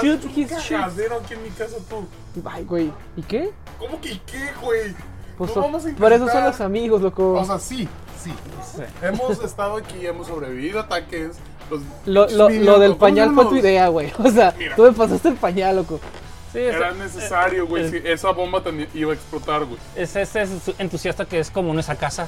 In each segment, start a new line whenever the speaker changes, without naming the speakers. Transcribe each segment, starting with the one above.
shoot
tú
his shoes.
cagadero aquí en mi casa tú.
Ay, güey. ¿Y qué?
¿Cómo que qué, güey?
Pues,
No vamos a
por eso son
intentar.
los amigos, loco.
O sea, sí, sí. Hemos estado aquí, hemos sobrevivido a ataques. los-
lo, lo-
Mira,
lo del
loco,
pañal fue tu
vámonos.
idea, güey. O sea,
Mira.
tú me pasaste el pañal, loco.
Sí, es,
Era necesario, güey.
Eh,
si esa bomba tenía- iba a explotar, güey.
es ese entusiasta que es común en esa casa.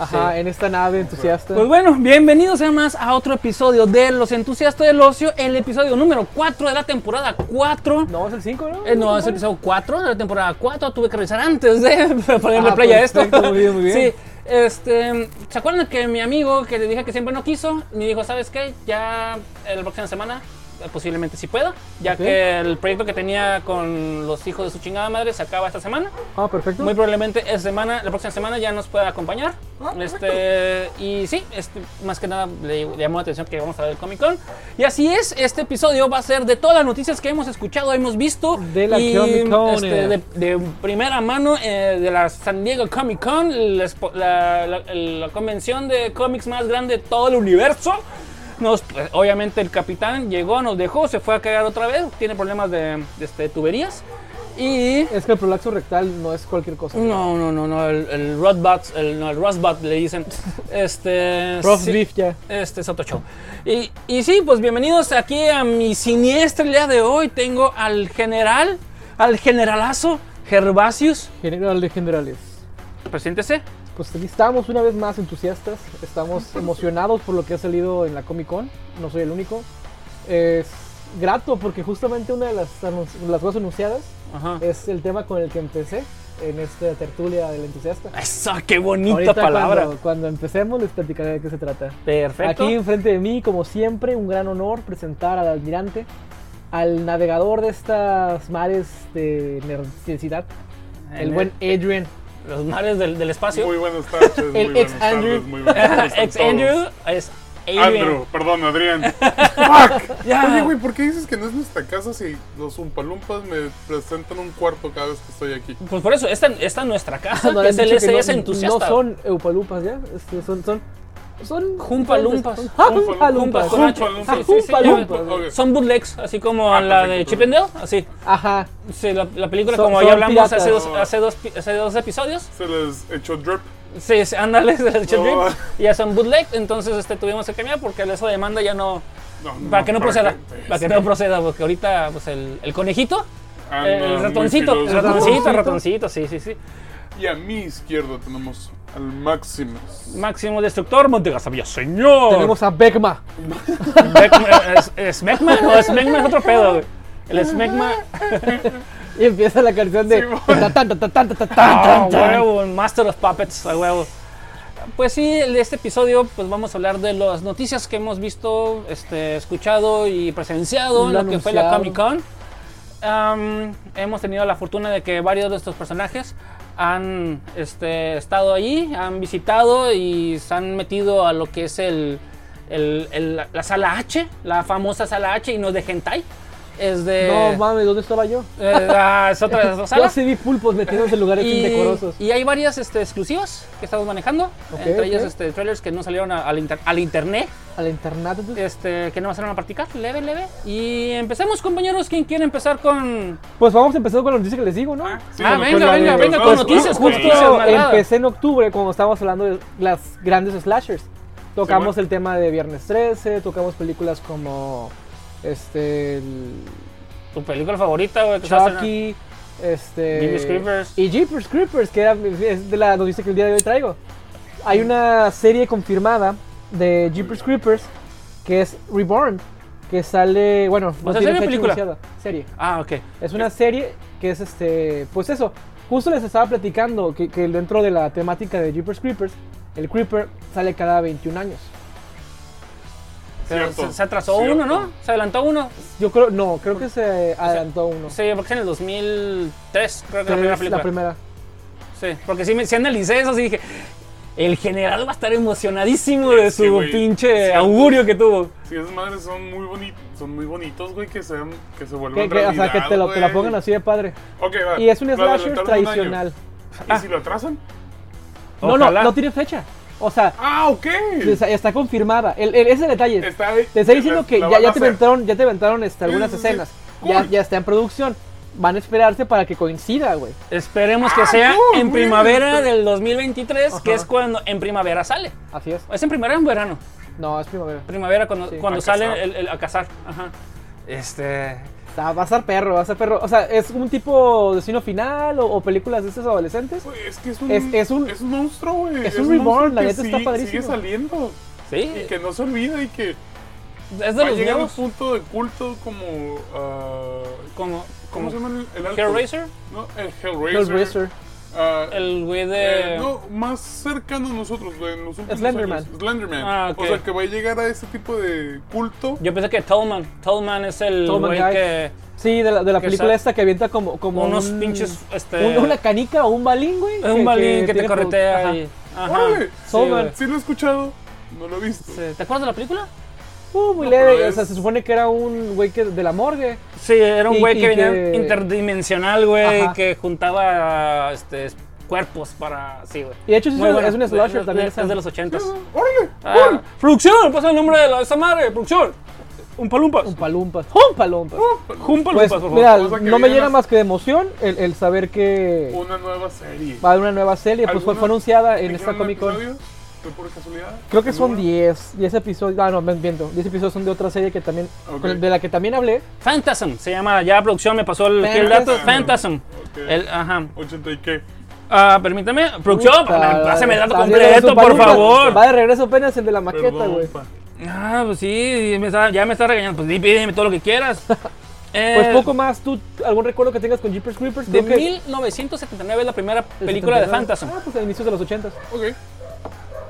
Ajá, en esta nave entusiasta.
Pues bueno, bienvenidos además a otro episodio de Los Entusiastas del Ocio, el episodio número 4 de la temporada 4.
No, es el 5, ¿no? Ah,
Eh, no, es el episodio 4 de la temporada 4. Tuve que revisar antes de ponerle
Ah,
play a esto.
perfecto, muy bien, muy bien.
Sí, este, ¿se acuerdan que mi amigo que le dije que siempre no quiso? Me dijo, ¿sabes qué? Ya eh, la próxima semana, eh, posiblemente si pueda, ya
Ok.
que el proyecto que tenía con los hijos de su chingada madre se acaba esta semana.
Ah, perfecto.
Muy probablemente esta semana, la próxima semana ya nos pueda acompañar.
Ah, perfecto.
este, y sí, este, más que nada le, le llamó la atención que vamos a ver el Comic Con. Y así es, este episodio va a ser de todas las noticias que hemos escuchado, hemos visto.
De la
y,
Comic Con,
este,
eh.
de, de primera mano eh, de la San Diego Comic Con, la, expo- la- la- la convención de cómics más grande de todo el universo. Nos, pues, obviamente el capitán llegó, nos dejó, se fue a cagar otra vez, tiene problemas de, de, este, tuberías. Y
Es que el prolapso rectal no es cualquier cosa.
no, no, no, no, el, el Rodbot, el, no, el Rustbot le dicen. Este.
Prof.
sí,
Beef ya.
Este es otro show. Y, y sí, pues bienvenidos aquí a mi siniestra el día de hoy. Tengo al general, al generalazo Gervasius.
General de generales.
Preséntese.
Pues aquí estamos una vez más entusiastas. Estamos emocionados por lo que ha salido en la Comic Con. No soy el único. Es grato porque justamente una de las, anun- las cosas anunciadas
Ajá.
es el tema con el que empecé en esta tertulia del entusiasta.
Eso, qué bonita
Ahorita
palabra.
Cuando, cuando empecemos les platicaré de qué se trata.
Perfecto.
Aquí enfrente de mí, como siempre, un gran honor presentar al almirante, al navegador de estas mares de necesidad, el
En
buen Adrian.
Los mares del, del espacio.
Muy buenas tardes. muy
El
buenas
ex
tardes,
Andrew.
muy buenas tardes a
Ex
todos.
Andrew es Adrian.
Andrew, perdón, Adrián. ¡Fuck!
Ya.
Oye, güey, ¿por qué dices que no es nuestra casa si los umpalumpas me presentan un cuarto cada vez que estoy aquí?
Pues por eso, esta, esta es nuestra casa,
No, le
que es
han
el
dicho que
SS
no-
entusiasta.
No son eupalupas, ¿ya? Este, son... son son
Jumpalumpas.
Ah, Jumpalumpas.
Jumpas con
Jumpa-
H.
Jumpa-
Sí, sí, sí,
Jumpa-
ya-
Jumpa-
Ok.
Son bootlegs, así como
Ah,
la de
perfecto.
Chip and Dale, así.
Ajá.
Sí, la, la película,
Son-
como
son
ya hablamos
piratas.
hace dos,
No.
hace, dos, pi- hace dos episodios.
Se les echó drip.
Sí, sí, ándale, de Chip
No.
and Dale, y Ya son bootleg, entonces este, tuvimos que cambiar porque esa demanda ya no.
No, pues.
Para que no proceda.
Eh,
qué?
Para que no proceda, porque ahorita pues, el, el conejito,
ah,
Andan
Eh, el
muy
ratoncito, el
filosos.
ratoncito, el ratoncito, sí, sí, sí.
Y a mi izquierda tenemos al Maximus.
Máximo destructor, Montegasavilla, señor.
Tenemos a Beckma.
Beck- es- es Smegma, no, Smegma es otro pedo, güey. El Smegma.
Y empieza la canción de...
Sí, bueno.
ta, ta, ta, ta, ta, ta, ta, ta,
Ah,
ta.
huevo, un Master of Puppets, a huevo. Pues sí, en este episodio pues vamos a hablar de las noticias que hemos visto, este, escuchado y presenciado en
Lo
lo que fue la Comic
anunciado.
Con. hemos tenido la fortuna de que varios de estos personajes han este, estado allí, han visitado y se han metido a lo que es el, el- el- la sala H, la famosa sala H y no es de hentai, es de...
No mames, ¿dónde estaba yo?
eh, ah, es otra de esas
Yo
salas.
sí vi pulpos metiéndose en lugares indecorosos.
Y hay varias este, exclusivas que estamos manejando.
Ok,
entre ellas
ok.
este, trailers que no salieron a- al, inter- al internet,
Al internato. entonces.
este, que no pasaron a practicar, leve, leve. Y empecemos, compañeros. ¿Quién quiere empezar con.?
Pues vamos empezando con la noticia que les digo, ¿no?
Sí,
Eh. ah,
no,
venga,
pues, la
venga,
de-
venga,
no,
con
no,
noticias,
no,
justo.
no, no,
Justo
malvada.
empecé en octubre cuando estábamos hablando de las grandes slashers. Tocamos el tema de Viernes 13, tocamos películas como este el
Tu película favorita, güey. que se va a estrenar.
Chucky, este
Jeepers Creepers.
y Jeepers Creepers, que era, es de la noticia que el día de hoy traigo. Hay una serie confirmada de Jeepers Creepers que es Reborn, que sale, bueno,
sea,
tiene
¿serie o
fecha
película?
anunciada. Serie.
Ah, ok.
Es una serie que es este. Pues eso. Justo les estaba platicando que, que dentro de la temática de Jeepers Creepers, el Creeper sale cada 21 años.
Pero
Cierto,
se, se atrasó
cierto.
uno, ¿no? Se adelantó uno.
Yo creo, no, creo que se adelantó uno.
Sí, porque es en el 2003, creo
Pero
que la primera
es
película.
la primera.
Sí, porque si, me, sí analicé eso, sí dije, el general va a estar emocionadísimo de su
Sí, güey.
pinche
Sí.
augurio que tuvo.
Sí, esas madres son muy, boni son muy bonitos, güey, que se, que se vuelvan
Que- que- o sea, que te, lo, te la pongan así de padre. Y es un slasher tradicional. Ah.
¿Y si lo atrasan?
No, no,
Ojalá.
no tiene fecha. O sea,
¡Ah, ok!
está, está confirmada. El, el- ese detalle.
Está ahí.
Te estoy diciendo
La-
que
la van
ya, ya
a
te
hacer.
inventaron, ya te inventaron este,
Sí,
algunas
sí, sí.
escenas. ya, ya está en producción. Van a esperarse para que coincida, güey.
Esperemos que sea
Ah, no,
en
güey.
primavera del 2023, que
Ajá.
es cuando en primavera sale.
Así es.
¿Es en primavera o en verano?
No, es primavera.
Primavera cuando,
Sí.
cuando
A
sale
cazar.
el, el- a cazar. Ajá. Este.
Está- va a ser perro, va a ser perro. O sea, es un tipo destino final o, o películas de estos adolescentes.
Güey, Es que es un,
Es- es un-
monstruo, güey.
es un reborn,
monstruo
la
que
neta está
sigue- Sigue
padrísimo.
saliendo
Sí.
y que no se olvida y que
Es de
va a
los
llegar a un
nuevos.
punto de culto como. ah,
Como,
¿Cómo
como
se llama el, el alto?
Hellraiser,
No, el Hellraiser.
Hellraiser.
Ah,
el güey
eh,
de.
no, más cercano a nosotros, güey, en los últimos
Slenderman.
años. Slenderman.
Ah, ok.
O sea, que va a llegar a ese tipo de culto.
Yo pensé que Tolman. Tolman es el
Tallman
güey
Guy.
que.
Sí, de la, de la
Que
película
sa-
esta que avienta como, como
Unos
un-
pinches, este-
un- una canica o un balín, güey.
Es un balín que, te
tiene produ-
corretea
Ajá.
y. Ajá.
Órale.
Sí,
Tallman.
güey.
Sí lo he escuchado, no lo he visto.
Sí. ¿Te acuerdas de la película?
Uh, muy
No,
leve.
pero
O sea,
es-
se supone que era un güey que de la morgue.
Sí, era un
Y-
güey
y
que venía
que-
interdimensional, güey,
Ajá.
que juntaba este, cuerpos para. Sí, güey.
Y de hecho sí es
Muy
un-
buena.
es un slasher
De-
también,
de-
esa.
Es de los ochentas.
¡Órale!
Ah, producción, pasa el nombre de la, esa madre, producción. Un palumpas.
Un palumpas. ¡Oh, Un palumpas.
Un palumpas,
Pues,
por favor.
mira,
Cosa que
no me
viene
llena
las-
más que de emoción el, el saber que
Una nueva serie.
va a haber una nueva serie. Pues fue,
¿Alguna?
fue anunciada en esta
¿Dijeron
Comic Con.
episodios? ¿Fue por casualidad?
Creo que son
¿No?
10, 10 episodios. Ah, no, me entiendo. 10 episodios son de otra serie que también.
Ok.
con- de la que también hablé.
Phantasm, se llama, ya producción me pasó el, aquí el dato. Phantasm.
Phantasm. Ok.
El, ajá.
80 y qué.
Ah, permítame, producción,
Puta,
pásame el dato
está de
completo,
regreso,
por
Palumpas.
favor.
Va de regreso apenas el de la maqueta,
Perdón,
güey.
pa.
Ah, pues sí, me está- ya me está regañando. Pues di, pídeme todo lo que quieras. Eh,
Pues poco más, ¿tú algún recuerdo que tengas con Jeepers Creepers?
De
Creo que
1979 es la primera
el
película de
79.
Phantasm.
Ah, pues a inicios de los 80.
Ok.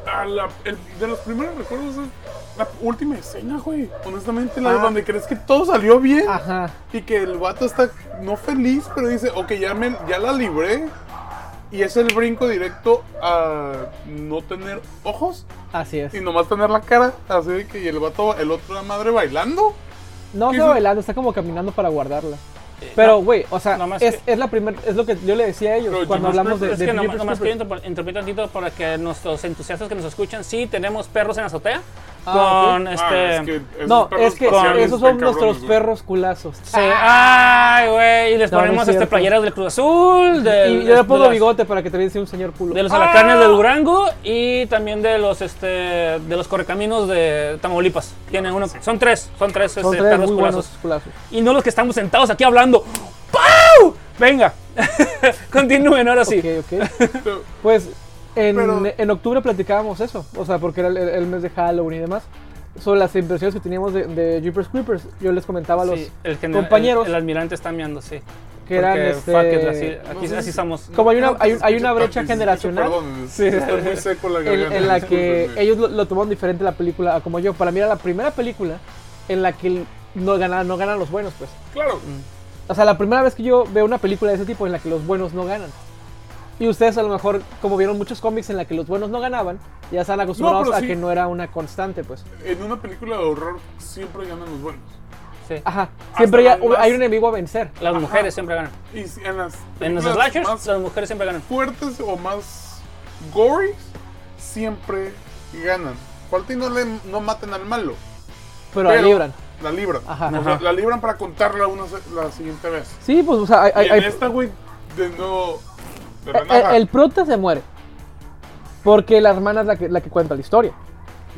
A la- el- de los primeros recuerdos es la última escena, güey. Honestamente, la
Ah.
donde crees que todo salió bien
Ajá.
y que el vato está no feliz, pero dice, ok, ya, me, ya la libré. Y es el brinco directo a no tener ojos
Así es.
y nomás tener la cara. Así de que y el vato, el otro la madre bailando.
No
¿Qué
está
es?
bailando, está como caminando para guardarla.
Eh,
Pero, güey, o sea,
nomás
es, es la primera, es lo que yo le decía a ellos
Pero
cuando
Jeepers
hablamos de,
Es
de
que nomás,
Jeepers
nomás quiero
Creepers.
interp- interrumpir tantito para que nuestros entusiastas que nos escuchan, sí, tenemos perros en azotea.
Ah,
con
Ah,
este.
es que esos
No,
perros
es que
espaciales
esos
están
son nuestros
cabrones, güey.
perros culazos.
Sí, ay, güey.
Ah. No,
Y les
no es
ponemos este
cierto.
playeras del Cruz Azul. Del,
y yo le pongo
de las-
bigote para que también sea un señor culo.
De los
Ah,
alacanes de Durango y también de los este de los correcaminos de Tamaulipas. Tienen uno, son tres, son tres,
son
este,
tres
perros
muy buenos
culazos.
culazos.
Y no los que estamos sentados aquí hablando. ¡Pau! Venga. Continúen ahora sí.
Ok, ok. Pues en,
Pero-
en octubre platicábamos eso, o sea, porque era el, el mes de Halloween y demás, sobre las impresiones que teníamos de, de Jeepers Creepers. Yo les comentaba a los
Sí, el general-
compañeros
el, el almirante está meando, sí.
que eran
Porque,
este,
fuck it, así, aquí,
no sé
así
si-
estamos.
como hay una,
Creo que
hay,
se
un- hay una
escucha
brecha
tan-
generacional
Perdón,
Sí.
está muy seco la
en,
garganta.
en la que
discúlpenme.
ellos lo, lo tomaron diferente la película a como yo. Para mí era la primera película en la que el- no ganan, no ganan los buenos, pues.
Claro.
O sea, la primera vez que yo veo una película de ese tipo en la que los buenos no ganan. Y ustedes a lo mejor, como vieron muchos cómics en la que los buenos no ganaban, ya están acostumbrados
pero
a
sí.
que no era una constante, pues.
En una película de horror siempre ganan los buenos.
Sí.
Ajá. Siempre
Hasta
ya-
las-
hay un enemigo a vencer.
Las
Ajá.
mujeres siempre ganan.
Y si- en las
En los
películas
slashers,
más
las mujeres siempre ganan.
fuertes o más gory siempre ganan. Falta y no, le, no maten al malo.
Pero, la libran.
La libran.
Ajá.
O sea,
Ajá.
la libran para contarla una, se- la siguiente vez.
Sí, pues, o sea, hay-
y
hay-
en
hay-
esta, güey, de nuevo. De la
el,
nada.
Eh, el prota se muere. Porque la hermana es la que, la que cuenta la historia.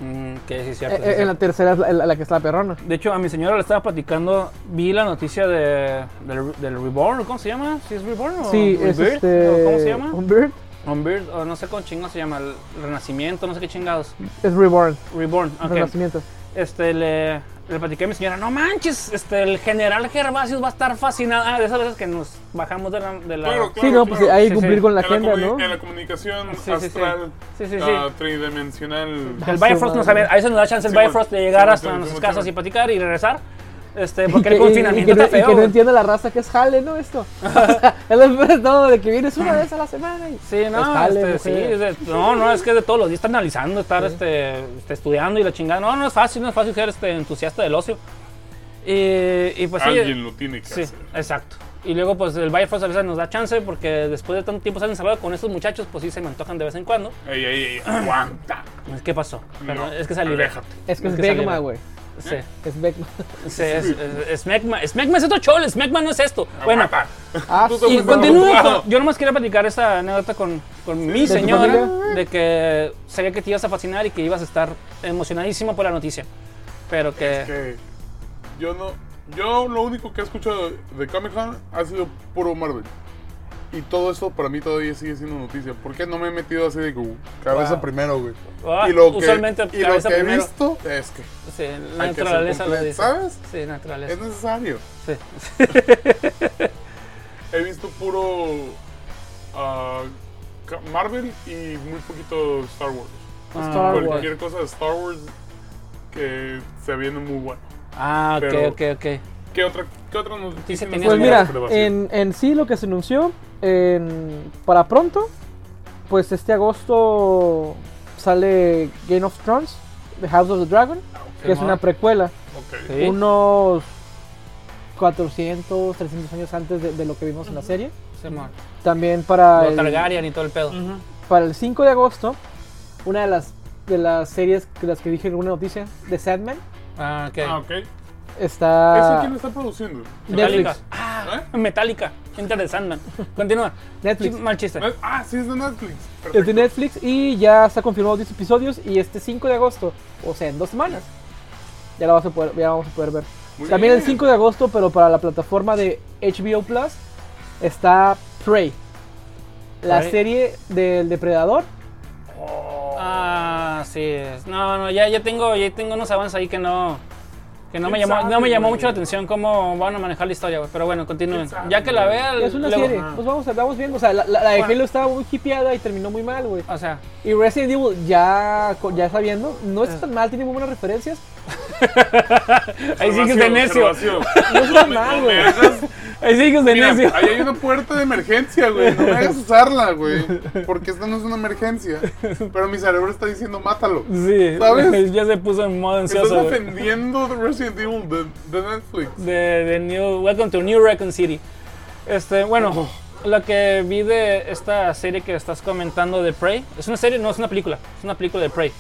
Mm, que sí,
Eh,
cierto. sí,
eh, en
cierto.
la tercera es la, la- la que está la perrona.
De hecho, a mi señora le estaba platicando, vi la noticia de, del, del Reborn, ¿cómo se llama? ¿Sí es Reborn? O
Sí, es
Rebirth?
este.
¿O ¿Cómo se llama?
Un bird
Unbird, o no sé cómo chingados se llama, el Renacimiento, no sé qué chingados.
es reborn.
Reborn, ok.
Renacimiento.
Este, le, le platiqué a mi señora, no manches, este, el general Gervasius va a estar fascinado. Ah, de esas veces que nos bajamos de la... de la-
Claro,
Sí, no, pues
claro.
hay que
Sí,
cumplir
sí.
con la
En la
agenda,
comuni-
¿no?
En la comunicación
Sí, sí, sí.
astral,
Sí, sí, sí.
ah, tridimensional.
El Bifrost nos había, a veces nos da chance el
Sí, bueno,
Bifrost de
sí,
llegar
bueno,
hasta
sí,
nuestras
sí,
casas
bueno.
y platicar y regresar. Este,
Y
porque
que, y-
el
y que
confinamiento
no,
está
y
feo.
que no
güey.
entiende la raza que es jale, ¿no? Esto. O sea, es lo peor de todo, de que vienes una vez a la semana. Y...
Sí, no,
Es jale,
este,
mujer.
sí, es de- no, no, es que de todos los días está analizando, estar este, este, estudiando y la chingada. No, no es fácil, no es fácil ser este, entusiasta del ocio. Y, y pues sí,
Alguien lo tiene que
sí,
hacer.
exacto. Y luego pues el Bifrost a veces nos da chance porque después de tanto tiempo estar encerrado con estos muchachos, pues sí se me antojan de vez en cuando. Pues,
Ey, ey, ey, aguanta.
¿Qué pasó? Perdón,
No,
es que salí.
aléjate.
Es que
Es
es
que saliera.
Vegma, güey.
Sí.
Es Beckman.
Sí, es, es, es Mecma. Es Mecma es otro cholo, es Mecma no es esto. Bueno,
Papá.
Ah,
Tú
y
sabes,
bueno.
continúo
Wow.
con- yo nomás quería platicar esa anécdota con, con mi
¿De tu
señora
familia?
de que sabía que te ibas a fascinar y que ibas a estar emocionadísimo por la noticia. Pero que,
que yo no yo lo único que he escuchado de Comic Con ha sido puro Marvel y todo eso para mí todavía sigue siendo noticia porque no me he metido así de que "Uh, cabeza
Wow.
primero güey
Ah,
y lo que,
usualmente
y lo
cabeza
que he
primero.
visto es que
sí, la
hay que ser
naturaleza lo
completo,
dice.
¿sabes?
Sí, naturaleza.
es necesario
Sí.
he visto puro ah, ca- Marvel y muy poquito Star Wars
Star
Ah,
Wars.
cualquier cosa de Star Wars que se viene muy bueno
Ah, ok,
Pero-
ok, ok.
¿Qué otra, qué otra noticia?
tenías
Pues
Eso
mira,
tenemos de
en, en sí lo que se anunció en- para pronto, pues este agosto sale Game of Thrones, The House of the Dragon, que es
Simón.
una precuela,
vacío? Ok.
Sí.
unos 400, 300 años antes de, de lo que vimos en la serie.
Simón.
También para
Lo
el,
Targaryen y todo el pedo.
Ujú.
para el 5 de agosto, una de las, de las series de las que dije en una noticia, de Sandman,
Ah, ok.
Ah, ok. ¿Eso quién
está
lo está produciendo?
Metallica.
Netflix.
Ah,
¿Eh?
Metallica. Enter the Sandman. Continúa.
Netflix.
Chi- Mal chiste.
¿No es- Ah, sí, es de Netflix. Perfecto.
Es de Netflix y ya está confirmado 10 episodios y este 5 de agosto, o sea, en dos semanas, ya la vas a poder, ya la vamos a poder ver.
Muy
También el
bien.
5 de agosto, pero para la plataforma de HBO Plus, está Prey, la
Prey.
serie del depredador.
Ah, sí. es. No, no, ya, ya tengo, ya tengo unos avances ahí que no. Que no me,
¿Quién
llamó,
sabe,
no me llamó
güey?
mucho la atención cómo van a manejar la historia, güey. Pero bueno, continúen.
¿Quién sabe,
Ya que la
güey?
vea.
Es una
luego-
serie,
ah.
pues vamos, vamos viendo. O sea, la, la- la de
Bueno.
Halo estaba muy hipeada y terminó muy mal, güey.
O sea,
Y Resident Evil, ya, co- ya sabiendo, no
Ah.
está tan mal, tiene muy buenas referencias.
ahí sí que es de
Observación,
necio.
observación.
No está
No
mal,
me
güey.
hagas-
Ahí sí que es de
Mira,
necio.
ahí hay una puerta de emergencia, güey. No me hagas usarla, güey. Porque esta no es una emergencia. Pero mi cerebro está diciendo, mátalo.
Sí,
¿Sabes?
ya se puso en modo
Estás
ansioso. güey.
defendiendo The Resident Evil de, de Netflix.
de, de New Welcome to New Recon City. Este, bueno, lo que vi de esta serie que estás comentando de Prey, es una serie, no es una película, es una película de Prey.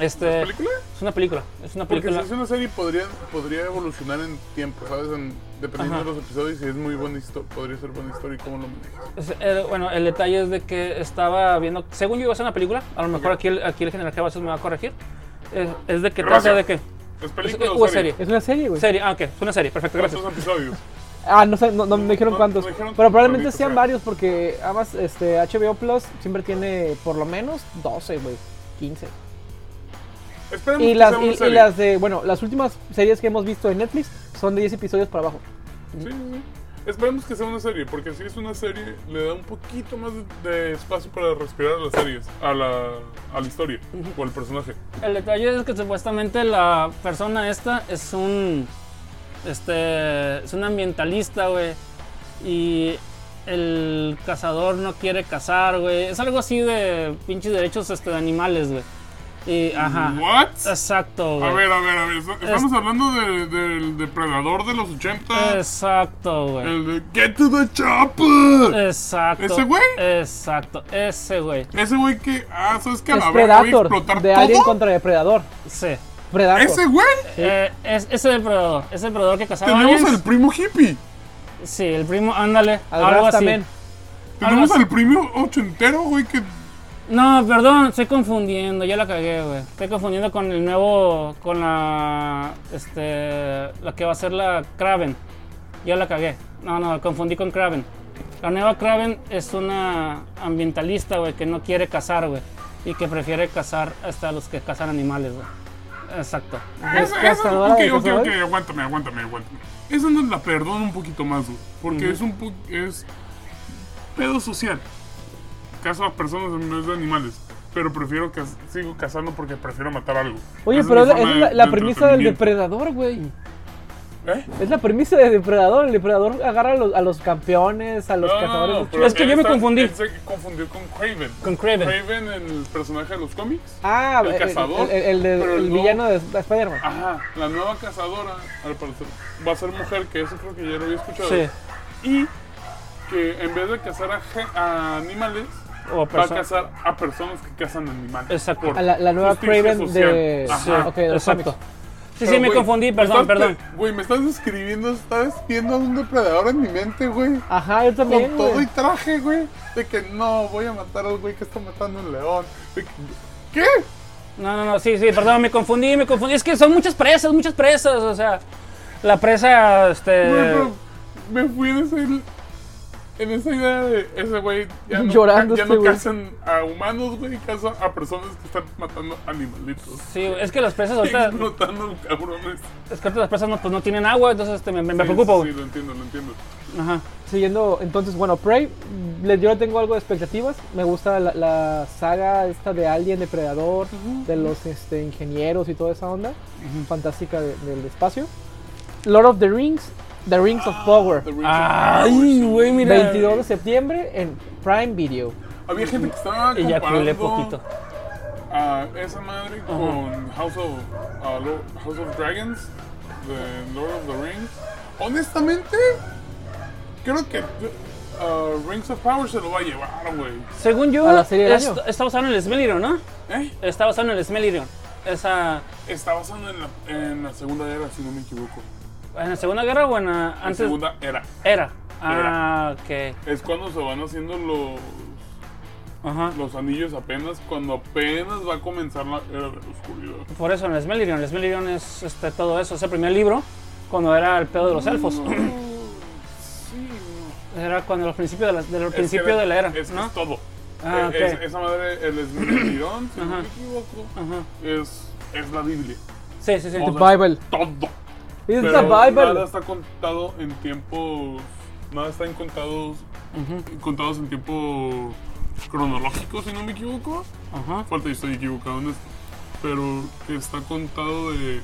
Este,
¿Película?
es una película, es una
Porque si
película.
es una serie podría, podría evolucionar en tiempo, ¿sabes? En- dependiendo
Ajá.
de los episodios, si es muy buena historia, podría ser buena historia y cómo lo manejas.
Es- eh, bueno, el detalle es de que estaba viendo, según yo iba a ser una película, a lo mejor aquí el, aquí el general Cabazos me va a corregir, es, es de que trata
Gracias. Pues-
de que...
¿Es
Es,
película
o
o
es
serie?
serie.
Es una serie, güey.
Serie, ah, ok, es una serie, perfecto, gracias.
¿Cuántos episodios?
Ah, no, sé, no, no me dijeron
No,
cuántos.
no dijeron
pero probablemente
cuántos,
sean
creo.
varios porque además este, HBO Plus siempre tiene por lo menos 12, güey. 15.
Esperemos
Y
que
las,
sea
y,
una
y
serie.
las de, bueno, las últimas series que hemos visto en Netflix son de 10 episodios para abajo.
Sí, sí, sí. Esperemos que sea una serie, porque si es una serie, le da un poquito más de, de espacio para respirar a las series, a la, a la historia o al personaje.
El detalle es que supuestamente la persona esta es un. Este. Es un ambientalista, güey. Y el cazador no quiere cazar, güey. Es algo así de pinches derechos este, de animales, güey. Y, ajá.
¿What?
Exacto,
A
güey.
ver, a ver, a ver. so- Estamos hablando de- del depredador de los 80.
Exacto, güey.
El de Get to the Chopper.
Exacto.
¿Ese güey?
Exacto, ese güey.
Ese güey que. Ah, ¿sabes qué? A
Es
la verga, voy a explotar
Predator. De
todo.
alguien contra Depredador.
Sí.
Predator.
Ese güey.
Eh, es, ese depredador. Ese depredador que
Ah,
cazaba.
Tenemos
aliens.
al primo hippie.
Sí, el primo, ándale.
Al
algo
Ras
así.
también. Ah,
Tenemos
así.
al primo ochentero, güey, que.
No, perdón, estoy confundiendo, ya la cagué, güey. Estoy confundiendo con el nuevo, con la, este, la que va a ser la Kraven. Ya la cagué. No, no, confundí con Kraven. La nueva Kraven es una ambientalista, güey, que no quiere cazar, güey. Y que prefiere cazar hasta los que cazan animales, güey. Exacto.
Esa, esa-
cazadora
ok,
de
ok, ok,
cazadores.
aguántame, aguántame, aguántame. Esa nos la perdono un poquito más, güey. Porque es un po- es pedo social. Caso a personas en vez de animales. Pero prefiero que sigo cazando porque prefiero matar algo.
Oye,
Esa
pero
mi
es la,
forma
es
de-
la- la
de
premisa del
entretenimiento.
Depredador, güey.
¿Eh?
Es la premisa del Depredador. El Depredador agarra a los, a los campeones, a los
No, no,
cazadores.
no,
de
pero
Es que yo me
esa-
confundí.
él se confundió con Craven.
Con Kraven.
Craven, el personaje de los cómics.
Ah,
el
el,
cazador,
el- el de-
pero
el
no-
villano de de Spider-Man.
Ajá, la nueva cazadora, al parecer, va a ser mujer, que eso creo que ya lo había escuchado.
Sí.
Y que en vez de cazar a, gen- a animales,
O
va a
persona.
cazar a personas que cazan animales.
Exacto.
A la, la nueva
Justicia
Craven de.
social. Ajá.
ok, de los
Exacto.
cómics.
Sí, sí, me confundí, perdón, perdón.
Güey, me estás describiendo, estás viendo a un depredador en mi mente, güey.
Ajá, yo
Con
también.
todo
Ah, güey.
y traje, güey. De que no, voy a matar al güey que está matando a un león. De que- ¿Qué?
No, no, no, sí, sí, perdón, me confundí, me confundí. Es que son muchas presas, muchas presas, o sea. La presa, este.
Güey, pero me fui en esa, il- en esa idea de ese güey. Ya no,
Llorando
ya
este
no
güey.
cazan a humanos, güey. Cazan a personas que están matando animalitos.
Sí, es que las presas ahorita.
Explotando cabrones.
Es que ahorita las presas no, pues, no tienen agua, entonces este, me, me- me
Sí,
preocupo,
Sí,
güey.
lo entiendo, lo entiendo.
Ajá.
Siguiendo, entonces, bueno, Prey, mm, le- yo le tengo algo de expectativas. Me gusta la, la saga esta de Alien, Depredador, de los este, ingenieros y toda esa onda fantástica de- del espacio. Lord of the Rings, The Rings of Power.
Ah, The Rings of Power,
Ay,
sí.
güey, mira.
22 de septiembre en Prime Video.
Había gente que estaba
Y ya culé
comparando
poquito.
a esa madre con House of, a Lo- House of Dragons, de Lord of the Rings. Honestamente, creo que uh, Rings of Power se lo va a llevar, güey.
Según yo,
A la serie del
es-
año.
está basado en el Smelirion, ¿no?
¿Eh?
Está basado en el Smelirion. Esa.
Está basado en la, en la Segunda Era, si no me equivoco.
¿En la Segunda Guerra o en la.
La
Antes?
Segunda Era.
Era. Ah, ok.
Es cuando se van haciendo los,
Ajá.
los anillos apenas, cuando apenas va a comenzar la Era de la Oscuridad.
Por eso, en el Smelirion. El Smelirion es este, todo eso. Es el primer libro, cuando era el pedo de los elfos.
Sí, no.
Era cuando los principios de la, de los
Es que
principios de la era,
Es, que
¿no?
es todo.
Ah,
Eh, es-
ok.
esa madre, el esmeraldirón, si no
Ajá.
me equivoco,
Ajá.
es, es la Biblia.
Sí, sí, sí.
O sea,
Bible.
Todo.
It's
Pero
the
nada
Bible.
está contado en tiempos. Nada está en contados, contados en tiempo cronológico, si no me equivoco.
Ajá.
Falta y estoy equivocado en esto. Pero está contado de.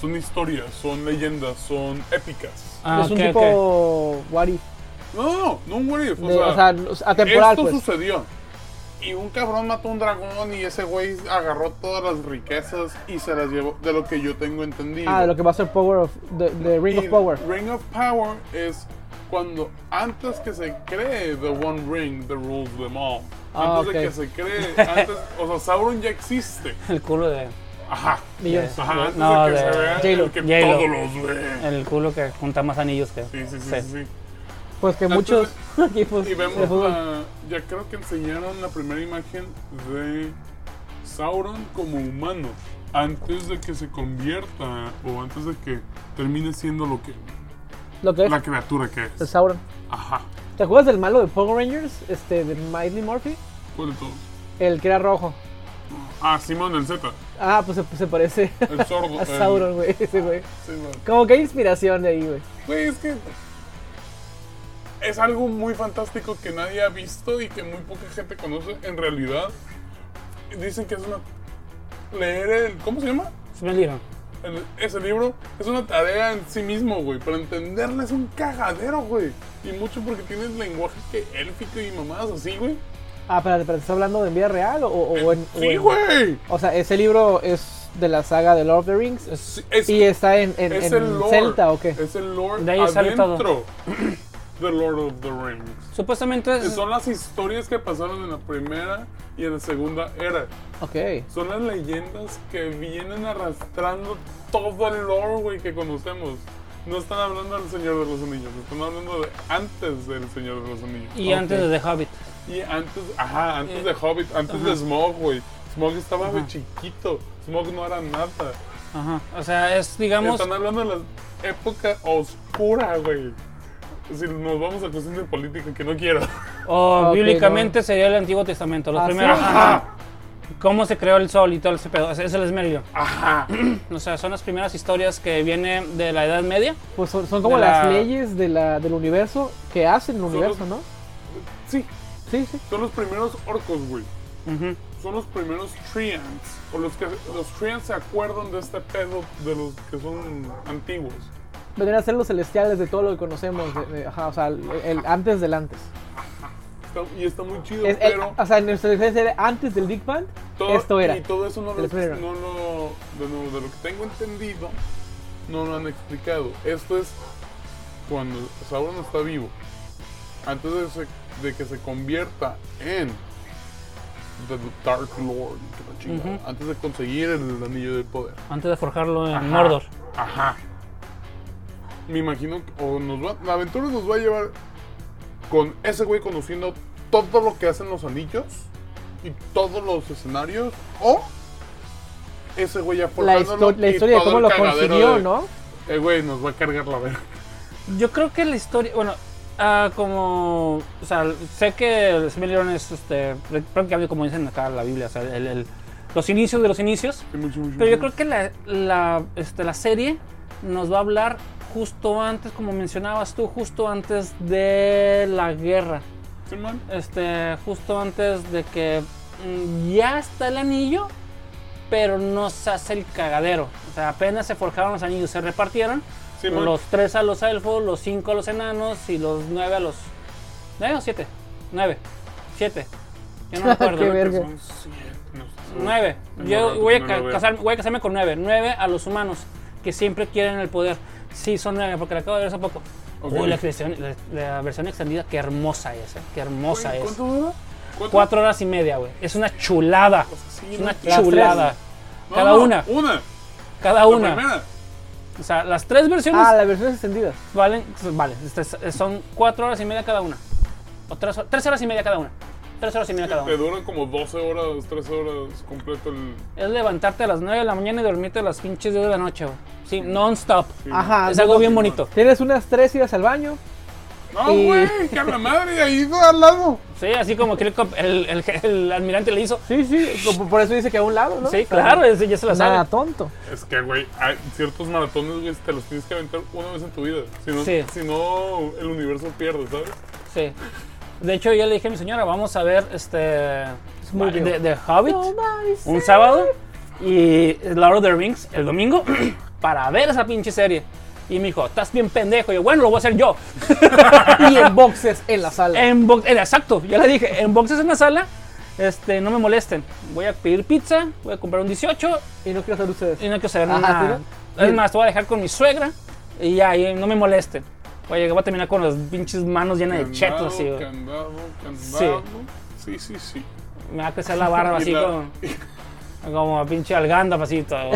Son historias, son leyendas, son épicas.
Ah,
es un
ok,
tipo
ok.
what if,
No, no, no un what if,
de- o sea, no- atemporal
Esto
pues.
sucedió. Y un cabrón mató a un dragón y ese güey agarró todas las riquezas y se las llevó, de lo que yo tengo entendido.
Ah, de lo que va a ser Power of de, de Ring of
Y
Power.
Ring of Power es cuando antes que se cree The One Ring, The Rules Them All.
Ah,
antes
ok.
de que se cree, antes, o sea, Sauron ya existe.
El culo de.
Ajá.
Millones.
Ajá, antes
No,
de que
de-
se vea
J-Lo, Eh,
el que
J-Lo.
todos los ve.
El culo que junta más anillos que.
Sí, sí, sí, sí. sí.
Pues que muchos equipos
Y
de
vemos
fútbol.
la- ya creo que enseñaron la primera imagen de Sauron como humano antes de que se convierta o antes de que termine siendo lo que
lo que es
la criatura que
el
es.
Sauron.
Ajá.
¿Te acuerdas del malo de Power Rangers? Este, de Miley Murphy.
¿Cuál de todos?
El que era rojo.
Ah, Simón del Z.
Ah, pues se, se parece
El sordo.
a
el-
Sauron, güey. Ese güey.
sí, güey.
Como que hay inspiración de ahí, güey.
Güey, es que es algo muy fantástico que nadie ha visto y que muy poca gente conoce en realidad. Dicen que es una... Leer el... ¿Cómo se llama?
Smelirion.
El- ese libro es una tarea en sí mismo, güey. Para entenderle es un cagadero, güey. Y mucho porque tienes lenguaje que élfico y mamadas así, güey.
Ah, espérate, espérate, ¿estás hablando de en vida real o, o- o en. o
Sí,
en-
güey.
O sea, ese libro es de la saga de Lord of the Rings.
Sí, es,
y está en, en,
es
en
el lore.
Celta o qué.
Es el lore
De ahí sale todo.
adentro de Lord of the Rings.
Supuestamente es.
Son las historias que pasaron en la primera y en la segunda era.
Ok.
Son las leyendas que vienen arrastrando todo el lore, güey, que conocemos. No están hablando del Señor de los Anillos, están hablando de antes del Señor de los Anillos.
Y antes de The Hobbit.
Y antes, ajá, antes
Eh,
de Hobbit, antes de Smog, güey. Smog estaba muy
Ajá.
chiquito, Smog no era nada.
Ajá. O sea, es, digamos.
Están hablando de la época oscura, güey. Si nos vamos a cuestiones de política, que no quiero.
O
ok,
bíblicamente sería el Antiguo Testamento. Los
Ah,
primeros.
¿sí?
Ajá,
Cómo se creó el sol y todo ese pedo. o sea, Es el Smelirion.
ajá.
O sea, son las primeras historias que vienen de la Edad Media.
Pues son, son como
De
las
la-
leyes de la, del universo que hacen el universo,
los-
¿no?
Sí,
Sí, sí.
son los primeros orcos, güey.
Ujú.
son los primeros Treants, o los que los Treants se acuerdan de este pedo de los que son antiguos.
Vendrían a ser los celestiales de todo lo que conocemos. de- de- ajá, o sea, el, el antes del antes.
Está- y está muy chido,
Es- el-
pero
o sea, en nuestra defensa era antes del Big Bang,
todo-
esto era.
Y todo eso no lo,
El primero.
no lo- de, nuevo, de lo que tengo entendido, no lo han explicado. Esto es cuando Sauron está vivo, antes de, se- de que se convierta en de The Dark Lord, que la chingada,
Ujú.
antes de conseguir el anillo del poder.
Antes de forjarlo en
Ajá.
Mordor.
Ajá.
Me imagino que o nos va, la aventura nos va a llevar con ese güey conociendo todo lo que hacen los anillos y todos los escenarios, o ese güey ya
La, histo-
forjándolo
la
y
historia de
todo
cómo
el
lo
cagadero
consiguió,
de-
¿no?
El güey nos va a cargar la verga.
Yo creo que la historia, bueno, ah, como, o sea, sé que el Silmarillion es este, prácticamente como dicen acá en la Biblia, o sea, el- el- los inicios de los inicios,
Sí, mucho, mucho,
pero yo
mucho.
creo que la, la, este, la serie nos va a hablar justo antes, como mencionabas tú, justo antes de la guerra,
¿Sí, man?
este, justo antes de que mm, ya está el anillo, pero no se hace el cagadero, o sea, apenas se forjaron los anillos, se repartieron.
Sí, man.
Los tres a los elfos, los cinco a los enanos y los nueve a los. ¿Nueve o siete? Nueve. Siete. Yo no me acuerdo.
Qué verga.
Son siete, no sé.
Nueve.
Tengo
Yo
rato
voy a,
que no
ca-
lo veo.
casarme, voy a casarme con nueve. Nueve a los humanos que siempre quieren el poder. Sí, son nueve, porque la acabo de ver hace poco.
Ok.
Uy, la, versión, la, la versión extendida, qué hermosa es, eh, qué hermosa es.
¿Cuánto dura? ¿Cuánto?
Cuatro horas y media, güey. Es una chulada.
Pues Sí,
Es
no
una
quiero.
Las
chulada.
tres.
No,
Cada
no,
una,
Una.
cada
La
una.
primera.
O sea, las tres versiones
Ah, las versiones extendidas.
Valen, vale, este, son cuatro horas y media cada una. O tres, ho- tres horas y media cada una. Tres horas y media cada
Te
una.
duran como 12 horas, 13 horas completo el.
Es levantarte a las 9 de la mañana y dormirte a las pinches 10 de la noche, güey. Sí, non-stop.
Ajá.
Es algo bien
entonces,
bonito.
Tienes unas tres idas al baño.
No,
Y-
güey, que a la madre, ahí al lado.
Sí, así como que el, cop- el- el- el almirante le hizo.
Sí, sí. como- Por eso dice que a un lado, ¿no?
Sí, claro, ese ya se la
Nada
sabe.
tonto.
Es que, güey, hay ciertos maratones, güey, te los tienes que aventar una vez en tu vida. Si no,
Sí.
si no el universo pierde, ¿sabes?
Sí. De hecho, yo le dije a mi señora, vamos a ver este.
Smallville.
de, de Hobbit. un sábado y Lord of the Rings el domingo para ver esa pinche serie. Y me dijo, estás bien pendejo. Y yo, bueno, lo voy a hacer yo.
Y en boxes en la sala.
En box- eh, exacto, ya le dije, en boxes en la sala, este, no me molesten. Voy a pedir pizza, voy a comprar un 18
Y no quiero saber ustedes.
y no quiero saber
Ajá,
nada.
¿sí,
Es más, te voy a dejar con mi suegra y ya, y no me molesten. Oye, voy a terminar con las pinches manos llenas de
Candado,
chetos. así, güey.
Candado, candado. Sí, sí, sí.
me va a crecer la barba
Y
así
la-
con, como pinche alganda, así todo.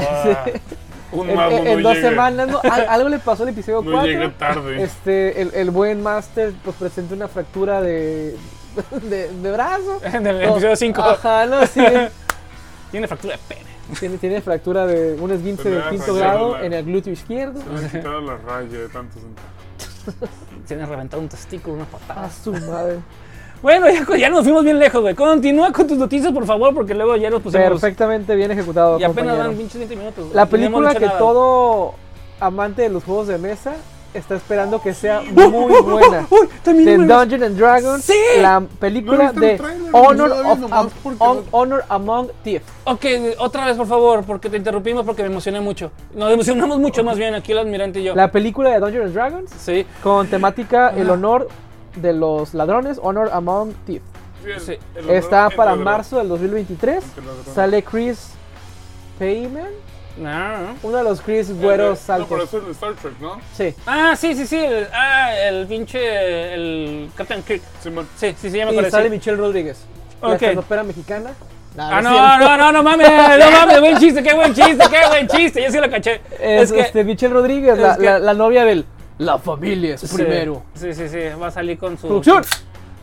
Un
En,
mago
en-
no
Eh, en dos
llega-
semanas, ¿no? Al- algo le pasó al episodio
No eh.
4.
llega tarde.
Este, el, el buen Master pues presenta una fractura de, de, de brazo.
En el episodio 5
Ajá, no, sí.
tiene fractura de pene.
Tiene, tiene fractura de un esguince
Enfermedad
de quinto
celular.
grado en el glúteo izquierdo.
Me han quitado la raya de tanto sentar.
Tiene reventado un testículo, una patada.
A su madre.
Ah. Bueno, ya, ya nos fuimos bien lejos, güey. Continúa con tus noticias, por favor, porque luego ya nos pusimos.
Perfectamente bien ejecutado.
Y apenas
compañero.
dan pinches 20 minutos. güey.
La
Y no hemos
película
dicho
que
nada.
todo amante de los juegos de mesa está esperando que sea muy buena.
Uy, también
De
me-
Dungeon and Dragons,
Sí.
la
No he
película
visto el
de
tráiler,
Honor,
no lo vi
of
nomás
Am-
porque
On-
no-
Honor Among Thieves.
Ok, otra vez, por favor, porque te interrumpimos porque me emocioné mucho. Nos emocionamos mucho, más bien, aquí el almirante y yo.
La película de Dungeon and Dragons
Sí,
con temática el honor de los ladrones, Honor Among Thieves.
Sí, el-
Sí.
el
Está
ladrón,
para
el ladrón.
marzo del 2023.
El ladrón.
Sale Chris Payman,
No.
uno de los Chris güeros
No, pero
altos.
eso es de Star Trek, ¿no?
Sí.
Ah, sí, sí, sí. El, ah, el pinche. El Captain Kirk.
Sí, man.
Sí, sí, sí, ya me
Y
acuerdo.
sale
sí.
Michelle Rodríguez.
Ok.
La ópera mexicana. Nah,
Ah,
es cierto.
no, no, no, no mames, no mames, buen chiste, qué buen chiste, qué buen chiste, yo sí lo caché.
Es, este, Michelle Rodríguez, la,
es que-
la- la novia del La familia es primero.
Sí, sí, sí, va a salir con su
Producción.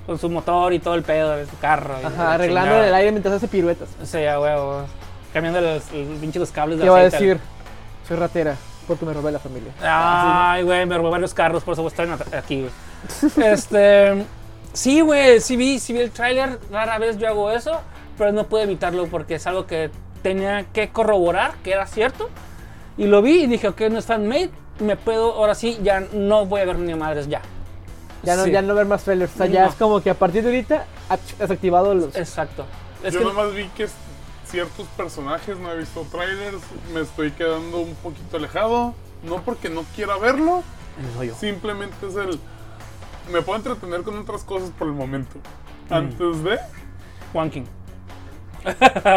con su motor y todo el pedo de su carro. y
Ajá,
la
arreglando
chingada.
el aire mientras hace piruetas.
Sí, a huevo. Cambiando los, los pinches los cables de
¿Qué va a
aceite.
decir? Soy ratera porque me robé la familia.
Ay, güey, me robé varios carros, por eso estoy en- aquí, güey. Este. Sí, güey, sí vi, sí vi el tráiler. Rara vez yo hago eso, pero no pude evitarlo porque es algo que tenía que corroborar que era cierto. Y lo vi y dije, ok, no es fan-made, me puedo, ahora sí, ya no voy a ver ni madres ya.
Ya no,
Sí.
ya no ver más trailers. O sea, ya
No.
es como que a partir de ahorita ach, has activado los.
Exacto. Es
Yo
que
nomás vi que ciertos personajes no he visto trailers, me estoy quedando un poquito alejado. No porque no quiera verlo,
soy yo.
simplemente es el. Me puedo entretener con otras cosas por el momento.
Mm.
Antes de,
Wanking.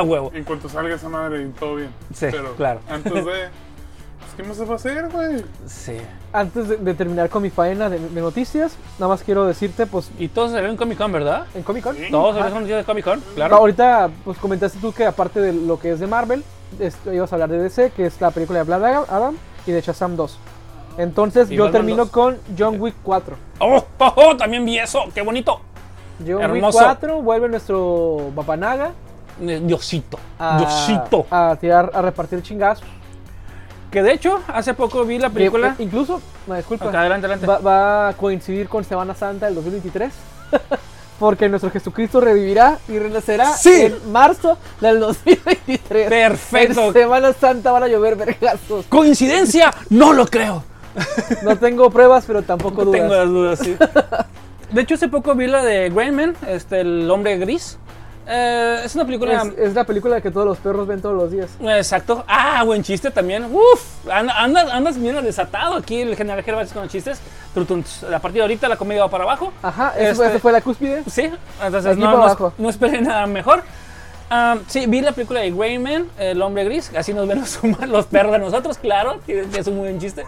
huevo.
en cuanto salga esa madre, todo bien.
Sí,
Pero
claro.
antes de, ¿Qué más se va a hacer, güey?
Sí.
Antes de, de terminar con mi faena de, de noticias, nada más quiero decirte, pues,
Y todos se ven en Comic Con, ¿verdad?
en Comic Con.
Todos se
Ajá.
ven en de Comic Con,
No,
claro.
ahorita pues comentaste tú que aparte de lo que es de Marvel, esto, ibas a hablar de DC, que es la película de Black Adam- Adam y de Shazam 2. Entonces
Y
yo
Batman
termino
2.
con John Wick 4.
Oh, oh, oh, también vi eso, qué bonito.
John Wick
Hermoso.
4 vuelve nuestro Papanaga
Eh, Diosito,
a,
Diosito.
a tirar, a repartir chingazos.
Que de hecho, hace poco vi la película.
Que, eh, incluso, no, disculpa,
Ok, adelante, adelante.
Va, va a coincidir con Semana Santa del 2023. Porque nuestro Jesucristo revivirá y renacerá
Sí.
en marzo del 2023.
Perfecto.
En Semana Santa van a llover vergazos.
¿Coincidencia? No lo creo.
No tengo pruebas, pero tampoco
No
dudas.
tengo las dudas, sí. De hecho, hace poco vi la de Greyman, este, el hombre gris. Eh, es una película.
Es, es la película que todos los perros ven todos los días.
Exacto. Ah, buen chiste también. Uf, anda- andas, andas bien desatado aquí el general Gervais con los chistes. Trutun, A partir de ahorita la comedia va para abajo.
Ajá, esa fue,
Este-
esa fue la cúspide.
Sí, entonces
Aquí
no,
para
no,
abajo.
no esperen nada mejor. Ah, sí, vi la película de Greyman, El hombre gris, así nos ven los, humanos, los perros de nosotros, claro, que es un muy buen chiste.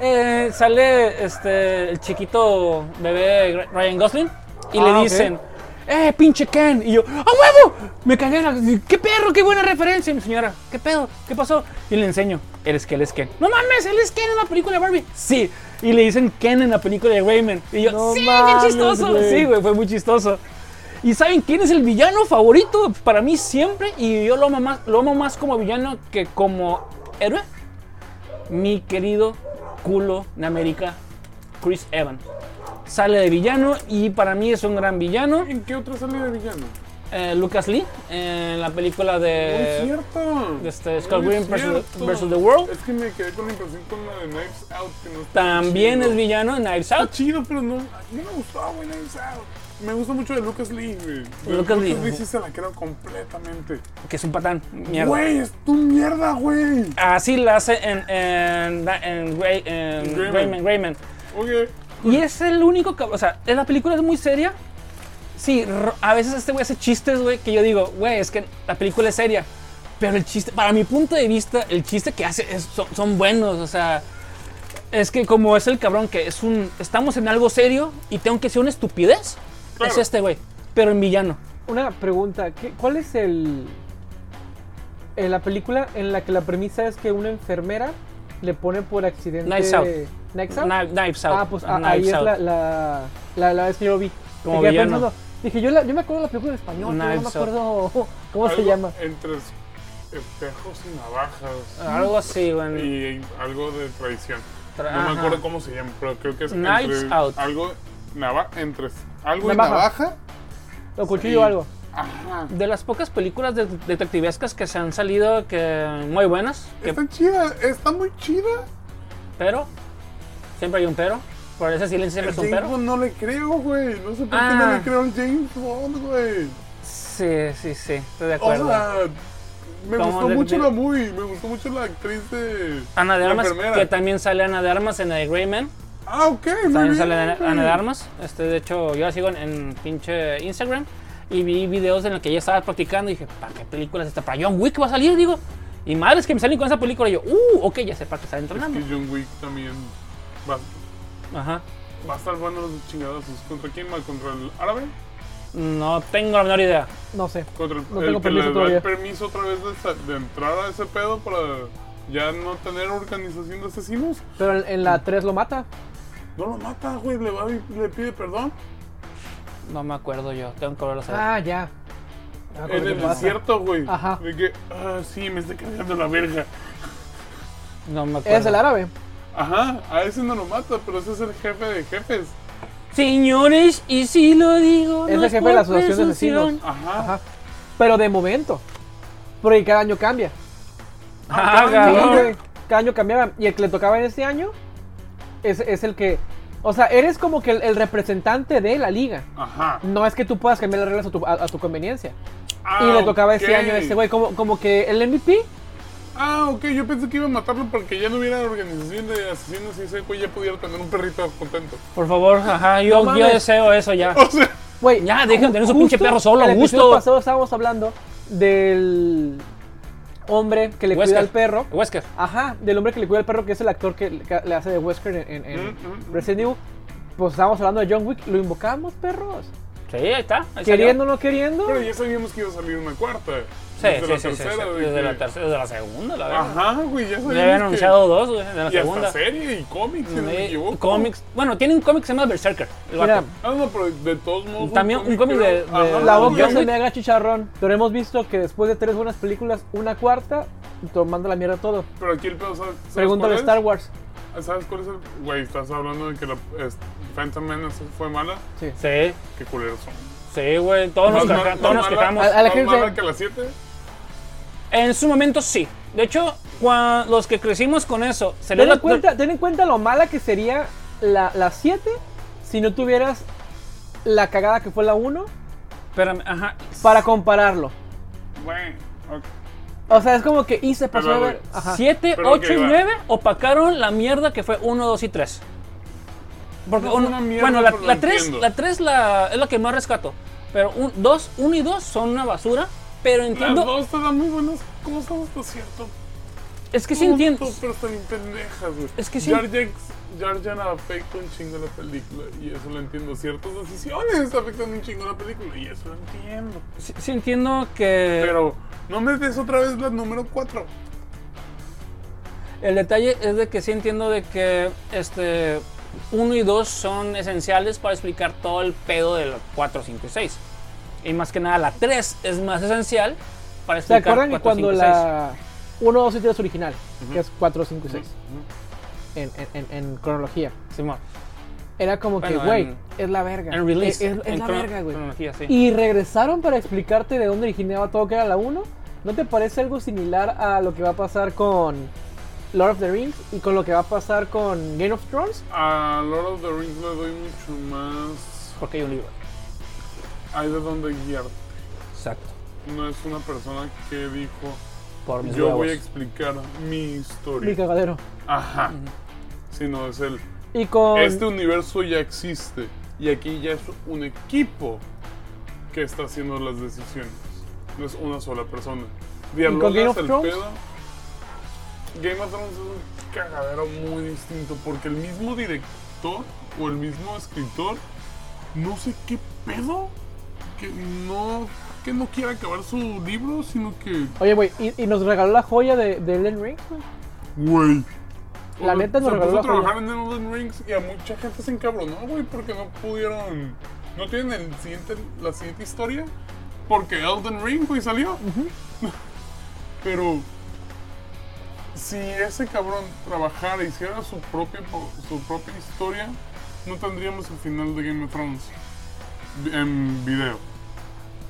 Eh, sale este, el chiquito bebé Ryan Gosling y
Ah,
le
ok.
dicen, ¡eh, pinche Ken! Y yo, ¡a huevo! Me cagué, en la- ¡qué perro, qué buena referencia! Y mi señora, ¿qué pedo? ¿Qué pasó? Y le enseño, eres que él es Ken. ¡No mames, él es Ken en la película de Barbie! Sí, y le dicen Ken en la película de Greyman. Y yo,
No
¡sí,
mames,
qué chistoso!
güey.
Sí, güey, fue muy chistoso. ¿Y saben quién es el villano favorito para mí siempre? Y yo lo amo más, lo amo más como villano que como héroe. Mi querido culo de América, Chris Evans. Sale de villano y para mí es un gran villano.
¿En qué otra sale de villano?
Eh, Lucas Lee, en la película
es
de,
cierto.
Eh, de este,
No
Scott
es
Pilgrim versus,
cierto.
versus the World.
Es que me quedé con la impresión con la de Knives Out. Que no está
También
chido.
es villano en Knives
Está
Out.
chido, pero no. a mí me gustó, güey, Knives Out. Me gusta mucho de Lucas Lee, güey. Pero
Lucas Lee.
Lucas Lee sí se la creo completamente.
que es un patán. Mierda.
Güey, es tu mierda, güey.
Así la hace en, en, en Grey- en
Greyman.
Greyman, Greyman.
Oye,
Y es el único que. O sea, en la película es muy seria. Sí, ro- a veces este güey hace chistes, güey, que yo digo, güey, es que la película es seria. Pero el chiste, para mi punto de vista, el chiste que hace es- son, son buenos. O sea, es que como es el cabrón que es un. Estamos en algo serio y tengo que ser una estupidez.
Claro.
Es este güey, pero en villano.
Una pregunta, ¿qué- ¿cuál es el... en la película en la que la premisa es que una enfermera le pone por accidente...
Knives Out.
Knives Out?
Kni- Knives Out.
Ah, pues a- ahí
Knives
es
Out.
la, la, la, la vez que yo lo vi.
Como
Me quedé
villano.
pensando, Dije, yo, la- yo me acuerdo de la película en español, pero no me
Knives Out.
acuerdo cómo se
algo
llama.
Entre espejos y navajas.
Algo así, güey.
Y algo de traición.
Tra-
No me
ajá.
acuerdo cómo se llama, pero creo que es
Knives
entre
Out.
algo nava entre algo
Navaja.
y navaja.
Lo
Sí.
cuchillo o algo.
Ajá.
De las pocas películas de- detectivescas que se han salido, que muy buenas, que
Está chida, está muy chida.
pero, siempre hay un pero. Por ese silencio siempre
El
es un
James
pero.
Bond no le creo, güey. No sé por qué
Ah.
no le creo al James Bond, güey.
Sí, sí, sí, estoy de
O
acuerdo.
sea, me
¿Cómo
gustó
le-
mucho
de-
la movie, me gustó mucho la actriz de
Ana de
la
Armas,
enfermera.
que también sale Ana de Armas en The Grey Man.
Ah, ok, muy
También
bien,
sale Ana
güey.
Ana de Armas. Este, de hecho, yo la sigo en, en pinche Instagram y vi videos en los que ella estaba practicando y dije, ¿para qué películas está? ¿Para John Wick va a salir? Digo, y madres que me salen con esa película. Y yo, uh, ok, ya sé para qué está entrenando.
Y John Wick también va,
Ajá.
va a estar bueno los chingados. ¿Contra quién más? ¿Contra el árabe?
No tengo la menor idea.
No sé.
Contra el,
No
el
tengo
que
permiso
les da
todavía.
el permiso otra vez de, sa- de entrar a ese pedo para ya no tener organización de asesinos.
Pero en, en la
Mm.
3 lo mata.
No lo mata, güey, le, va y le pide perdón.
No me acuerdo yo, tengo que volverlo a saber.
Ah, ya. Ya me acuerdo
En
qué
el
pasa.
desierto, güey.
Ajá.
De que, ah, sí, me está cargando la verga.
No me acuerdo.
Es el árabe.
Ajá, a ese no lo mata, pero ese es el jefe de jefes.
Señores, y si lo digo.
Es
no
el jefe de la
por
asociación de
presunción.
vecinos.
Ajá.
Ajá. Pero de momento. Porque cada año cambia.
Ah,
Sí,
cabrón.
güey, Cada año cambiaba. Y el que le tocaba en este año es, es el que. O sea, eres como que el, el representante de la liga.
Ajá.
No es que tú puedas cambiar las reglas a tu, a- a tu conveniencia.
Ah,
y le tocaba este
ok.
año a ese güey. Como, como que el MVP.
Ah, ok, yo pensé que iba a matarlo porque ya no hubiera organización de asesinos y ese güey ya pudiera tener un perrito contento.
Por favor, ajá, yo,
No
yo
mames. Oh,
deseo eso ya.
O sea,
Güey.
Ya, dejen de tener su
justo
pinche perro solo,
El
a
episodio
gusto.
pasado estábamos hablando del. hombre que le cuida al perro.
Wesker.
Ajá, del hombre que le cuida al perro, que es el actor que que le hace de Wesker en, en- en
Mm, mm, mm.
Resident Evil. Pues estábamos hablando de John Wick, lo invocamos, perros.
Sí, ahí está. ahí
Queriendo o no queriendo.
Pero ya sabíamos que iba a salir una cuarta. desde
salió. Sí,
la
sí, sí, sí, sí,
tercera,
Desde
dije,
la tercera, desde la segunda, la verdad.
Ajá, güey, ya sabíamos.
Ya habían
que-
anunciado dos, güey, de la
Y hasta
segunda.
serie y cómics, si no me
Eh,
equivoco.
cómics. Bueno, tiene un cómic que se llama Berserker. el
Mira, eh,
vato. Ah,
Ah, no, pero de todos modos.
También un cómic de-
creo-
de-
Ajá,
la
no,
boca
ya
se
me-
me haga chicharrón. Pero hemos visto que después de tres buenas películas, una cuarta, tomando la mierda todo.
Pero aquí el pedo, ¿sabes? ¿sabes
Pregúntale
cuál
a
es?
Star Wars.
¿Sabes cuál es el...? Güey, estás hablando de que la es- Phantom Menace fue mala.
Sí.
Sí,
Qué culeros son.
sí, güey. Todos nos,
Más
queja-
mal-
todos
más
nos
mala-
quejamos.
A- a la
más
gente-
mala que las 7?
En su momento sí. De hecho, cua- los que crecimos con eso, se
Ten en, cuenta, ten en cuenta lo mala que sería la la 7 si no tuvieras la cagada que fue la 1
Espérame, ajá.
para compararlo.
Güey, ok.
O sea, es como que y se
Ah,
pasó
Pero,
de ver.
güey,
Ajá.
7,
Pero
8
ok,
y
va.
9 opacaron la mierda que fue 1, 2 y 3. Porque
No es
uno-
una mierda,
bueno, la,
pero
la
lo
3,
entiendo.
la 3 la, es la que más rescato. Pero 2, 1 y 2 son una basura. Pero
Las
entiendo.
dos te dan muy buenas cosas hasta cierto
Es que sí
punto,
entiendo.
pero están bien pendejas, güey.
Es que sí.
Jar Jar- Jar Jar afecta un chingo la película y eso lo entiendo. Ciertas decisiones afectan un chingo la película y eso lo entiendo.
Sí, sí entiendo que
Pero no me des otra vez la número 4.
el detalle es de que sí entiendo de que este 1 y 2 son esenciales para explicar todo el pedo del 4, 5 y 6. Y más que nada la 3 es más esencial para
¿Se
explicar
acuerdan que
4,
cuando
5 y 6?
la 1, 2 y 3 original, que es 4, 5 y 6, en, en- en- en cronología,
Simón.
era como
Bueno,
que, güey,
en-
es la verga.
En release.
Es, es- es
en
la
crono-
verga, güey.
cronología, sí.
Y regresaron para explicarte de dónde originaba todo que era la 1. ¿No te parece algo similar a lo que va a pasar con Lord of the Rings y con lo que va a pasar con Game of Thrones?
A Lord of the Rings le doy mucho más.
Porque hay un libro.
Hay de dónde guiar.
Exacto.
No es una persona que dijo,
Por mis
yo
huevos.
voy a explicar mi
Mi
historia.
cagadero.
Ajá. Sino es el.
Y con.
Este universo ya existe y aquí ya es un equipo que está haciendo las decisiones. No es una sola persona.
con Game of
el
Thrones?
pedo. Game of Thrones es un cagadero muy distinto porque el mismo director o el mismo escritor, no sé qué pedo, que no, que no quiere acabar su libro, sino que,
Oye, güey, y, y nos regaló la joya de, de Elden Ring, güey.
güey.
La
o sea,
neta nos
se
regaló
puso a
la joya.
trabajar en Elden Rings y a mucha gente se encabronó, güey, porque no pudieron. No tienen el siguiente, la siguiente historia porque Elden Ring, güey, salió. Pero si ese cabrón trabajara e hiciera su propia, po- su propia historia, no tendríamos el final de Game of Thrones vi- en video.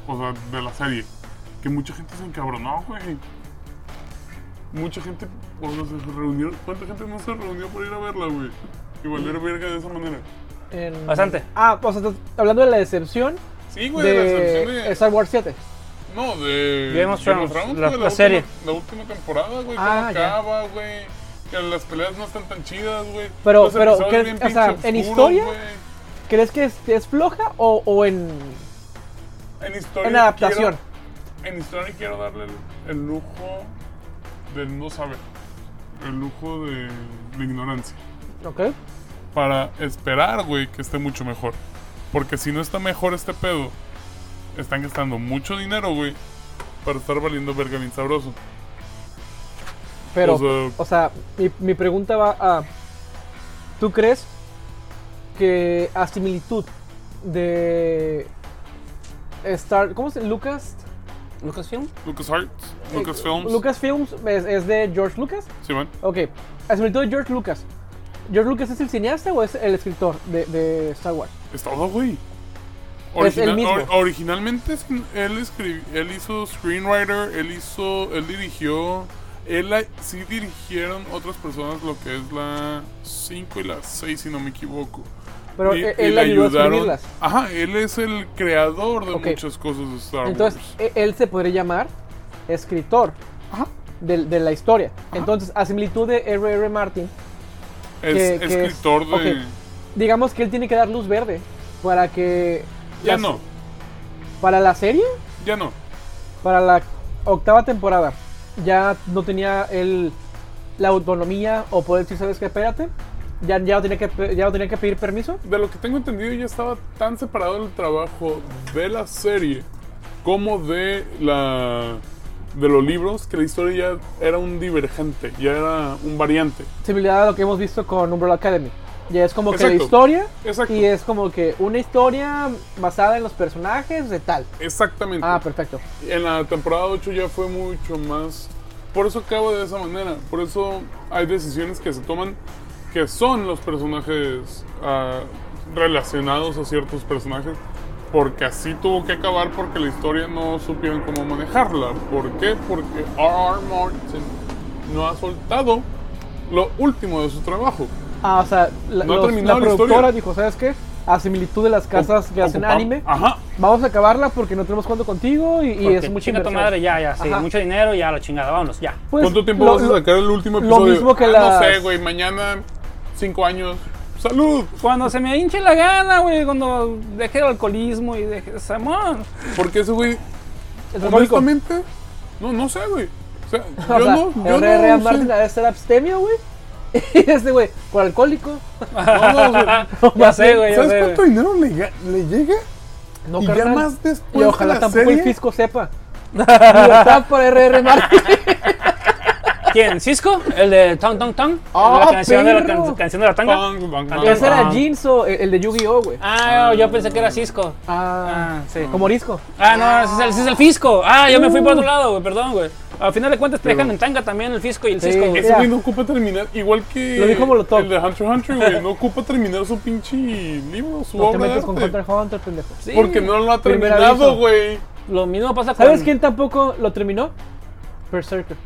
O sea, de la serie. Que mucha gente se encabronó, güey. Mucha gente, cuando se reunió, ¿cuánta gente no se reunió por ir a verla, güey? Y valer verga de esa manera.
En-
Bastante.
Ah, o sea, estás hablando de la decepción
Sí, güey, de, la excepción
de
de-
Star Wars 7.
No, de.
Game of Thrones, la-
güey,
la serie.
Última, la última temporada, güey.
Ah,
cómo
ya.
acaba, güey. Que las peleas no están tan chidas, güey.
Pero-
Los
pero,
episodios
¿qué-
bien
o sea,
pinche
en
oscuros,
historia?
güey.
¿Crees que es, es floja o, o en,
En historia.
en adaptación?
quiero- en historia quiero darle el, el lujo del no saber. El lujo de la ignorancia.
Ok.
Para esperar, güey, que esté mucho mejor. Porque si no está mejor este pedo, están gastando mucho dinero, güey. Para estar valiendo verga bien sabroso.
Pero,
O sea-
o sea, mi, mi pregunta va a... ¿Tú crees que a similitud de Star... ¿Cómo se Lucas?
¿Lucasfilm?
LucasArts,
Eh,
LucasFilms.
Lucasfilms es, es de George Lucas.
Sí, van.
Ok. A similitud de George Lucas. ¿George Lucas es el cineasta o es el escritor de, de Star Wars?
Es todo, güey.
Es el
Original-
mismo.
or- originalmente es- él, escri- él hizo screenwriter, él hizo, él dirigió, él la- sí dirigieron otras personas lo que es la 5 y la 6 si no me equivoco.
Pero
Y-
él,
y
él
le
ayudó a
ayudaron-
escribirlas.
Ajá, él es el creador de
Ok.
muchas cosas de Star
Entonces,
Wars.
e- él se podría llamar escritor
Ajá.
del- de, la historia. Entonces, a similitud de R.R. Martin,
Es
que- que es-
escritor de...
ok. digamos que él tiene que dar luz verde para que...
Ya
las-
no,
¿Para la serie?
ya no.
Para la octava temporada. ya no tenía el, la autonomía o poder decir, ¿sabes qué? Espérate. Ya, ya, no tenía que, pe- ya no tenía que pedir permiso.
De lo que tengo entendido, ya estaba tan separado el trabajo de la serie como de la de los libros que la historia ya era un divergente, ya era un variante.
Similar a lo que hemos visto con Umbrella Academy. Ya es como que la
Exacto.
historia
Exacto.
y es como que una historia basada en los personajes de tal.
Exactamente.
Ah, perfecto.
en la temporada 8 ya fue mucho más. Por eso acaba de esa manera. Por eso hay decisiones que se toman que son los personajes ah, relacionados a ciertos personajes. Porque así tuvo que acabar porque la historia no supieron cómo manejarla. ¿Por qué? Porque R.R. Martin no ha soltado lo último de su trabajo.
Ah, o sea, la,
No ha
los-
terminado
la
la historia.
productora dijo, ¿sabes qué? A similitud de las casas que hacen
Ocupa-
anime,
Ajá.
vamos a acabarla porque no tenemos cuento contigo y, y
Porque
es mucha
chinga tu
inversión.
madre, ya, ya, sí,
Ajá.
mucho dinero, ya, la chingada, vámonos, ya.
Pues,
¿Cuánto tiempo
lo-
vas a
lo-
sacar el último
lo
episodio?
mismo que
Ah,
las-
No sé, güey. Mañana, cinco años. ¡Salud!
Cuando se me hinche la gana, güey, cuando deje el alcoholismo y deje el amor.
Porque ese güey
el alcohólico.
Honestamente, no, no sé, güey. O sea,
O
yo
sea,
no, yo
RR
no,
Martin
sé.
debe ser abstemio, güey. Y este güey, por alcohólico.
No, no, o sea,
Ya sé, güey, ya
¿Sabes
sé.
cuánto
güey.
dinero le, ga- le llega?
No,
y ya
carnal.
más después
Y ojalá
de la
tampoco el
serie,
fisco sepa. Libertad para RR Martin.
¿Quién? ¿Cisco? ¿El de Tong Tong Tong?
Ah,
la canción de la,
perro.
can- canción de la tanga.
Bang, bang, bang,
Ese
bang.
era Jinzo, el, el de Yu-Gi-Oh, güey.
Ah, yo pensé que era Cisco.
Ah,
Ah, sí.
como Risco.
Ah, no, ese es, el, ese es el fisco. Ah, yo me fui por
Uh.
otro lado, güey, perdón, güey. Al final de cuentas te dejan en tanga también el fisco y el
Sí.
cisco, güey.
Ese
Mira.
güey no ocupa terminar, igual que
Lo dijo Molotov.
el de Hunter x Hunter, güey. No ocupa terminar su pinche libro, su
No te
obra de
metas con
arte.
Hunter x Hunter, pendejo.
Sí,
este. Porque no lo ha
Primer
terminado,
aviso.
güey.
Lo mismo pasa con.
¿Sabes quién tampoco lo terminó? Berserker.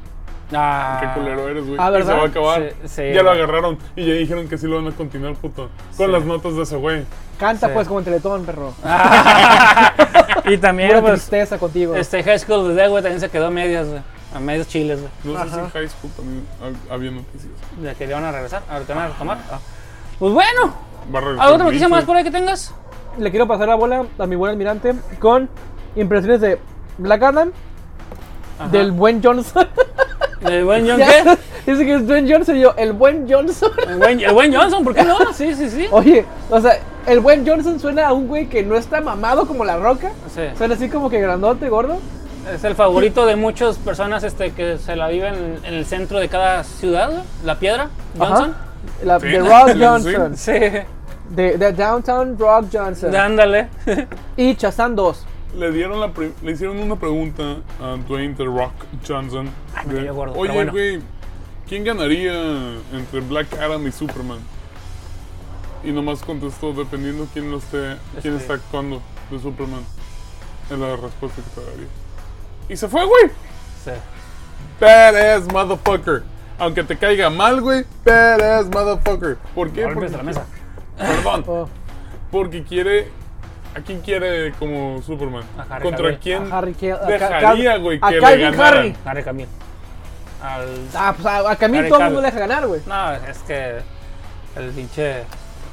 Ah,
Qué culero eres, güey.
Ah,
Y
¿verdad?
Se va a acabar.
Sí, sí,
ya lo
güey.
agarraron y ya dijeron que sí lo van a continuar, puto. Con
Sí.
las notas de ese güey.
Canta
Sí.
pues como en Teletón, perro.
Ah,
Y también,
Pura
pues,
tristeza contigo.
este High School de Dead, güey, también se quedó a medias, güey. A medios chiles, güey.
No sé si en High School también hab- había noticias.
De que le van a regresar, a ver, te van a retomar. Ah. Pues bueno,
Va a regresar
¿alguna noticia
Bleach, güey.
más por ahí que tengas?
Le quiero pasar la bola a mi buen almirante con impresiones de Black Adam,
Ajá.
del buen Johnson.
¿El buen John
Ya,
qué?
Dice que es Dwayne Johnson y yo, el buen Johnson.
El buen, el buen Johnson, ¿por qué no? Sí, sí, sí.
Oye, o sea, el buen Johnson suena a un güey que no está mamado como la roca.
Sí,
Suena así como que grandote, gordo.
es el favorito de muchas personas este, que se la viven en, en el centro de cada ciudad, güey. La Piedra, Johnson.
Ajá. La,
Sí.
de Rock
Sí.
Johnson.
Sí,
De, de Downtown Rock Johnson.
ándale.
y Chazán 2.
Le, dieron la pre- le hicieron una pregunta a Dwayne The Rock Johnson.
Ah, me
de,
cayó gordo, pero
Oye,
bueno.
güey, ¿quién ganaría entre Black Adam y Superman? Y nomás contestó, dependiendo quién, lo esté, quién
Este-
está actuando de Superman. Es la respuesta que te daría. Y se fue, güey.
Sí.
Badass motherfucker. Aunque te caiga mal, güey. Badass motherfucker. ¿Por qué?
Golpes
Porque-
a la mesa.
Perdón.
Oh,
Porque quiere. ¿A quién quiere como Superman?
A Harry
¿Contra
Cavill.
quién?
Harry Ke- a
Dejaría,
Cal-
güey,
a
que le
Calvin
ganara.
Harry.
Harry Camille. Al...
Ah, pues a, a Camille
Harry
todo el mundo le
Cavill.
deja ganar, güey.
No, es que el pinche...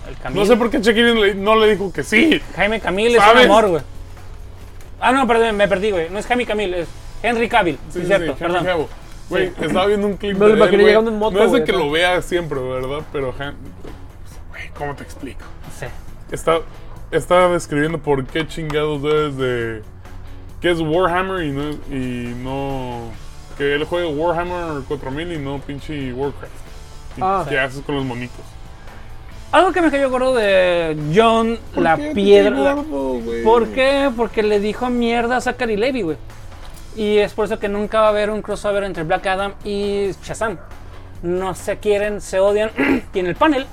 El Camille.
No sé por qué Shakira le- no le dijo que sí.
Jaime Camille es un
¿Sabes?
amor, güey. Ah, no, perdón, me perdí, güey. No es Jaime Camille, es Henry Cavill. Sí,
Sí, sí,
cierto,
sí, Henry
perdón.
Cavill. Güey, estaba viendo un clip
Me lo
de él,
imaginé
güey.
llegando en moto,
No es de
güey,
que
acá.
lo vea siempre, ¿verdad? Pero, Hen- güey, ¿cómo te explico?
Sí.
Está, está describiendo por qué chingados es de... Que es Warhammer y no... Y no que él juega Warhammer 4000 y no pinche Warcraft. Y
Ah.
¿Qué haces con los monitos?
Algo que me cayó gordo de John La Piedra. la- ¿Por qué? Porque le dijo mierda a Zachary Levy, güey. Y es por eso que nunca va a haber un crossover entre Black Adam y Shazam. No se quieren, se odian. y en el panel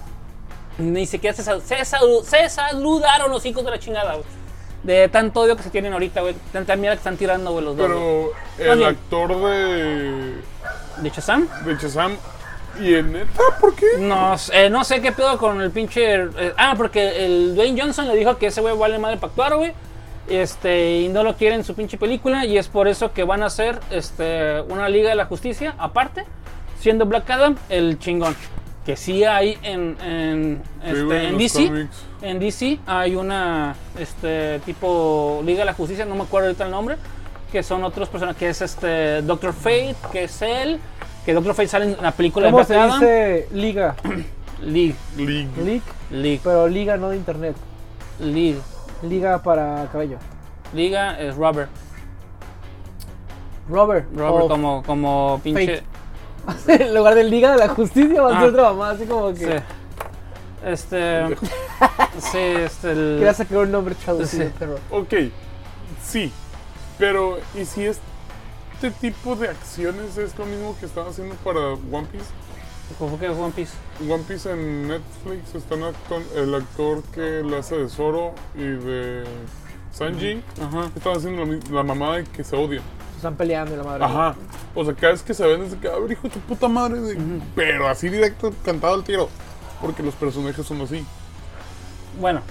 ni siquiera se, sal- se, salu- se saludaron los hijos de la chingada, güey. De tanto odio que se tienen ahorita, güey. Tanta mierda que están tirando, güey, los dos. güey.
Pero
Está
el
bien.
actor de...
¿De Shazam?
De Shazam... ¿Y en neta? ¿Por qué?
No, sé- eh, no sé qué pedo con el pinche. eh, ah, porque el Dwayne Johnson le dijo que ese güey vale madre para actuar, güey. Este, y no lo quiere en su pinche película. Y es por eso que van a hacer este, una Liga de la Justicia aparte, siendo Black Adam el chingón. Que sí hay en, en,
Sí,
este,
güey,
en
los
DC.
cómics.
En DC hay una este, tipo Liga de la Justicia, no me acuerdo ahorita el nombre, que son otros personajes, que es este Doctor Fate, que es él, que Doctor Fate sale en la película
¿Cómo
de
se
Black Adam.
dice liga?
League,
League.
League,
League,
pero liga no de internet.
League.
Liga para cabello.
Liga es Robert.
Robert.
Robert
o-
como, como pinche.
en lugar de Liga de la Justicia va a
Ah.
ser otra mamá, así como
sí.
que.
Este. sí, este. el-
Quería sacar un nombre traducido,
Sí.
pero.
Ok, sí. Pero, ¿y si este tipo de acciones es lo mismo que están haciendo para One Piece?
¿Cómo que One Piece?
One Piece en Netflix están actu- el actor que le hace de Zoro y de Sanji.
Ajá.
Están haciendo la, mi- la mamada de que se odian.
Están peleando y la madre.
Ajá. O sea, cada vez que se ven es de que, a ver, hijo de tu puta madre. de- Pero así directo, cantado al tiro. Porque los personajes son así.
Bueno,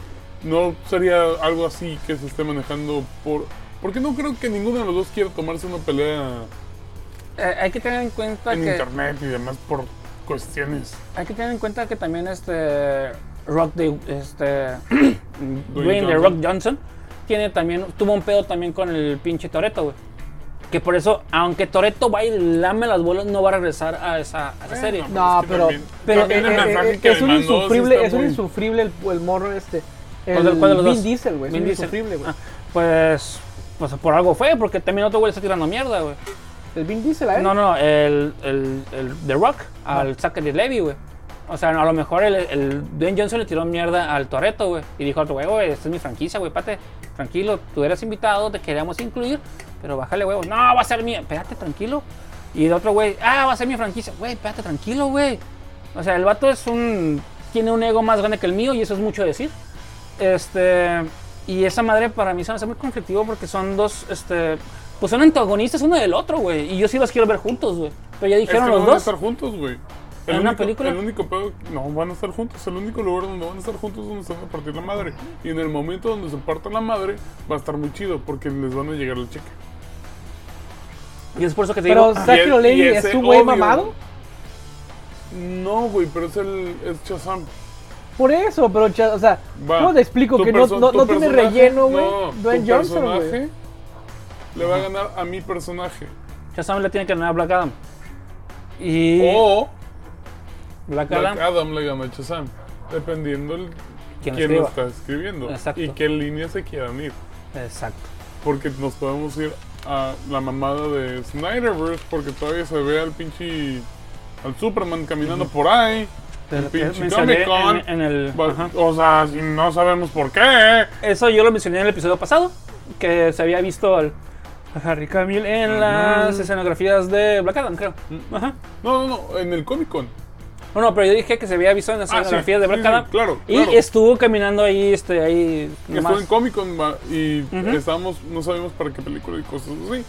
No sería algo así que se esté manejando por... Porque no creo que ninguno de los dos quiera tomarse una pelea
eh, hay que tener en cuenta
en
que.
internet y demás por cuestiones.
Hay que tener en cuenta que también este Rock de este Dwayne de
Johnson.
Rock Johnson tiene también tuvo un pedo también con el pinche Toreto, güey. Que por eso, aunque Toreto va y lame las bolas, no va a regresar a esa, a esa serie.
Bueno,
No,
es que
pero.
también-
Pero
también
eh,
el
eh,
mensaje
eh,
que
es un
mandó sí
insufrible,
está
es un
muy-
insufrible el, el morro este.
¿Cuál de- cuál de los
Vin
dos?
Diesel, güey. Es
Vin
un
Diesel.
insufrible, güey.
Ah, pues, pues por algo fue, porque también otro güey le está tirando mierda, güey.
El Vin Diesel, ¿eh? Ah.
No, no, el, el, el The Rock al Zachary Levy, güey. O sea, a lo mejor el, el Dwayne Johnson le tiró mierda al Toreto, güey. Y dijo al otro, güey, güey, esta es mi franquicia, güey, pate. Tranquilo, tú eras invitado, te queríamos incluir, pero bájale, huevo. No, va a ser mía. Espérate, tranquilo. Y el otro, güey, ah, va a ser mi franquicia. Güey, espérate, tranquilo, güey. O sea, el vato es un... Tiene un ego más grande que el mío y eso es mucho decir. Este. Y esa madre para mí se me hace muy conflictivo porque son dos. Este. Pues son antagonistas uno del otro, güey. Y yo sí los quiero ver juntos, güey. Pero ya
Es que
dijeron
no
los
van a
dos.
estar juntos, güey. El
¿En una
único-
película?
El único pedo- No, van a estar juntos. El único lugar donde van a estar juntos es donde se van a partir la madre. Y en el momento donde se parta la madre, va a estar muy chido porque les van a llegar el cheque.
Y es por eso que te
Pero
digo.
Zachary
y el-
Levy
y
es
ese
un güey
odio.
mamado.
No, güey, pero es el. Es Shazam.
Por eso, pero, cha- o sea,
Va.
¿cómo te explico?
Tu
Que no,
perso-
no,
tu
no tiene
personaje-
relleno, güey.
no,
Dwayne
tu
Johnson,
personaje
güey.
Le va a ganar a mi personaje.
Shazam le tiene que ganar a Black Adam. Y.
O
Black Adam.
Oh, Black Adam le gana a Shazam. Dependiendo el,
Quien
quién,
escriba.
lo está escribiendo.
Exacto.
Y qué líneas se quieran ir.
Exacto.
Porque nos podemos ir a la mamada de Snyderverse porque todavía se ve al pinche. al Superman caminando por ahí.
Te-
El
te
pinche
mencioné
Comic Con.
en, en el.
Va-
ajá.
O sea, si no sabemos por qué.
Eso yo lo mencioné en el episodio pasado. Que se había visto al. a Harry Cavill en las escenografías de Black Adam, creo.
Mm.
Ajá.
No, no, no, en el Comic Con.
No, no, pero yo dije que se había visto en las
Ah, sí,
fotografías de Black
sí, sí,
Adam.
claro,
Y
claro.
estuvo caminando ahí, este, ahí.
Que
nomás.
estuvo en Comic Con va, y
Ujú.
estábamos, no sabemos para qué película y cosas así.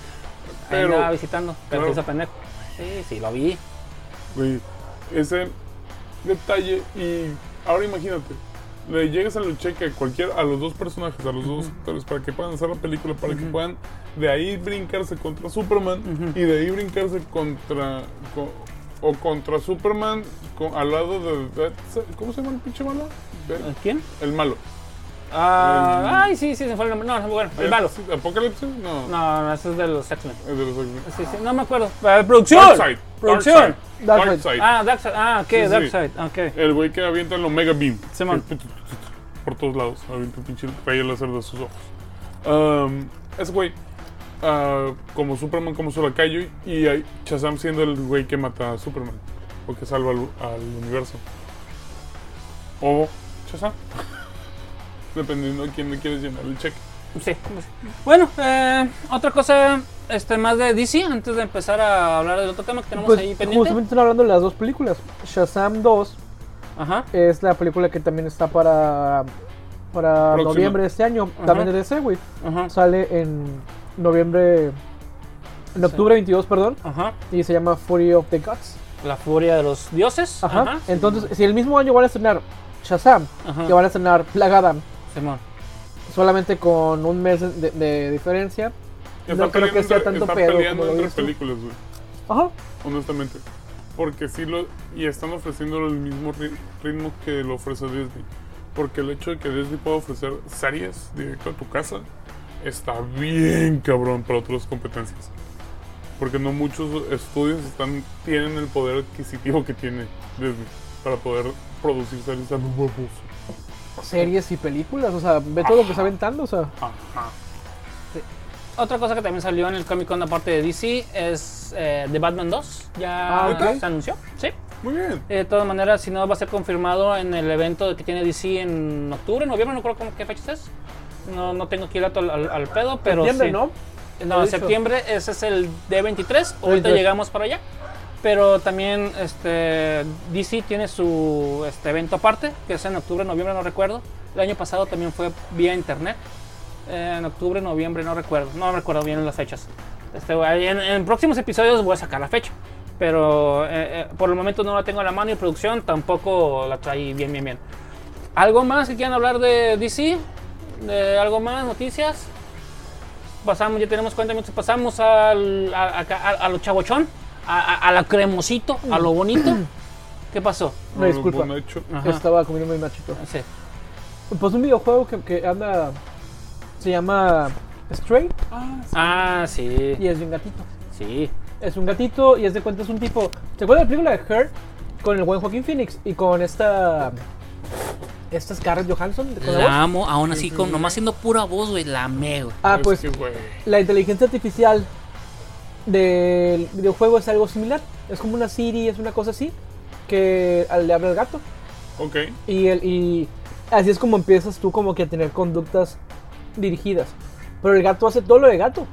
Ahí andaba
Pero,
visitando, pero
claro.
quiso pendejo. Sí, sí, lo vi.
güey, ese detalle. Y ahora imagínate, le llegas a los cheques a cualquier, a los dos personajes, a los dos actores, para que puedan hacer la película, para que puedan de ahí brincarse contra Superman y de ahí brincarse contra. co- o contra Superman con- al lado de, Death- ¿Cómo se llama el pinche malo?
¿Eh,
Ver-
¿Quién?
El malo.
Ah, ay, sí, sí, se fue el nombre. No, no, bueno,
Eh.
el malo.
¿Apocalipsis? No.
No, no, eso es de los X-Men.
Es de los-
Sí, sí, no me acuerdo. Eh, ¡Producción!
Ah. Darkseid.
¡Producción!
Darkseid.
Darkseid.
Darkseid.
Ah, Darkseid. Ah, ok,
sí.
Darkseid. Ok.
El güey que avienta el Omega Beam.
Simón.
Por todos lados. Avienta un pinche rayo láser de sus ojos. Um, ese güey, ah, como Superman, como su lacayo, y ahí Shazam siendo el güey que mata a Superman. O que salva al, al universo. O Shazam. Dependiendo de quién le quieres llenar el cheque.
Sí. Bueno, eh, otra cosa este, más de DC, antes de empezar a hablar del otro tema que tenemos
Pues,
ahí pendiente.
justamente están hablando de las dos películas. Shazam 2
Ajá.
es la película que también está para, para
Próxima.
noviembre de este año. También de DC, güey.
Ajá.
Sale en noviembre. En octubre 22, perdón.
Ajá.
Y se llama Fury of the Gods.
La furia de los dioses.
Ajá.
Ajá.
Entonces, si el mismo año van a estrenar Shazam,
Ajá.
que van a estrenar Black Adam,
Simón.
solamente con un mes de, de diferencia. No creo
peleando
que sea
entre-
tanto
está
pedo como
peleando
lo
entre
dices tú.
películas, güey.
Ajá.
honestamente. Porque sí lo. Y están ofreciendo el mismo ri- ritmo que lo ofrece Disney. Porque el hecho de que Disney pueda ofrecer series directo a tu casa
está bien cabrón para otras competencias. Porque no muchos estudios están, tienen el poder adquisitivo que tiene Disney para poder producir series tan huevos.
Series y películas, o sea, ve todo lo que está aventando, o sea.
Ajá.
Otra cosa que también salió en el Comic Con aparte de DC es eh, The Batman 2. Ya
Ah, ok.
se anunció, sí.
Muy bien.
Eh, de todas maneras, si no, va a ser confirmado en el evento que tiene DC en octubre, noviembre, no recuerdo cómo- qué fecha es. No, no tengo aquí el dato al, al- al pedo, pero
Septiembre,
sí.
¿no?
No,
Lo dicho.
septiembre, ese es el D23, ahorita
23.
llegamos para allá. Pero también este, DC tiene su este, evento aparte, que es en octubre, noviembre, no recuerdo. El año pasado también fue vía internet. Eh, en octubre, noviembre, no recuerdo. No recuerdo bien las fechas. Este, ahí en, en próximos episodios voy a sacar la fecha. Pero eh, eh, por el momento no la tengo a la mano y producción tampoco la trae bien, bien, bien. ¿Algo más que quieran hablar de DC? ¿De ¿Algo más? ¿Noticias? pasamos, ya tenemos 40 minutos, pasamos al, a, a- a- a lo chabochón, a, a, a lo cremosito, a lo bonito. ¿Qué pasó?
Una disculpa.
Bueno hecho.
Ajá.
Estaba comiendo mi machito.
Sí.
Pues un videojuego que, que anda. Se llama Stray
Ah, sí,
y es de un gatito.
sí.
Es un gatito y es de cuenta es un tipo. ¿Se acuerdan de la película de Her? Con el buen Joaquín Phoenix y con esta. Esta Scarlett Johansson. Con la voz.
La amo, aún así, con, nomás siendo pura voz, güey, la amé, güey.
Ah,
Es
pues
que, güey.
la inteligencia artificial del videojuego es algo similar. Es como una Siri, es una cosa así. Que al- le habla al gato.
Ok.
Y, el, y así es como empiezas tú como que a tener conductas dirigidas. Pero el gato hace todo lo de gato.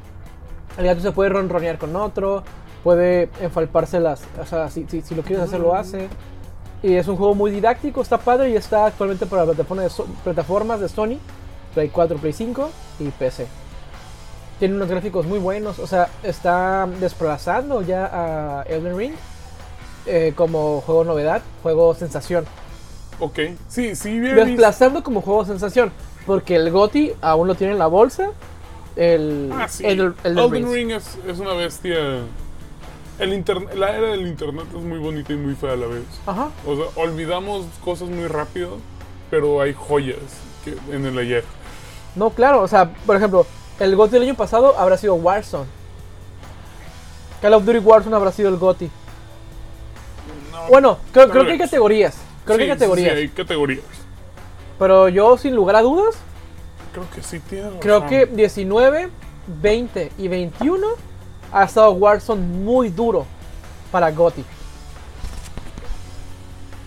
El gato se puede ronronear con otro, puede enfalparse las... O sea, si, si, si lo quieres hacer, lo hace. Y es un juego muy didáctico, está padre y está actualmente para plataforma de So- plataformas de Sony, Play 4, Play 5 y PC. Tiene unos gráficos muy buenos, o sea, está desplazando ya a Elden Ring eh, como juego novedad, juego sensación
Ok. Sí, sí, bien.
desplazando como juego sensación. Porque el Goti aún lo tiene en la bolsa. El,
Ah, sí.
el, el de
Elden
Rings.
Ring es, es una bestia. El inter- la era del internet es muy bonita y muy fea a la vez.
Ajá.
O sea, olvidamos cosas muy rápido, pero hay joyas que- en el ayer.
No, claro. O sea, por ejemplo, el Goti del año pasado habrá sido Warzone. Call of Duty Warzone habrá sido el Goti.
No,
Bueno, creo,
tal
creo que hay
vez.
categorías. Creo que
Sí,
hay categorías.
Sí, sí, hay categorías.
Pero yo, sin lugar a dudas,
Creo que sí tiene razón.
creo que 19, 20 y 21 ha estado Warzone muy duro para Gothic.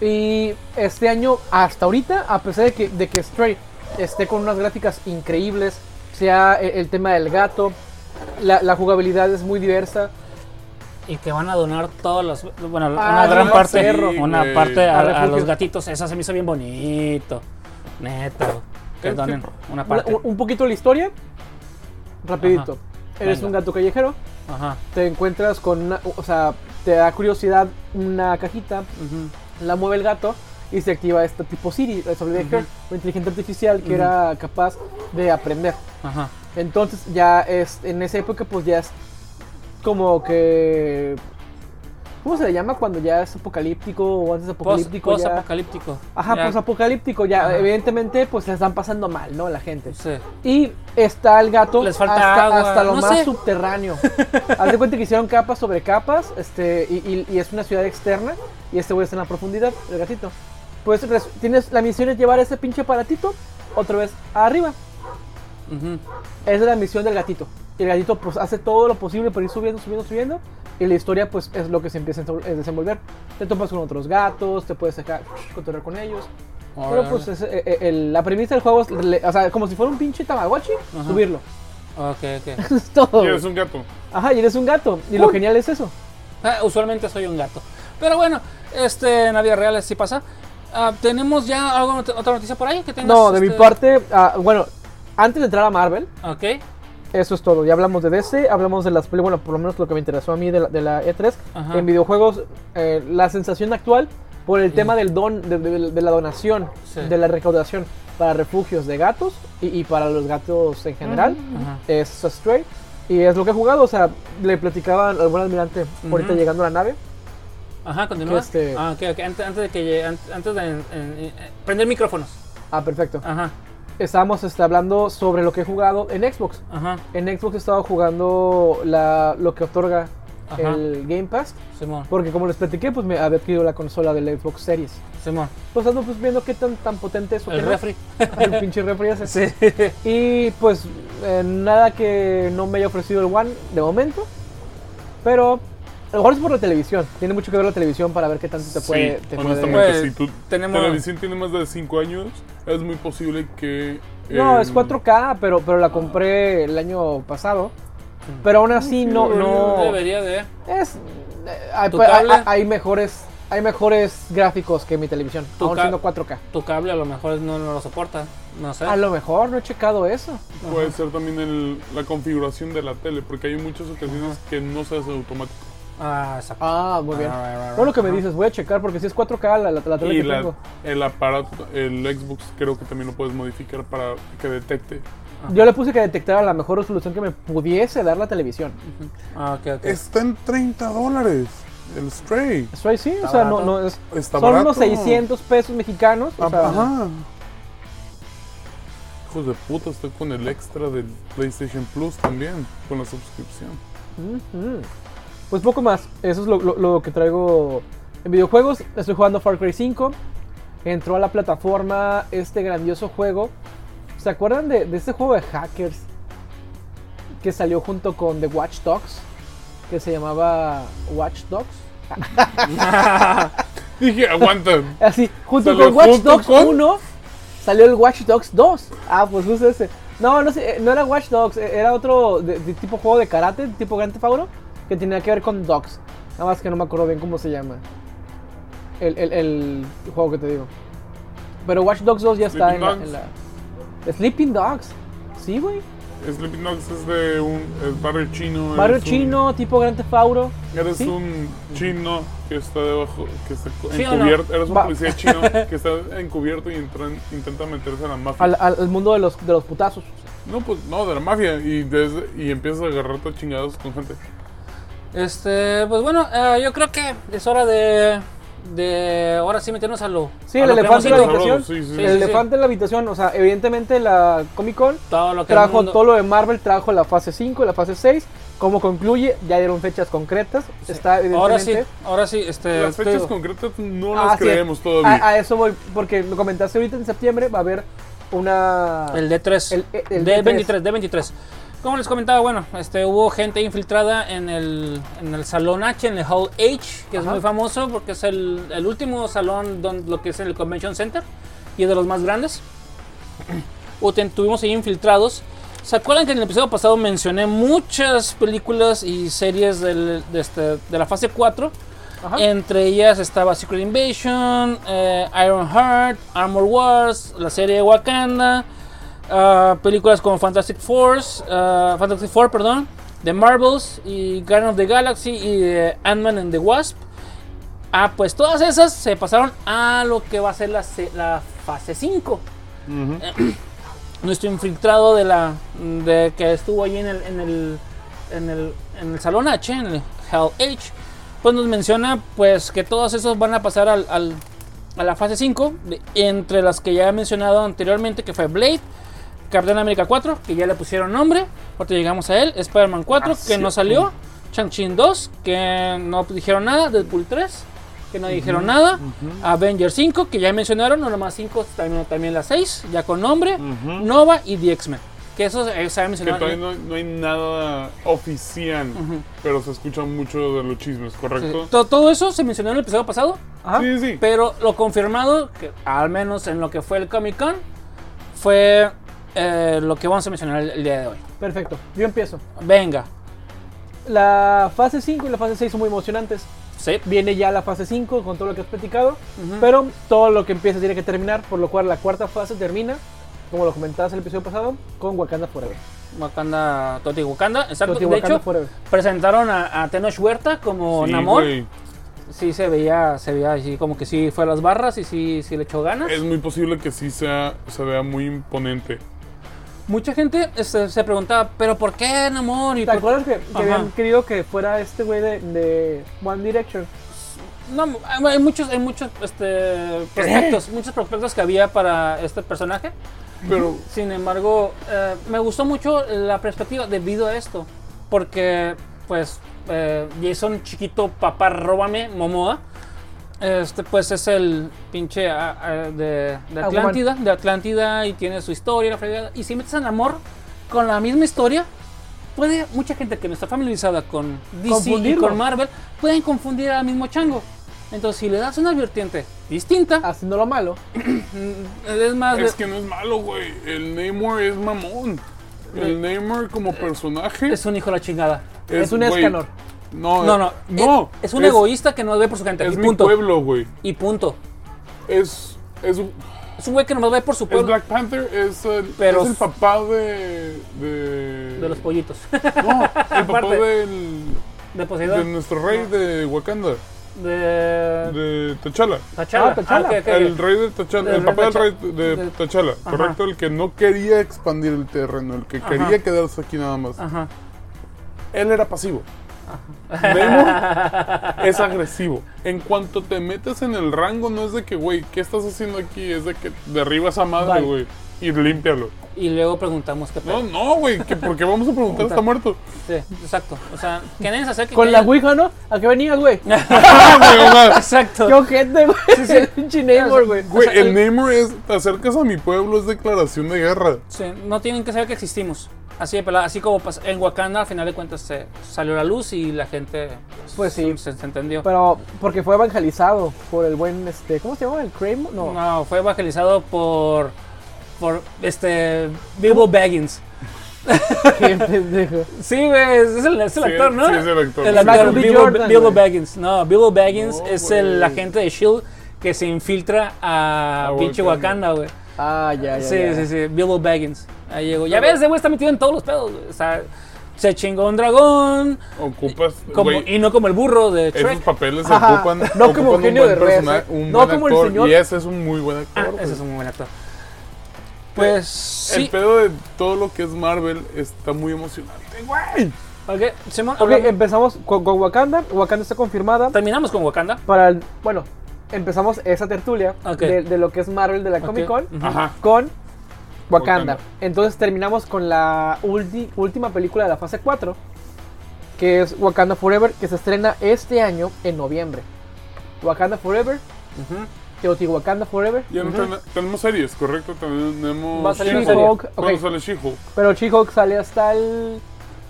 Y este año, hasta ahorita, a pesar de que, de que Stray esté con unas gráficas increíbles, sea e, el, el tema del gato, la, la jugabilidad es muy diversa.
Y que van a donar todos los. Bueno,
Ah,
una gran
no,
parte.
cerro.
una
Sí,
parte
güey.
a, a
A
los
refugios.
gatitos. Eso se me hizo bien bonito. Neto. Que
Es
donen una
Una-
parte.
un, un poquito la historia, rapidito.
Ajá.
Eres
Venga.
un gato callejero,
Ajá.
te encuentras con una, o sea, te da curiosidad una cajita,
ujú.
la mueve el gato y se activa este tipo Siri, eh, sobre Her, una inteligencia artificial que era capaz de aprender.
Ajá.
Entonces ya es, en esa época pues ya es como que... ¿Cómo se le llama cuando ya es apocalíptico o antes
Post-
apocalíptico? ya?
Post-apocalíptico.
Ajá,
Ya,
pues apocalíptico ya.
Ajá.
Evidentemente pues se están pasando mal, ¿no? La gente.
sí.
Y está el gato
Les falta
hasta,
agua,
hasta lo
no
más
sé.
subterráneo. Haz de cuenta que hicieron capas sobre capas este, y, y- y es una ciudad externa y este güey está en la profundidad, el gatito. Pues res- tienes la misión es llevar ese pinche aparatito otra vez arriba.
ujú.
Esa es la misión del gatito. Y el gatito pues hace todo lo posible por ir subiendo, subiendo, subiendo. Y la historia pues es lo que se empieza a desol- a desenvolver. Te topas con otros gatos, te puedes sacar, cotorrear con ellos. Pero
Órale.
pues es- eh, eh, el- la premisa del juego es, le- o sea, como si fuera un pinche tamagotchi,
Ajá.
subirlo.
Ok, ok.
Es todo.
Y eres un gato.
Ajá, y eres un gato. Y lo genial es eso.
Ah, Usualmente soy un gato. Pero bueno, este, en la vida real así pasa. Ah, ¿Tenemos ya algo, not- otra noticia por ahí? que tengas,
No, de mi
este,
parte, ah, bueno, antes de entrar a Marvel,
Ok.
eso es todo. Ya hablamos de DC, hablamos de las películas, bueno, por lo menos lo que me interesó a mí de la, de la E3.
Ajá.
En videojuegos, eh, la sensación actual por el tema del don, de, de- de la donación,
Sí.
de la recaudación para refugios de gatos y, y para los gatos en general,
Mm. Ajá.
es Stray. Y es lo que he jugado, o sea, le platicaba al buen almirante ahorita
Ujú.
llegando a la nave.
Ajá, continúa.
que este-
Ah, ok, ok. Ante- Antes, de que llegue- an- antes de en- en- en- prender eh, micrófonos.
Ah, perfecto.
Ajá.
estábamos este, hablando sobre lo que he jugado en Xbox.
Ajá,
En Xbox he estado jugando la, lo que otorga
Ajá.
el Game Pass.
Simón,
Porque como les platiqué, pues me había adquirido la consola del Xbox Series.
Simón.
Pues ando pues, viendo qué tan, tan potente es. o
El
qué no.
refri.
El pinche refri ese.
Sí.
Y pues eh, nada que no me haya ofrecido el One de momento. Pero a lo mejor es por la televisión. Tiene mucho que ver la televisión para ver qué tanto te puede...
sí,
te puede-
honestamente,
Pues,
si tu
tenemos-
televisión tiene más de 5 años, es muy posible que...
No,
eh,
es 4K, pero, pero la compré el año pasado. Pero aún así no... no
Debería de.
es, eh, hay,
¿Tu
pues, hay-
cable?
hay mejores... Hay mejores gráficos que mi televisión,
¿Tu
aún
ca-
siendo 4K.
Tu cable a lo mejor no, no lo soporta. No sé.
A lo mejor no he checado eso.
Puede ser también el- la configuración de la tele, porque hay muchas ocasiones que no se hace automático.
Ah, exacto.
Ah, muy bien.
Ah, right, right,
No lo que me
right.
dices, voy a checar porque si es 4K la, la, la tele
Y
que
la-
tengo.
el aparato, el Xbox creo que también lo puedes modificar para que detecte.
Yo le puse que detectara la mejor resolución que me pudiese dar la televisión.
Ah, ok, ok.
Está en 30 dólares el Stray.
Eso ahí sí, o sea, no,
barato.
no es.
Está
son unos
barato.
600 pesos mexicanos. o sea,
Ajá. Hijos de puta, estoy con el extra del PlayStation Plus también, con la suscripción.
ujú. Pues poco más. Eso es lo, lo- lo que traigo en videojuegos. Estoy jugando Far Cry 5. Entró a la plataforma este grandioso juego. ¿Se acuerdan de, de este juego de hackers que salió junto con The Watch Dogs? Que se llamaba Watch Dogs.
Dije, aguanta.
Así, junto
Salió
con Watch
junto
Dogs
con-
1 salió el Watch Dogs 2. Ah, pues justo ese. No, no, sé, eh, no era Watch Dogs, eh, era otro de, de tipo juego de karate, tipo Grand Theft Auto, que tenía que ver con dogs. Nada más que no me acuerdo bien cómo se llama. El, el- el juego que te digo. Pero Watch Dogs 2 ya está
Sleeping
en la,
Dogs.
en la- Sleeping Dogs. Sí, güey.
Sleeping Dogs es de un es barrio chino.
Barrio
eres un-
chino, tipo Grand Theft Auto.
Eres
¿Sí?
un chino que está debajo, que está co-
¿Sí o no?
encubierto. Eres un
Va.
policía chino que está encubierto y entra en- intenta meterse a la mafia.
Al, al- al mundo de los, de los putazos.
No, pues no, de la mafia. Y, desde, y empiezas a agarrarte a chingados con gente.
Este, pues bueno, eh, yo creo que es hora de. de ahora sí meternos a lo.
Sí,
a
el
lo que
elefante en
hemos
la
ido.
ido.
habitación.
Sí, sí, sí.
el
Sí, sí,
elefante en la habitación. O sea, evidentemente la Comic Con
Todo lo que el
trajo
mundo-
todo lo de Marvel, trajo la fase 5, la fase 6. Como concluye, ya dieron fechas concretas. Está
Ahora sí,
evidentemente-
ahora sí, este.
Las
te
fechas
digo, Ah,
concretas no
Ah,
las
sí,
creemos
A,
todavía.
a eso voy, porque lo comentaste ahorita en septiembre, va a haber una.
El D3.
El- el
D23, D23. Como les comentaba, bueno, este, hubo gente infiltrada en el, en el Salón H, en el Hall H, que es
Ajá.
muy famoso porque es el, el último salón, donde, lo que es el Convention Center, y es de los más grandes. O ten- tuvimos ahí infiltrados. ¿Se acuerdan que en el episodio pasado mencioné muchas películas y series del- de, este- de la fase 4?
Ajá.
Entre ellas estaba Secret Invasion, eh, Iron Heart, Armor Wars, la serie de Wakanda, ah, películas como Fantastic Force, ah, Fantastic Four, perdón, The Marvels y Guardians of the Galaxy y eh, Ant-Man and the Wasp. Ah, pues todas esas se pasaron a lo que va a ser la, se- la fase 5 nuestro infiltrado de la de que estuvo allí en el en el, en el en el salón H, en el Hell H, pues nos menciona pues que todos esos van a pasar al, al- a la fase 5, de- entre las que ya he mencionado anteriormente que fue Blade, Capitán América 4, que ya le pusieron nombre, ahorita llegamos a él, Spider-Man 4 que no salió, Shang-Chi 2 que no dijeron nada, Deadpool 3 que no dijeron nada, Avengers 5 que ya mencionaron, no nomás 5, también, también la 6, ya con nombre, Nova y The X-Men, que eso eh, se ha
que
mencionado.
todavía no, no hay nada oficial, pero se escucha mucho de los chismes, ¿correcto?
Eh, To- Todo eso se mencionó en el episodio pasado,
Ajá.
Sí, sí.
pero lo confirmado, que al menos en lo que fue el Comic Con, fue eh, lo que vamos a mencionar el, el día de hoy.
Perfecto, yo empiezo.
Venga,
La fase 5 y la fase 6 son muy emocionantes.
sí,
Viene ya la fase 5 con todo lo que has platicado, pero todo lo que empieza tiene que terminar, por lo cual la cuarta fase termina, como lo comentabas en el episodio pasado, con Wakanda Forever.
Wakanda, Toti Wakanda, exacto.
Toti
de
Wakanda
hecho,
Forever.
presentaron a, a Tenoch Huerta como
Sí,
Namor.
güey.
Sí, se veía, se veía así como que sí fue a las barras y sí, sí le echó ganas.
Es muy posible que sí sea, se vea muy imponente.
Mucha gente este, se preguntaba, ¿pero por qué Namor? Y
¿Te
por-
acuerdas que, que
Ajá.
habían querido que fuera este güey de, de One Direction?
No, hay hay muchos, hay muchos este, prospectos, muchos prospectos que había para este personaje.
Pero
Sin embargo, eh, me gustó mucho la perspectiva debido a esto. Porque, pues, eh, Jason chiquito, papá, róbame, Momoa. Este, pues es el pinche ah, ah, de, de
Aquaman.
Atlántida. De Atlántida y tiene su historia, la fregada. Y si metes en amor con la misma historia, puede mucha gente que no está familiarizada con DC y
Confundirlo.
con Marvel, pueden confundir al mismo chango. Entonces, si le das una vertiente distinta,
haciendo lo malo.
es más.
Es
de-
que no es malo, güey. El Namor es mamón. El Namor como personaje
es un hijo de la chingada.
Es, un
güey,
escanor.
No,
No, no.
no,
es, es un egoísta que no ve por su gente.
Es
y
mi
punto.
pueblo, güey.
Y punto.
Es, es, un-
Es un güey que no ve por su
es
pueblo.
Black Panther, es el,
Pero
es el
s-
papá de. De,
De los pollitos.
No, el papá
Aparte.
del,
de
de
Poseidón.
nuestro rey de Wakanda,
De.
de T'Challa.
Tachala.
Ah, T'Challa.
ok, ok, ok.
El rey de T'Challa,
Del
el papá
rey
del rey de
del-
T'Challa, correcto, el que no quería expandir el terreno, el que quería quedarse aquí nada más.
Ajá.
Él era pasivo. Namor es agresivo. En cuanto te metes en el rango, no es de que, güey, ¿qué estás haciendo aquí? Es de que derriba esa madre,
Vale.
güey, y límpialo.
Y luego preguntamos qué
No,
pedo.
no, güey, que porque vamos a preguntar, está muerto.
Sí, exacto. O sea, que nadie se acerque.
Con
que
la
haya-
Ouija, ¿no? ¿A qué venías, güey?
Ah, güey, o sea,
Exacto.
Qué ojete, güey. Pinche neighbor, güey.
Güey,
sea,
el
el-
Namor es, te acercas a mi pueblo, es declaración de guerra.
Sí, no tienen que saber que existimos. Así de pelada. Así como pas- en Wakanda, al final de cuentas, se salió la luz y la gente.
Pues sí.
Se, se entendió.
Pero porque fue evangelizado por el buen, este, ¿cómo se llama? ¿El Kramer? No.
No, fue evangelizado por. por este. Bilbo Baggins.
Qué pendejo.
Sí, güey, es el, es el
Sí,
actor, ¿no?
sí, es el actor.
El
Sí,
actor,
Michael B.
Bilbo,
Jordan,
Bilbo
güey.
Baggins. No, Bilbo Baggins
No,
es
güey.
el agente de S.H.I.E.L.D. E que se infiltra a
A
pinche
Wakanda.
Wakanda, güey.
Ah, ya, ya.
Sí,
ya.
sí, sí, Bilbo Baggins. Ahí llegó. Ya ves, ese güey está metido en todos los pedos, güey. O sea, se chingó un dragón.
Ocupas,
como-
güey,
y no como el burro de
Esos
Shrek.
papeles se
Ajá.
ocupan.
No
ocupan
como
un
Eugenio
buen
Derbez,
persona-
¿eh?
un
No
buen
como el
actor,
señor-
Y ese es un muy buen actor.
Ah,
güey. Eh,
ese es un buen actor. Pues sí.
El pedo de todo lo que es Marvel está muy emocionante, güey.
Ok, Simón,
Ok, em-
hablamos-
empezamos con, con Wakanda. Wakanda está confirmada.
terminamos con Wakanda.
Para el, bueno, empezamos esa tertulia
Ok.
de, de lo que es Marvel de la
Ok,
Comic Con
ujú.
Ajá.
con
Wakanda.
Wakanda. Entonces terminamos con la ulti- última película de la fase 4, que es Wakanda Forever, que se estrena este año en noviembre. Wakanda Forever, Teotihuacanda Forever.
Ya no ten- tenemos series, correcto. Tenemos.
Va a salir una
She-Hulk.
serie.
She-Hulk, ok.
¿Cuándo sale She-Hulk?
Pero She-Hulk sale hasta el.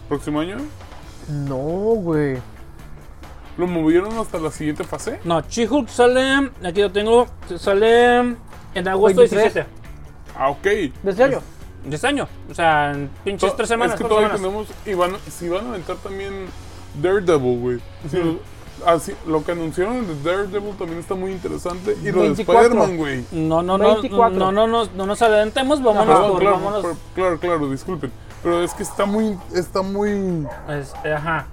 ¿Próximo año?
No, güey.
¿Lo movieron hasta la siguiente fase?
No, She-Hulk sale, aquí lo tengo, sale en agosto
23.
17
Ah, ok.
¿De este año?
de este año. O sea, en pinches tres semanas.
Es que
cuatro
todavía
semanas.
tenemos. Y van, si van a aventar también Daredevil, güey. Si lo- así- lo que anunciaron de Daredevil también está muy interesante. Y lo
24.
de Spider-Man, güey.
No, no, no,
24.
no, no, no, no nos adelantemos, vámonos
Perdón,
por,
claro,
vámonos.
pero- claro, claro, disculpen. Pero es que está muy, está muy
Es- este, ajá.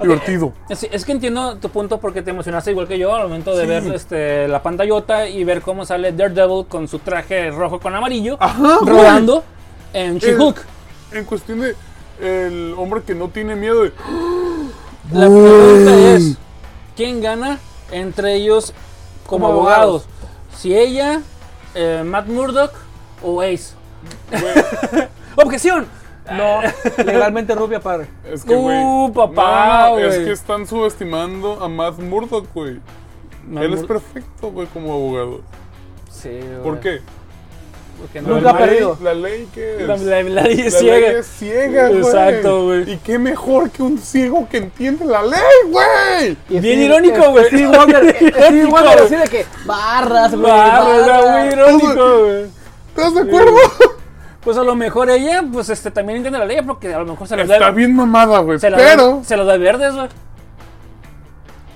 divertido.
Es, es que entiendo tu punto porque te emocionaste igual que yo al momento de
Sí.
ver este, la pantallota y ver cómo sale Daredevil con su traje rojo con amarillo
Ajá, Ah, güey.
rodando en She-Hulk.
En cuestión de el hombre que no tiene miedo de,
La pregunta es, ¿quién gana entre ellos como,
Como abogados.
abogados? Si ella, eh, Matt Murdock o Ace. ¡Objeción! Ah.
No, legalmente rubia, padre.
es que güey.
Uh, papá,
no, es
güey.
que están subestimando a Matt Murdock, güey.
No,
Él es
Mur-
perfecto, güey, como abogado.
Sí, güey.
¿Por qué?
Porque no,
Nunca
la-
ha
ley,
perdido.
la ley que es.
la, la- la ley es
La ley
ciega.
es ciega, güey.
Exacto, güey.
Y qué mejor que un ciego que entiende la ley, güey.
Y
Bien
Steve-
irónico, güey.
Steve Wonder, Steve Wonder
Irónico.
así de que barras, güey. barras".
Barras, era muy irónico, güey.
¿Estás de acuerdo?
Pues a lo mejor ella, pues este, también entiende la ley, porque a lo mejor se las
Está
da,
bien mamada, güey.
se las
Pero.
da, se las da verdes, güey.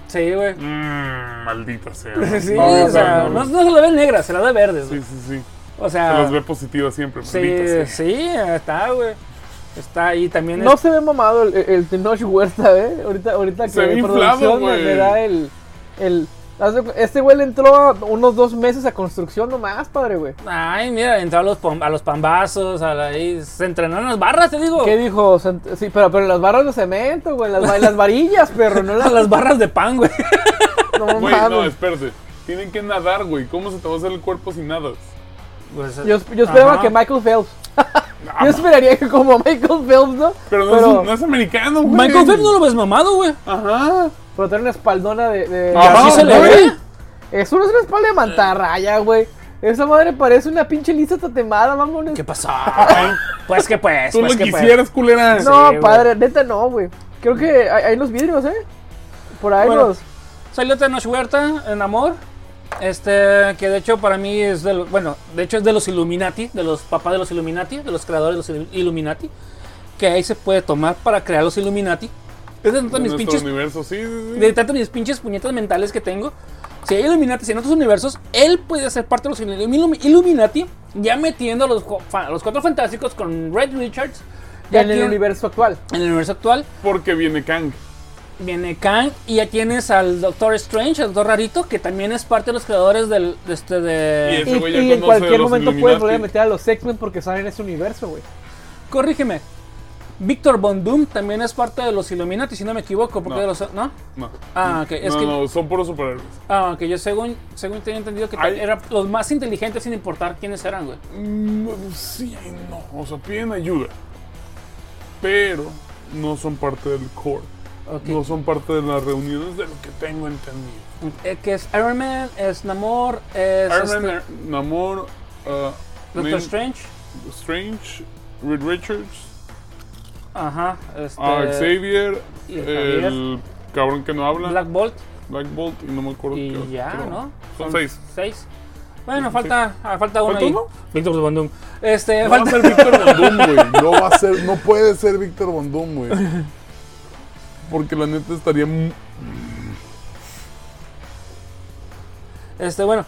Sí, güey.
Mm, maldita sea.
Sí,
No,
o
no,
sea,
no,
no, no se la ve negra, se la da verdes,
Sí,
güey.
sí, sí.
O
Se
sea,
las ve positivas siempre, maldita
sí,
sea.
sí, está, güey. Está ahí también.
No
es-
se ve mamado el, el Tenoch Huerta, ¿eh? Ahorita, ahorita que
Se ve inflado,
producción me,
güey.
me da el... el haz de cu- este güey le entró a unos dos meses a construcción nomás, padre, güey.
Ay, mira, entró a los, pom- a los pambazos, a la, ahí se entrenó en las barras, te digo.
¿Qué dijo? Sent- Sí, pero, pero en las barras de cemento, güey. en Las, va- en las varillas, perro. No en
A
las...
las barras de pan, güey.
No
Güey, no,
mames.
espérate. Tienen que nadar, güey. ¿Cómo se te va a hacer el cuerpo sin nada?
Pues,
Yo, yo esperaba
Ajá.
que Michael Phelps. yo esperaría que como Michael Phelps, ¿no?
Pero no, Es, no es americano, güey.
Michael Phelps no lo ves mamado, güey.
Ajá.
pero tiene una espaldona de. de-
Ajá.
Así se le
güey.
ve.
Eso no es una espalda de mantarraya, güey. Esa madre parece una pinche lista tatemada, vámonos.
¿Qué pasó? pues que pues.
Tú
pues
lo
que pues.
quisieras, culera.
No,
Sí, güey.
padre, neta no, güey. Creo que hay, hay los vidrios, ¿eh? Por ahí
Bueno.
los.
Salió Tenoch Huerta en Amor. Este, que de hecho para mí es de los, bueno, de hecho es de los Illuminati, de los papás de los Illuminati, de los creadores de los Ilu- Illuminati, que ahí se puede tomar para crear los Illuminati. Es de tantas
En
mis
nuestro
pinches,
universo, sí, sí, sí.
de tantas mis pinches puñetas mentales que tengo. Si hay Illuminati en otros universos, él puede ser parte de los Illum- Illum- Illuminati, ya metiendo a los, jo- fa- a los cuatro fantásticos con Red Richards. Ya
en el
tiene-
universo actual.
en el universo actual
Porque viene Kang.
Viene Kang y ya tienes al Doctor Strange, el Doctor Rarito, que también es parte de los creadores del, de este de...
Y
Y,
Ese güey ya
y en
conoce
cualquier
los
momento puedes
Illuminati.
volver a meter a los X-Men porque salen en ese universo, güey.
Corrígeme. Víctor Von Doom también es parte de los Illuminati, si no me equivoco, porque
No.
de los... ¿No?
No.
Ah, ok. Es
no,
que,
no, son puros superhéroes.
ah, ok, Yo según, según tenía entendido que
Ay.
eran los más inteligentes sin importar quiénes eran, güey.
Mm, Sí, no. O sea, piden ayuda. Pero no son parte del core.
Ok.
No son parte de las reuniones de lo que tengo entendido.
Eh, que es Iron Man, es Namor, es...
Iron
este,
Man, Namor, uh,
Doctor
Nin-
Strange.
Strange, Reed Richards,
Ajá. Este,
ah, Xavier,
y el
el cabrón que no habla,
Black
Black,
Bolt.
Bolt y no me acuerdo
Y
qué-
ya,
qué otro.
¿no?
Son seis.
Seis. Bueno, falta, ah, falta uno
¿Falta
ahí.
uno?
Víctor Bondum. Este,
No Ah, va a
falta.
ser Víctor Bondum, güey. No va a ser, no puede ser Víctor Bondum, güey. Porque la neta estaría mu-
Este, bueno.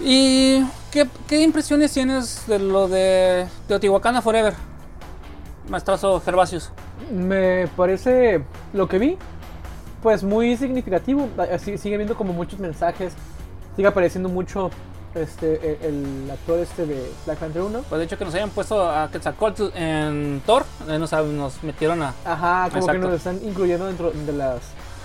¿Y qué, qué impresiones tienes de lo de Teotihuacana Forever? Maestrazo Gervasius.
Me parece lo que vi, pues muy significativo. Así sigue viendo como muchos mensajes. Sigue apareciendo mucho este el, el actor este de Black Panther 1.
Pues de hecho que nos hayan puesto a Quetzalcoatl en Thor, eh, nos, nos metieron a...
Ajá, como que
Exacto.
nos están incluyendo dentro de las.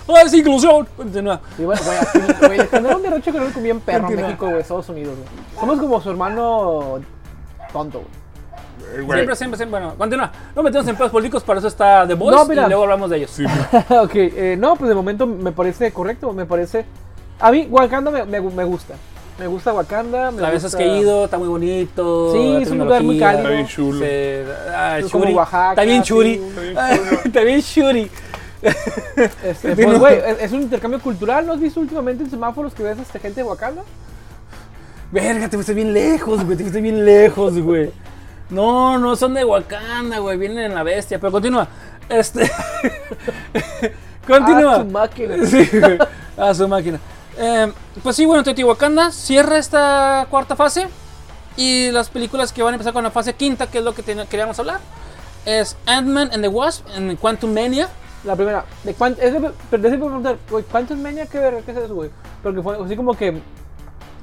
¡Ah, es inclusión! Continúa.
Y bueno, güey, aquí, güey, le generaron derroche económico bien perro en
Continúa.
México, güey, Estados Unidos, güey. Somos como su hermano tonto, güey.
eh, güey.
Siempre, siempre, siempre. Bueno, continúa. No metemos en pedos políticos, para eso está The Voice
No,
y
mira.
luego hablamos de ellos.
Sí, güey.
ok, eh, no, pues de momento me parece correcto, me parece... A mí Wakanda me, me, gu- me gusta. Me gusta Wakanda. Me
La vez
gusta...
que he ido, está muy bonito.
Sí,
la
es un lugar muy
tecnología,
cálido.
Está bien chulo.
se- ah, el
Es como
churi.
Oaxaca,
Está bien
sí.
churi.
Está
bien chulo.
Está bien churi.
Este, pues, güey, es, es un intercambio cultural. ¿No has visto últimamente en semáforos que ves a esta gente de Wakanda?
Verga, te fuiste bien lejos, güey. Te fuiste bien lejos, güey. No, no son de Wakanda, güey. Vienen en la bestia. Pero continúa. Este. continúa.
Ah, su máquina.
Sí, güey. A su máquina. Eh, pues sí, bueno, Teotihuacana cierra esta cuarta fase. Y las películas que van a empezar con la fase quinta, que es lo que ten- queríamos hablar, es Ant-Man and the Wasp en Quantum Mania.
La primera. ¿De cuán- es de- pero déjame preguntar, güey, ¿cuántos mania que ver? ¿Qué es eso, güey? Porque fue así como que...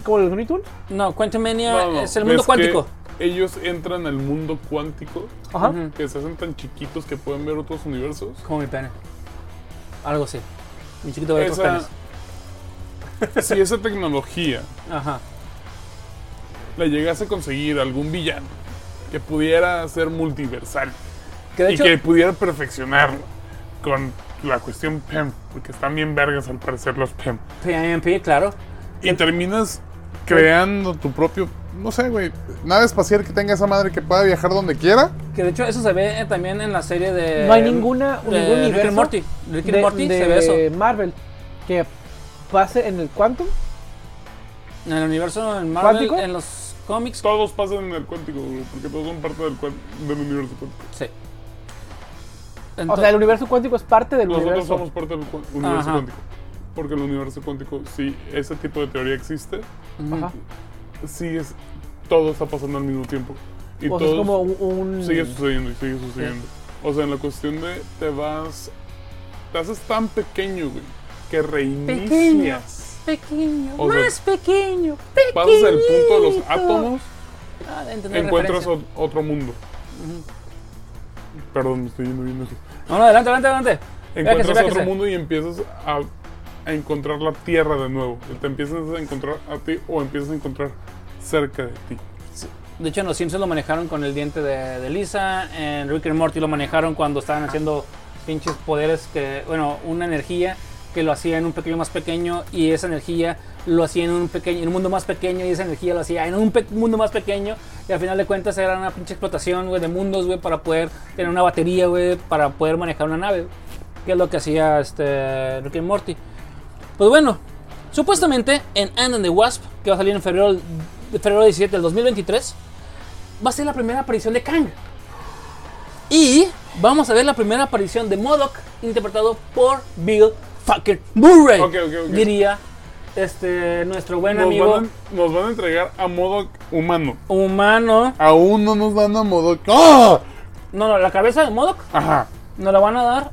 Como los Looney Tunes.
No, Quantum Mania
No, no,
es el mundo
ves que
cuántico.
Ellos entran al mundo cuántico
Ajá.
Ujú.
que se hacen tan chiquitos que pueden ver otros universos.
Como mi pene. Algo así. Mi chiquito ve otros
Esa,
penes.
si esa tecnología
Ajá.
la llegase a conseguir algún villano que pudiera ser multiversal
Que de
y
hecho,
que pudiera perfeccionarlo con la cuestión PEM, porque están bien vergas al parecer los PEM.
PMP, claro.
Y terminas creando tu propio, no sé, güey, nave espacial que tenga esa madre que pueda viajar donde quiera.
Que de hecho eso se ve eh, también en la serie de...
No hay ninguna,
Eh, de
ningún
Rick
universo
and Morty. Rick and
de-
Morty
de
se ve eso.
Marvel que pase en el Quantum.
En el universo en Marvel,
¿Cuántico?
en los cómics.
Todos pasan en el cuántico, güey, porque todos son parte del, cuán- del universo cuántico.
Sí.
O
Entonces-
sea, el universo cuántico es parte del
Nosotros
universo.
somos parte del cu- universo
Ajá.
cuántico. Porque el universo cuántico, si ese tipo de teoría existe,
Ujú.
Ajá.
sí es, todo está pasando al mismo tiempo. Y
O sea,
todos
es como un... un-
sigue sucediendo y sigue sucediendo. O sea, en la cuestión de te vas, te haces tan pequeño, güey, que reinicias.
Pequeño. Pequeño,
O sea,
más pequeño,
Pasas del punto de los
pequeñito.
átomos,
Ah, de entender
encuentras
referencia.
ot- otro mundo. Perdón, me estoy yendo bien. lejos.
No, no, adelante, adelante, adelante. Véjese,
Encuentras otro
véjese.
mundo y empiezas a, a encontrar la tierra de nuevo. Te empiezas a encontrar a ti o empiezas a encontrar cerca de ti.
De hecho, en Los Simpsons lo manejaron con el diente de, de Lisa. En Rick and Morty lo manejaron cuando estaban haciendo pinches poderes que, bueno, una energía que lo hacía en un pequeño más pequeño y esa energía lo hacía en un pequeño, en un mundo más pequeño y esa energía lo hacía en un pe- mundo más pequeño y al final de cuentas era una pinche explotación, güey, de mundos, güey, para poder tener una batería, güey, para poder manejar una nave, que es lo que hacía este Rick and Morty. Pues bueno, supuestamente en Ant and the Wasp, que va a salir en febrero, de febrero 17 del 2023, va a ser la primera aparición de Kang. Y vamos a ver la primera aparición de M.O.D.O.K. interpretado por Bill fucking Murray.
Ok, ok, ok.
Diría este, nuestro buen
Nos
amigo
van, a, nos van a entregar a modo humano.
humano.
Aún no nos dan a modo. ¡Ah!
No, no, la cabeza de M.O.D.O.K.
Ajá.
nos la van a dar.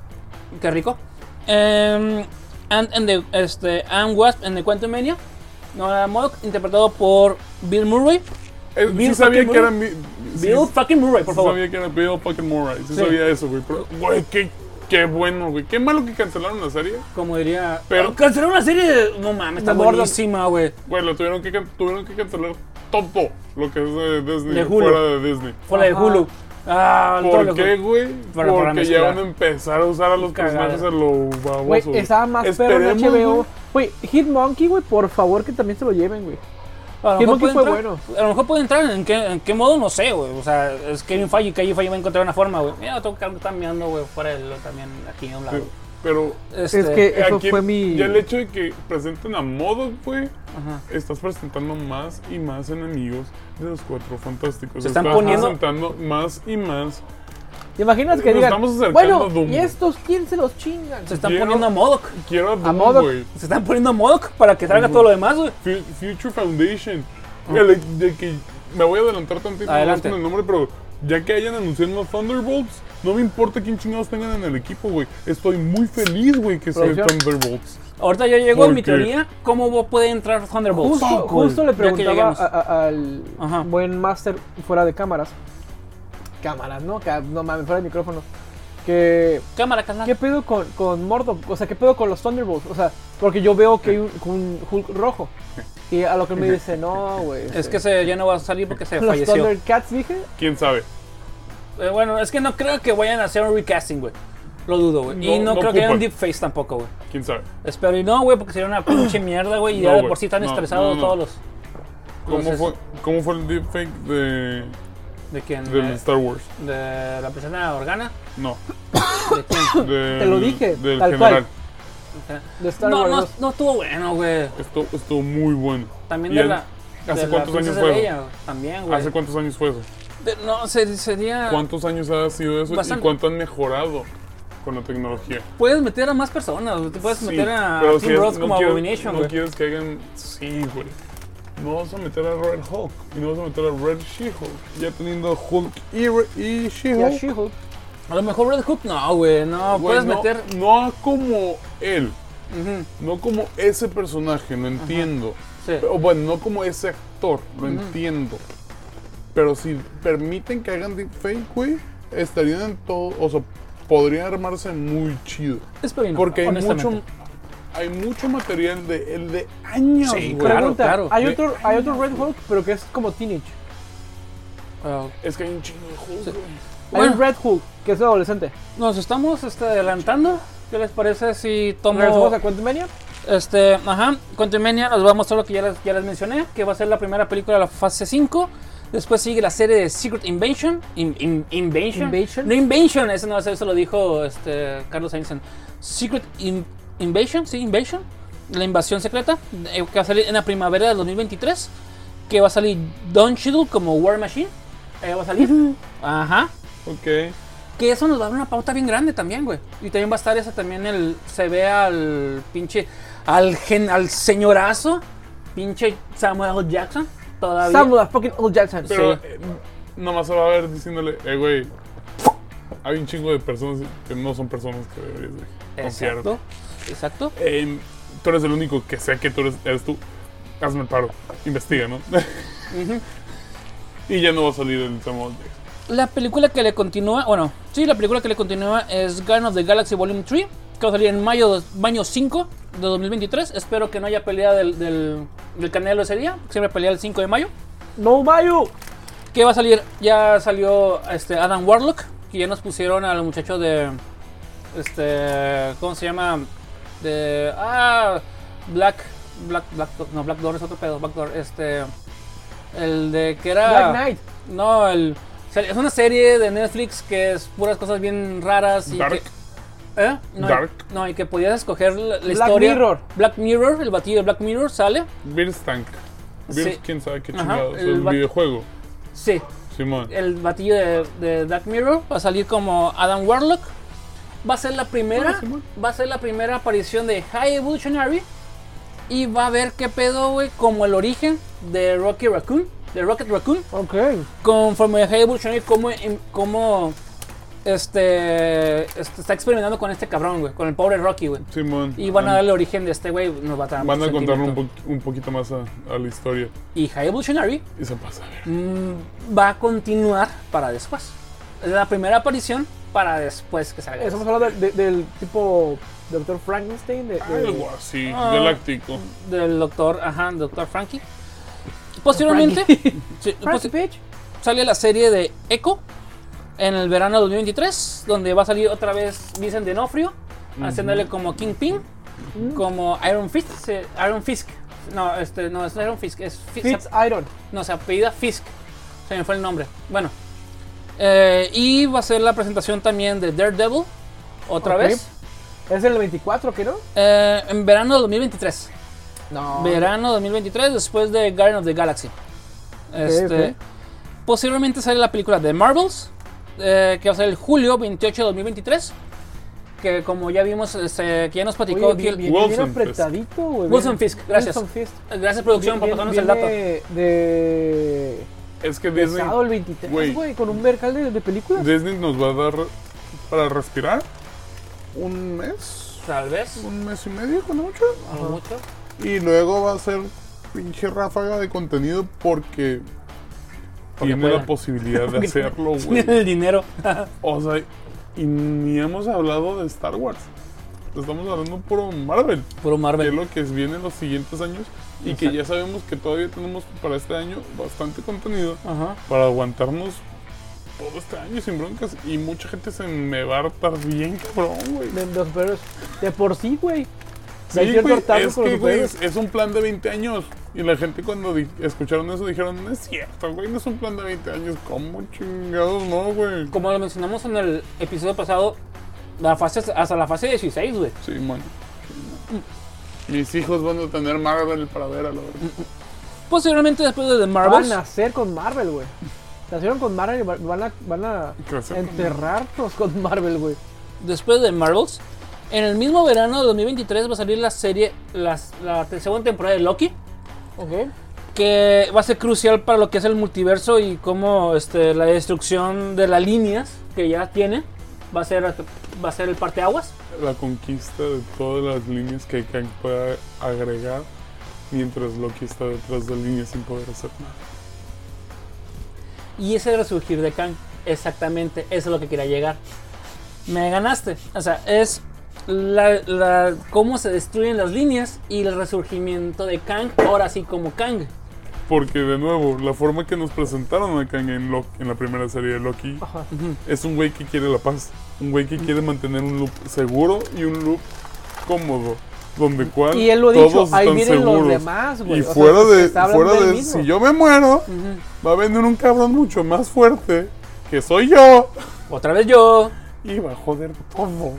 Qué rico. Em, and, and the, este, and Wasp en The Quantum Mania. No, la M.O.D.O.K. interpretado por Bill Murray.
Eh, sí
Bill
sabía
fucking
que era.
Murray.
mi- sí,
Bill fucking Murray, por
sí
favor.
sabía que era Bill fucking Murray. Sí,
Sí.
sabía eso, güey. Pero, güey, qué, qué bueno, güey. Qué malo que cancelaron la serie.
Como diría.
Pero-
Cancelar una serie. de- No mames, está
De Murdoch.
buenísima, güey.
Güey, lo tuvieron que, can- tuvieron que cancelar todo lo que es de Disney.
De Hulu.
fuera de Disney.
Fue la de
Ajá.
Hulu. Ah, todo
¿Por
lo-
qué, güey?
Para- para
Porque ya
mezclar.
van a empezar a usar a los
Cagada.
personajes a lo baboso.
Güey,
güey.
estaba más
Esperemos,
perro en
güey.
HBO. Güey, Hitmonkey, güey, por favor que también se lo lleven, güey.
A lo,
Hitmonkey
mejor puede
fue
entrar,
bueno.
a lo mejor puede entrar. ¿En qué, en qué modo? No sé, güey. O sea, es Kevin Feige y Kevin Feige va a encontrar una forma, güey. Mira, tengo que estar mirando, güey, fuera de lo también aquí a un lado.
Pero
Este,
Es que eso
aquí-
fue mi.
Ya el hecho de que presenten a modo, güey,
ajá.
estás presentando más y más enemigos de los cuatro fantásticos.
Se están
estás
poniendo-
presentando más y más.
¿Te imaginas que
Nos
digan?
estamos acercando a
bueno,
Doom".
¿y estos quién se los chingan?
Se están
Quiero-
poniendo a Modoc.
Quiero a Doom,
modo-
güey.
Se están poniendo a Modoc para que traiga todo lo demás, güey.
Fu- Future Foundation. El- de que me voy a adelantar tantito más
Ah. Adelante.
con el nombre, pero ya que hayan anunciado a Thunderbolts, no me importa quién chingados tengan en el equipo, güey. Estoy muy feliz, güey, que sea
Producción.
Thunderbolts.
Ahorita ya llegó
Porque-
mi teoría. ¿Cómo vo- puede entrar Thunderbolts?
Justo,
Fuck, güey.
justo le
Ya que
preguntaba
lleguemos.
a- a- al
Ajá.
buen master fuera de cámaras. Cámaras, ¿no? Ca- No mames, fuera de micrófono. Que.
Cámara, carnal.
¿Qué pedo con, con Mordor? O sea, ¿qué pedo con los Thunderbolts? O sea, porque yo veo que hay un, un Hulk rojo. Y a lo que me dice, no, güey.
Es
este,
que se, ya no va a salir porque se
Los
falleció.
Thundercats, dije.
¿Quién sabe?
Eh, bueno, es que no creo que vayan a hacer un recasting, güey. Lo dudo, güey. y
No,
no,
no
creo que haya un
ocupan.
deepface tampoco, güey.
¿Quién sabe?
Espero y no, güey, porque sería una pinche mierda, güey. Y
No,
ya de
güey.
por sí están
No,
estresados
no, no.
todos los.
¿Cómo,
Entonces-
fue, ¿Cómo fue el deepfake de,
¿De quién?
del
Eh,
Star Wars?
de la persona Organa.
No.
¿De quién?
del-
Te lo dije,
Del
tal
general.
De Star
no,
Wars.
no,
2.
no estuvo bueno, güey.
Esto estuvo muy bueno.
También
Y
de
él-
la.
¿Hace
de la
cuántos años
princesa
fue?
Leia, güey. También, güey.
¿Hace cuántos años fue eso?
De- No, se- sería.
¿Cuántos años ha sido eso?
Bastante.
¿Y cuánto han mejorado con la tecnología?
Puedes meter a más personas, güey. Te puedes
Sí,
meter a
pero
Tim
si es-
Roth
no
como
quieres-
Abomination,
No
güey.
quieres que hagan... Sí, güey. No vas a meter a Red Hulk y no vas a meter a Red She-Hulk. Ya teniendo Hulk y, Re- y
Y a
She-Hulk.
She-Hulk.
a lo mejor Red Hook, no, güey. No,
güey,
puedes
no-
meter.
No como él.
Ujú,
No como ese personaje, lo entiendo.
sí.
O bueno, no como ese actor, lo entiendo. Pero si permiten que hagan deepfake, güey, estarían en todo. O sea, podría armarse muy chido.
Espero y no,
Porque hay
honestamente.
mucho. Hay mucho material de él de años,
Sí,
güey.
claro.
Pregunta, Hay,
De-
otro, hay otro Red Hulk, pero que es como teenage.
Ah,
Es que hay un chingo de juegos, güey.
Hay un
Bueno.
Red Hulk, que es adolescente.
Nos estamos este, adelantando. ¿Qué les parece si tomo
Regresamos a Quantumania.
este, ajá, Contimania? Nos va a mostrar lo que ya les, ya les mencioné, que va a ser la primera película de la fase 5. Después sigue la serie de Secret Invasion. In- in- invasion.
Invasion.
No Invasion, eso no va a ser, eso lo dijo este, Carlos Einstein. Secret In- Invasion, sí, Invasion. La invasión secreta, eh, que va a salir en la primavera del 2023. Que va a salir Don Cheadle como War Machine. Ahí va a salir. Ajá.
Ok.
Que eso nos va a dar una pauta bien grande también, güey. Y también va a estar esa también el. Se ve al pinche. Al gen, al señorazo. Pinche Samuel L. Jackson. Todavía.
Samuel fucking L. Jackson.
Pero
Sí.
eh, nomás se va a ver diciéndole, eh, güey. Hay un chingo de personas que no son personas que deberías de confiar.
Exacto. Exacto.
Em, tú eres el único que sé que tú eres, eres tú. Hazme el paro. Investiga, ¿no? y ya no va a salir el Samuel Jackson.
La película que le continúa. Bueno, sí, la película que le continúa es Guardian of the Galaxy Volume 3. Que va a salir en mayo, mayo 5 de 2023. Espero que no haya pelea del, del, del canelo ese día. Siempre pelea el 5 de mayo.
No Mayo.
¿Qué va a salir? Ya salió este Adam Warlock, que ya nos pusieron al muchacho de. Este. ¿Cómo se llama? De. Ah. Black. Black. Black Door- no, Black Door es otro pedo. Black Door. Este. El de que era.
Black Knight.
No, el. Es una serie de Netflix que es puras cosas bien raras. Y
Dark.
que- ¿Eh? No,
Dark.
y- no, y que podías escoger la, la
Black
historia.
Mirror.
Black Mirror, el batido de Black Mirror sale.
Beers Tank. Beers,
Sí.
quién sabe qué
Ajá,
chingados.
el
El
vato- Eh,
videojuego.
Sí,
Simón.
el batillo de, de Dark Mirror va a salir como Adam Warlock. Va a ser la primera, va a ser la primera aparición de High Evolutionary y va a ver qué pedo, güey, como el origen de Rocky Raccoon, de Rocket Raccoon,
Ok.
conforme High Evolutionary cómo em- cómo, este, este está experimentando con este cabrón, güey, con el pobre Rocky, güey.
Simón.
Y van a
Ah,
darle origen de este güey, nos va a traer
Van a
mucho
contarle un,
sentimiento.
po- un poquito más a, a la historia.
Y High Evolutionary
Y se pasa a ver.
mm, va a continuar para después. Es la primera aparición para después que salga.
Estamos hablando de- de- del tipo Doctor Frankenstein. De, de-
Algo así,
Ah.
galáctico.
Del doctor, ajá, doctor Frankie. Posteriormente, sí,
Frankie
posi-
Pitch.
sale la serie de Echo en el verano de 2023, donde va a salir otra vez Vincent D'Onofrio, haciéndole como Kingpin, como Iron Fist, se- Iron Fisk. No, este, no es Iron Fisk, es Fisk.
Fitz Iron.
No, se apellida Fisk. Se me fue el nombre. Bueno. Eh, y va a ser la presentación también de Daredevil. Otra
Ok.
vez.
Es el 24, ¿qué no?
Eh, en verano de 2023.
No.
Verano 2023, después de Guardian of the Galaxy. Este,
ok.
Posteriormente sale la película de Marvels. eh, que va a ser el julio 28 de 2023. Que como ya vimos, este, que ya nos platicó
Oye,
aquí
bien,
el-
bien- bien
Wilson
apretadito, güey.
Wilson
Bien-
Fisk, gracias.
Wilson Fisk.
Gracias producción por
Bien-
pasarnos
bien-
el dato.
viene De.
Es que Disney,
Pesado el 23,
Güey.
güey, con un vercal de, de películas.
Disney nos va a dar para respirar un mes,
Tal vez.
un mes y medio con mucho.
a lo mucho.
Y luego va a ser pinche ráfaga de contenido porque, tiene
pueden.
la posibilidad de hacerlo, güey.
el dinero.
O sea, y ni hemos hablado de Star Wars. Estamos hablando puro Marvel,
Puro
que es
Marvel.
lo que viene en los siguientes años y que ya sabemos que todavía tenemos para este año bastante contenido
Ajá.
para aguantarnos todo este año sin broncas y mucha gente se me va a hartar bien cabrón, güey.
De, de los superhéroes. De por sí, güey.
Sí,
hay cierto
güey,
hartazgo
es
con
que,
los
güey,
superhéroes.
es, es un plan de 20 años. Y la gente cuando di- escucharon eso dijeron, no es cierto, güey, no es un plan de 20 años. ¿Cómo chingados no, güey?
Como lo mencionamos en el episodio pasado, la fase, hasta la fase 16, güey.
Sí, man. Mis hijos van a tener Marvel para ver a la verdad.
Posteriormente después de The Marvels,
Van a hacer con Marvel, güey. Nacieron con Marvel y va- van a, van a
Crecer con-
enterrarnos con Marvel, güey.
después de Marvels, en el mismo verano de 2023 va a salir la serie, las- la, te- segunda temporada de Loki,
Ok.
que va a ser crucial para lo que es el multiverso y cómo este, la destrucción de las líneas que ya tiene va a ser, va a ser el parteaguas.
La conquista de todas las líneas que Kang pueda agregar mientras Loki está detrás de líneas sin poder hacer nada.
Y ese resurgir de Kang, exactamente, eso es lo que quería llegar. Me ganaste. O sea, es la, la- cómo se destruyen las líneas y el resurgimiento de Kang, ahora sí como Kang.
Porque, de nuevo, la forma que nos presentaron a Kang en, Lo- en la primera serie de Loki
Ajá.
Pues,
es un güey que quiere la paz. Un güey que quiere mantener un loop seguro y un loop cómodo. Donde cual
Y él lo ha
todos
dicho, ahí
están
vienen los
seguros.
demás, güey.
Y
O sea, pues,
fuera de,
está hablando
fuera
él
de
mismo.
si yo me muero, va a venir un cabrón mucho más fuerte que soy yo
Otra vez yo.
y va a joder todo.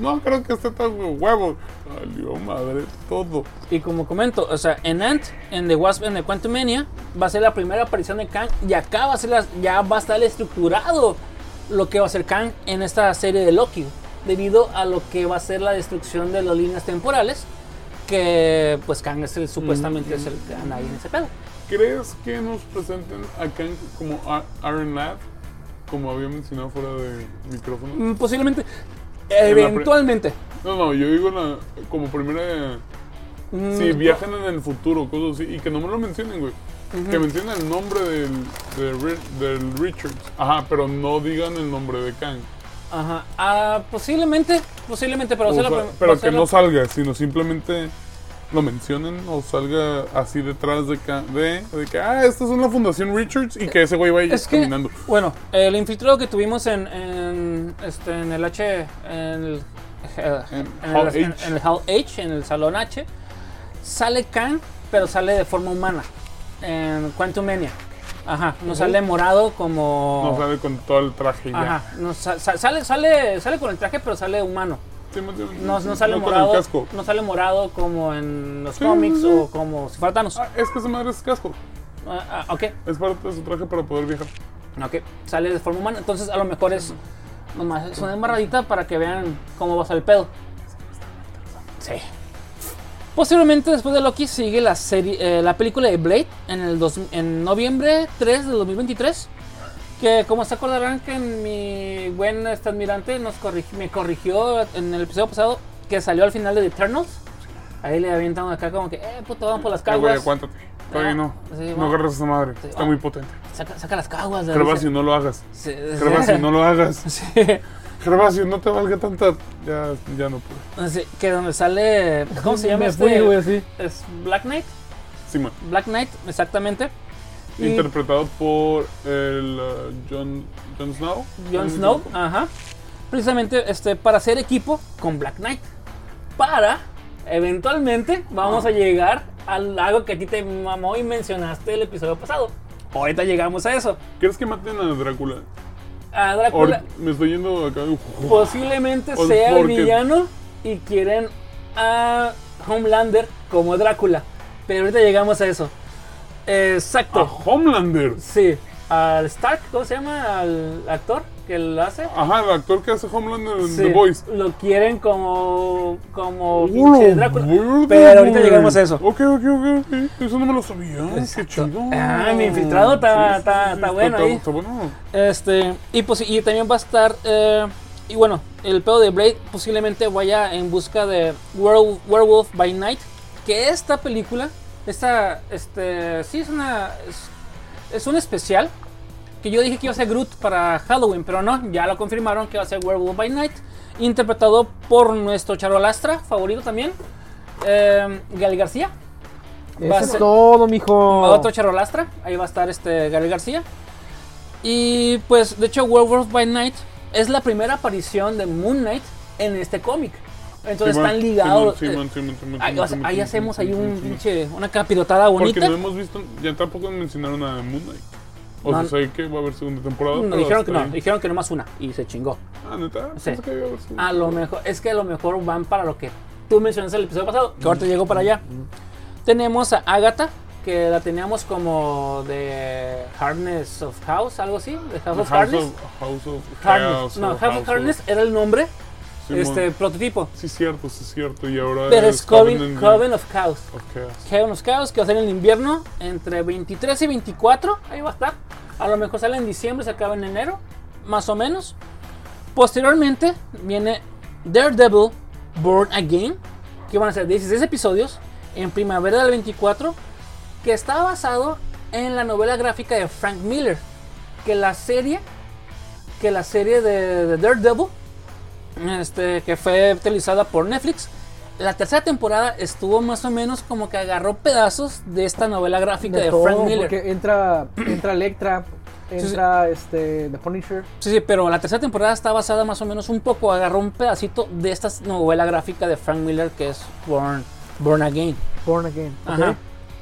No creo que esté tan de huevo. Salió madre todo.
Y como comento, o sea, en Ant, en The Wasp, en The Quantumania, va a ser la primera aparición de Kang. Y acá va a ser las- ya va a estar estructurado lo que va a ser Kang en esta serie de Loki. Debido a lo que va a ser la destrucción de las líneas temporales. Que pues Kang es el, supuestamente es el que anda ahí en ese pedo.
¿Crees que nos presenten a Kang como a- Iron Lad? Como había mencionado fuera de micrófono.
Mm, Posiblemente,
la pre-
eventualmente.
No, no, yo digo la- como primera.
Mm,
Si viajan en el futuro, cosas así. Y que no me lo mencionen, güey. Que mencionen el nombre del, de Ri- del Richards. Ajá, pero no digan el nombre de Kang.
Ajá. Ah, posiblemente, posiblemente, pero va a
O
ser la
sea,
prim- va
pero
a ser
que
la-
no salga, sino simplemente lo mencionen o salga así detrás de, ca- de, de que, ah, esta es una fundación Richards y que ese güey vaya
Es que,
caminando.
bueno, el infiltrado que tuvimos en, en, este, en el H, en el, eh,
En
en
Hall
el- en-
H.
en el Hall H, en el Salón H, sale Khan, pero sale de forma humana, en Quantum Ajá, no sale morado como...
No sale con todo el traje y ya.
Oh. Ajá, no, sa- sa- sale, sale, sale con el traje, pero sale humano.
Sí, no,
No, no sale
con
morado.
el casco.
No sale morado como en los
Sí,
cómics
sí.
o como si fuera Thanos.
Ah, es que esa madre es casco.
Ah, ah, ok,
Es parte de su traje para poder viajar.
ok. Sale de forma humana. Entonces a lo mejor es nomás es una embarradita para que vean cómo va a ser el pedo. Sí. Posiblemente después de Loki sigue la serie, eh, la película de Blade en el dos- en noviembre 3 del 2023. Que como se acordarán que mi buen este admirante nos corrigi- me corrigió en el episodio pasado que salió al final de The Eternals. Ahí le avientan acá como que, eh, puto, vamos por las
Eh, güey,
caguas.
aguántate. Todavía no.
Sí,
no
va.
agarres esa madre.
Sí,
Está
va.
muy potente.
Saca, saca las caguas. le
Gervasio,
dice.
no lo hagas.
Sí,
Gervasio, no lo hagas.
sí.
Gervasio, no te valga tanta. Ya, ya no pude.
Sí, Que donde sale, ¿cómo se llama
Me
este?
fui, güey, así.
Es Black Knight.
Simón.
Black Knight, exactamente. Y
Interpretado por el eh, John, John Snow.
Jon Snow, ajá. Precisamente este, para hacer equipo con Black Knight. Para, eventualmente, vamos a llegar al algo que a ti te mamó y mencionaste el episodio pasado. Ahorita llegamos a eso.
¿Crees que maten a Drácula?
A Drácula
Ahor- me estoy yendo acá.
Pues posiblemente
Por-
sea el
porque-
villano y quieren a Homelander como Drácula. Pero ahorita llegamos a eso. Exacto.
A Homelander.
Sí, al Stark, ¿cómo se llama? Al actor que lo hace.
Ajá, el actor que hace Homelander en
Sí,
The Boys.
Lo quieren como. como.
Hola,
pinche Drácula.
verde,
Pero ahorita
güey.
llegamos a eso.
Ok, ok, ok. ok. Eso no me lo sabía. Qué chido.
Ah, mi infiltrado está- está- está bueno ahí.
Está bueno.
Este, y, pues, y también va a estar. eh, y bueno, el pedo de Blade posiblemente vaya en busca de Werewolf, Werewolf by Night. Que esta película, esta, este, sí es una. Es, es un especial. Que yo dije que iba a ser Groot para Halloween, pero no, ya lo confirmaron que va a ser Werewolf by Night. Interpretado por nuestro charolastra favorito también, eh, Gal García. Va a
Eso
ser-
es todo, mijo.
a otro charolastra. Ahí va a estar este Gael García. Y pues, de hecho, Werewolf by Night es la primera aparición de Moon Knight en este cómic. Entonces
Simón,
están ligados.
Simón, Simón,
eh,
Simón, Simón,
ahí,
Simón,
o sea,
Simón,
ahí
Simón,
hacemos
Simón,
ahí
Simón,
un
Simón.
pinche, una capirotada
Porque
bonita.
no hemos visto, ya tampoco mencionaron a Moon Knight. O
No,
sea, sé que va a haber segunda temporada.
No,
pero
dijeron que
hasta
no,
ahí.
dijeron que nomás una. Y se chingó.
Ah, neta.
Sí.
Pensé que iba a haber segunda.
A lo mejor, es que a lo mejor van para lo que tú mencionaste el episodio pasado, que ahorita llegó para allá. Tenemos a Agatha, que la teníamos como de Harness of House, algo así, de House of
House
Harness.
of House of
Harness.
Chaos,
No,
o
House of Harness era el nombre,
Simón.
este prototipo.
Sí, cierto, sí, cierto. Y ahora.
Pero es Coven,
and-
Coven of Chaos.
of Chaos.
Coven of Chaos que va a ser en el invierno entre 23 y 24. Ahí va a estar. A lo mejor sale en diciembre, se acaba en enero, más o menos. Posteriormente viene Daredevil Born Again, que van a ser 16 episodios en primavera del 24, que está basado en la novela gráfica de Frank Miller, que la serie, que la serie de, de Daredevil, este, que fue utilizada por Netflix. La tercera temporada estuvo más o menos como que agarró pedazos de esta novela gráfica de,
de todo,
Frank Miller.
porque entra, entra Electra,
sí.
entra este, The Punisher.
Sí, sí, pero la tercera temporada está basada más o menos un poco, agarró un pedacito de esta novela gráfica de Frank Miller que es Born, Born Again.
Born Again. ¿ok?
Ajá.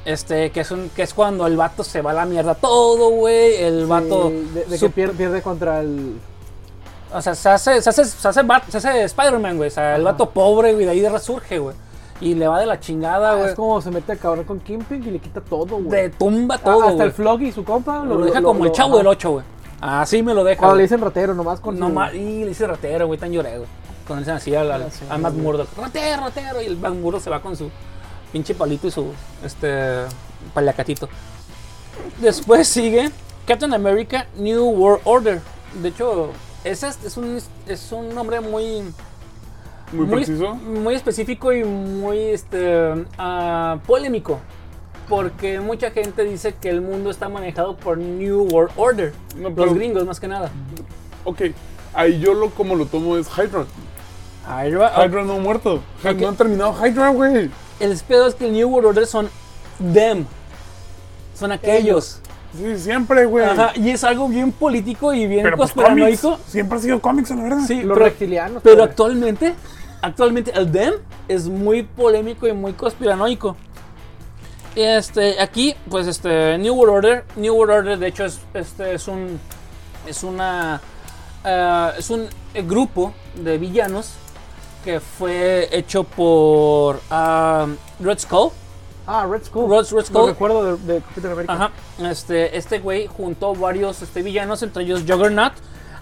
Este, que es, un, que es cuando el vato se va a la mierda todo, güey. El vato.
Sí, de, de que
su-
pierde, pierde contra el.
o sea, se hace, se hace, se hace, bat- se hace Spider-Man, güey. O sea, el
Ajá.
vato pobre, güey, de ahí resurge, güey. Y le va de la chingada, Ah, güey.
Ah, Es como se mete a cabrón con Kingpin y le quita todo, güey.
De tumba
Ah,
todo,
Hasta
güey.
el Flock y su compa.
Lo, deja como el
lo-
chavo
ajá.
del 8, güey. Así me lo deja.
Cuando
güey.
le dicen ratero, nomás con.
No
su-
más, y le hice ratero, güey, tan lloré, güey. Cuando le dicen así al, al,
Ah, sí,
al Matt
güey.
Murdock, ratero, ratero, y el Matt Murdock se va con su pinche palito y su este paliacatito. Después sigue Captain America New World Order. De hecho, ese es, es un, es un nombre muy,
Muy preciso.
muy específico y muy este, ah, polémico. Porque mucha gente dice que el mundo está manejado por New World Order.
No,
los
pero-
gringos, más que nada.
Ok. Ahí yo lo, como lo tomo es Hydra.
Ahí va-
Hydra no ha muerto.
Ok.
No han terminado Hydra, güey.
Ah, El pedo es que el New World Order son them. Son aquellos.
Sí, siempre, güey.
Ajá, y es algo bien político y bien
Pero pues cómics.
conspiranoico.
Siempre ha sido cómics, a la verdad.
Sí,
Los
pero,
reptilianos.
pero
pobre.
actualmente, actualmente el DEM es muy polémico y muy conspiranoico. Este, aquí, pues este, New World Order, New World Order, de hecho es, este, es un, es una, ah, es un eh, grupo de villanos que fue hecho por ah, Red Skull.
Ah, Red Skull.
Red- Red Skull.
Lo recuerdo de, de Capitán América.
Ajá. Este, este güey juntó varios este, villanos, entre ellos Juggernaut.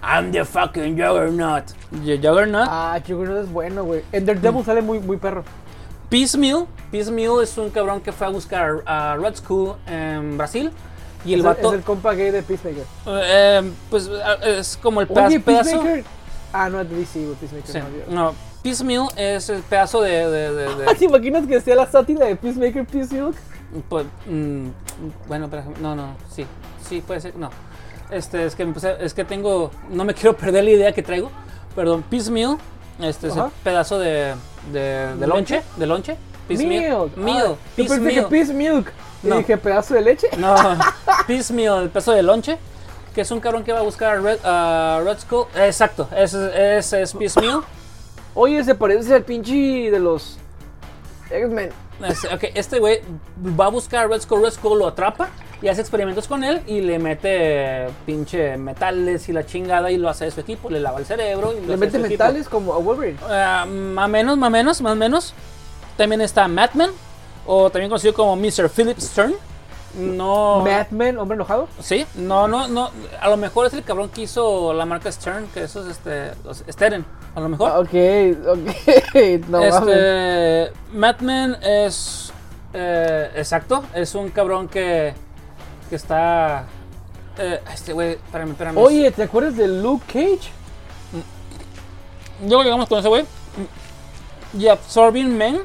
I'm the fucking Juggernaut. Y Juggernaut.
Ah, Juggernaut es bueno, güey. En
Mm.
Daredevil sale muy, muy perro.
Piecemeal. Piecemeal es un cabrón que fue a buscar a Red Skull en Brasil. Y el
Es,
vato.
es el compa gay de Peacemaker.
eh, eh, pues eh, es como el peda-
Oye,
pedazo.
Peacemaker. Ah, no, es de DC, güey. Peacemaker.
Sí,
no, Dios.
no, Piecemeal es el pedazo de. de- de- de-
Ah, ¿Te imaginas que sea la sátira de Peacemaker, Peacemaker?
pues, mm, bueno, pero, no, no, sí. Sí, puede ser. No. Este, es que me puse- es que tengo. No me quiero perder la idea que traigo. Perdón, Piecemeal. Este es el
Ajá.
pedazo de. de, de lonche. De lonche. Piecemeal.
Milk.
Meal.
Ah, yo pensé que
piecemeal.
Peace Milk. Y
No.
dije, pedazo de leche.
No, piecemeal, el peso de lonche. Que es un cabrón que va a buscar a Red, a Red Skull. Exacto, ese es, es, es piecemeal.
Oye, se parece al pinche de los X-Men.
Es- ok, este güey va a buscar a Red Skull, Red Skull lo atrapa y hace experimentos con él y le mete pinche metales y la chingada y lo hace de su equipo, le lava el cerebro. Y
Le
lo hace de
mete
su equipo.
metales como a Wolverine.
Ah, más menos, más menos, más menos. También está Madman, o también conocido como Mr. Philip Stern. No.
Batman, hombre enojado.
Sí, no, no, no. A lo mejor es el cabrón que hizo la marca Stern, que esos, este, los Stern, a lo mejor.
Ok, ok. Ah, No mames.
Oh. este, Madman es, eh, exacto, es un cabrón que, que está, eh, este güey, espérame, espérame.
Oye, ¿te acuerdas de Luke Cage?
yo creo que vamos con ese güey. Mm, Y Absorbing Man,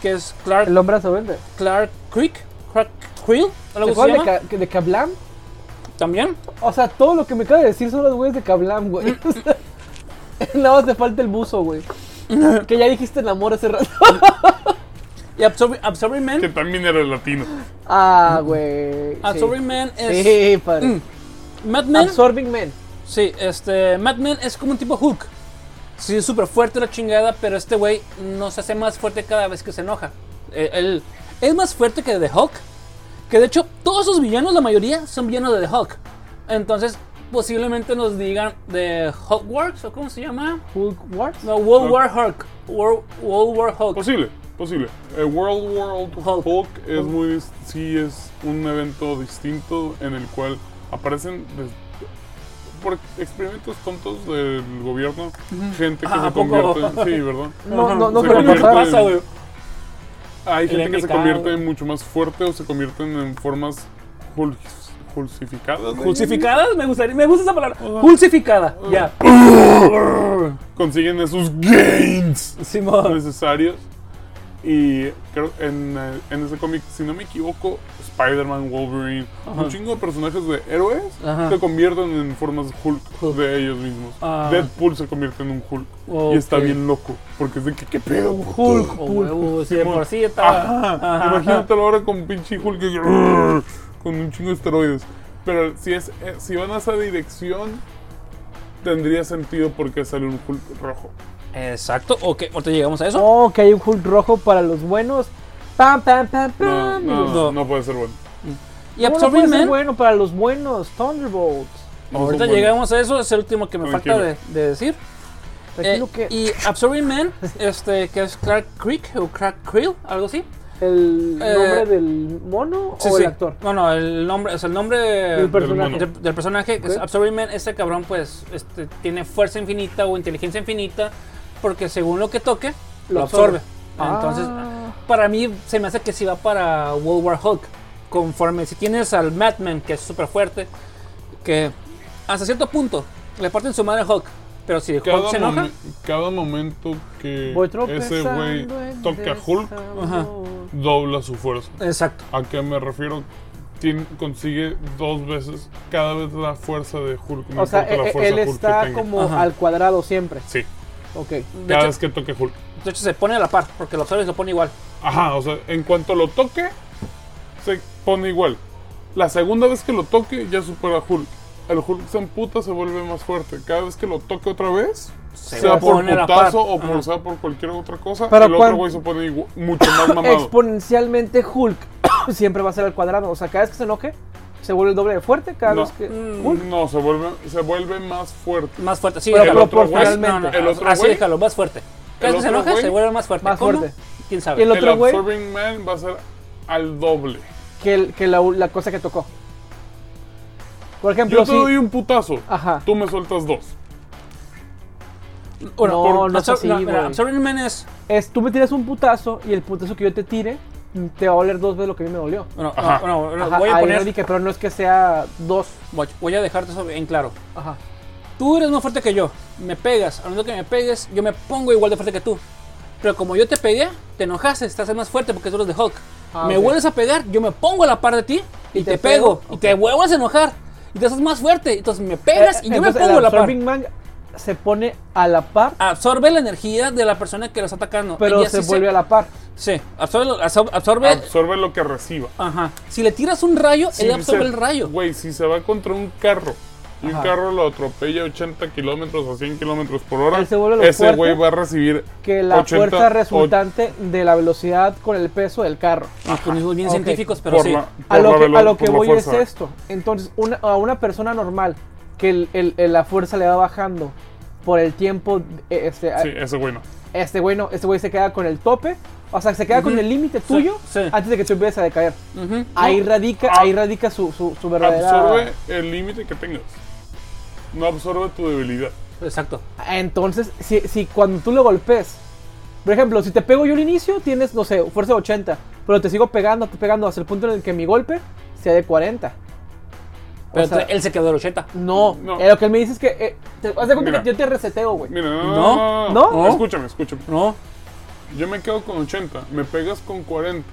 que es Clark,
El hombre absorbente.
Clark Creek, Clark Creel,
¿Te
algo así se
acuerdas de,
llama,
Ka- que- de Kablam?
también.
O sea, todo lo que me acaba de decir son los güeyes de Kablam,
Mm.
güey. O sea, Nada más te falta el buzo, güey. Que ya dijiste el amor hace rato.
Y Absorbing, Absorbing Man,
Que también era latino.
Ah, güey. sí.
Absorbing Man es Mm.
Sí, padre.
Madman.
Absorbing Man.
Sí, este. Madman es como un tipo Hulk. Sí, es súper fuerte la chingada, pero este güey nos hace más fuerte cada vez que se enoja. Eh, él es más fuerte que The Hulk. Que de hecho, todos sus villanos, la mayoría, son villanos de The Hulk. Entonces, posiblemente nos digan de Hulkworks, o cómo se llama.
Hulk Wars.
No, World War Hulk. World, World War
Pues,
Hulk.
Posible, posible.
El Eh, World World
Hulk.
Hulk, es muy dis- sí es un evento distinto en el cual aparecen des- por experimentos tontos del gobierno gente que
Ah, ¿a
se
poco?
convierte en, sí, ¿verdad?
No, no, no,
Se
pero no
convierte
pasa.
en-
güey.
Hay
El
gente que se
MK,
convierte
güey.
en mucho más fuerte o se convierten en formas jul- julsificadas. güey.
Justificadas, me gustaría, me gusta esa palabra. Justificada, ya.
Consiguen esos gains Pues,
Simón.
necesarios. Y creo en, eh, en ese cómic, si no me equivoco, Spider-Man, Wolverine, un chingo de personajes de héroes
Ajá.
se convierten en formas Hulk,
Hulk.
de ellos mismos.
Ah.
Deadpool se convierte en un Hulk. Y está
Ok.
bien loco, porque es de que qué pedo. güey?
Hulk, Hulk. Oh, Sí, de por sí estaba.
Ajá,
Ajá.
Imagínate ahora con pinche Hulk que- "Urgh", con un chingo de esteroides. Pero si es eh, si van a esa dirección tendría sentido porque sale un Hulk rojo.
Exacto, ok, ahorita llegamos a eso.
Oh, que hay un Hulk rojo para los buenos. Pam, pam, pam,
Ah,
No,
pam.
no,
No.
no, puede ser bueno.
y
¿Cómo no puede
Absorbing
ser
Man,
bueno para los buenos. Thunderbolt.
No
ahorita
son buenos.
llegamos a eso, es el último que me
Tranquilo.
falta de, de decir.
Tranquilo
Eh,
que
Y Absorbing Man, este, que es Clark Creek o Clark Creel, algo así.
el
eh,
nombre del mono
Sí,
o
sí.
el actor.
No, no, el nombre, es el nombre
El
del,
personaje.
del- del personaje. que es
Ok.
Absorbing Man, este cabrón, pues, este, tiene fuerza infinita o inteligencia infinita, porque según lo que toque, lo,
Lo
absorbe.
absorbe.
Entonces,
Ah.
para mí se me hace que si va para World War Hulk. Conforme si tienes al Madman, que es súper fuerte, que hasta cierto punto le parten su madre a Hulk. Pero si Hulk
Cada,
se enoja,
momen- cada momento que
Voy
ese
tropezando
güey
en
toca a Hulk
desamor.
dobla su fuerza.
exacto.
¿A qué me refiero? Tien- consigue dos veces cada vez la fuerza de Hulk. No
O sea,
importa la
eh, eh,
fuerza
él
Hulk que
está
tenga.
como
Ajá.
al cuadrado siempre.
Sí,
Ok.
De
cada
hecho,
vez que toque Hulk.
de hecho, se pone a la par, porque lo absorbe y se lo pone igual.
Ajá, o sea, en cuanto lo toque, se pone igual. La segunda vez que lo toque, ya supera a Hulk. El Hulk se emputa, se vuelve más fuerte. Cada vez que lo toque otra vez,
Se
sea por
pone a la
putazo
par.
o por,
Ajá.
sea por cualquier otra cosa,
Pero
el
cuan-
otro güey se pone igu- mucho más mamado.
Exponencialmente Hulk siempre va a ser al cuadrado. O sea, cada vez que se enoje, se vuelve el doble de fuerte. Cada
No.
vez que.
Mm.
No, se vuelve, se vuelve más fuerte.
Más fuerte, sí,
Pero
déjalo.
proporcionalmente.
No, no,
El otro
así
güey-
déjalo, más fuerte. Cada
el
vez que
otro
se enoja,
güey-
se vuelve más fuerte.
Más
¿Cómo?
fuerte.
¿Quién
Y
sabe?
el
El
otro güey,
Absorbing Man va a ser al doble.
que, el- que la, la cosa que tocó. Por ejemplo,
Yo te
si-
doy un putazo,
Ajá.
tú me sueltas dos.
No, no es
Absor-
así,
mira,
güey.
Absorbing Man es...
es tú me tiras un putazo y el putazo que yo te tire mm, te va a doler dos veces lo que a mí me dolió.
Bueno,
Ajá.
no, no, no,
Ajá,
voy a
ahí
poner...
no dije, pero no es que sea dos.
Voy, voy a dejarte eso en claro.
Ajá.
Tú eres más fuerte que yo. Me pegas. Al momento que me pegues, yo me pongo igual de fuerte que tú. Pero como yo te pegué, te enojaste, estás más fuerte porque tú eres de Hulk.
Ah,
me
ok.
vuelves a pegar, yo me pongo a la par de ti y,
¿Y
te,
te
pego.
pego?
Y te vuelves a enojar. Y te haces más fuerte. Entonces me pegas y Eh, yo
Entonces,
me pongo a
el
la par.
Absorbing Man se pone a la par,
Absorbe la energía de la persona que lo está atacando.
pero
Ella
se
sí
vuelve a la par.
Sí, absorbe. lo- absor- absorbe-
Absorbe lo que reciba.
ajá. Si le tiras un rayo,
Si
él absorbe
se-
el rayo.
Güey, si se va contra un carro y
Ajá.
un carro lo atropella 80 kilómetros a 100 kilómetros por hora,
Él se vuelve lo
ese
fuerte
güey va a recibir
Que la
80
fuerza
o-
resultante de la velocidad con el peso del carro.
Nos ponemos Ah, bien
Ok.
científicos, pero
por
sí.
la-
A
por
lo
la
que,
velo-
a lo que
por la
voy es
fuerza.
esto. Entonces, una, a una persona normal que el- el- el- la fuerza le va bajando por el tiempo, eh, este, a-
Sí, ese güey no.
este güey no, este güey se queda con el tope, o sea, se queda con el límite tuyo
sí.
antes de que tú empieces a decaer.
Ujú.
Ahí radica,
Ah.
ahí radica su, su, su verdadera.
Absorbe el límite que tengas. No absorbe tu debilidad.
Exacto.
Entonces, si, si cuando tú le golpes, por ejemplo, si te pego yo al inicio, tienes, no sé, fuerza de 80, pero te sigo pegando, te pegando hasta el punto en el que mi golpe sea de 40. O
Pero
sea,
tú- él se quedó de 80.
No,
No.
eh, lo que él me dice es que. eh, te, haz de cuenta
Mira.
que yo te reseteo, güey.
Mira, no,
No,
no, no, no,
no.
no. Escúchame, escúchame.
No,
Yo me quedo con 80, me pegas con 40.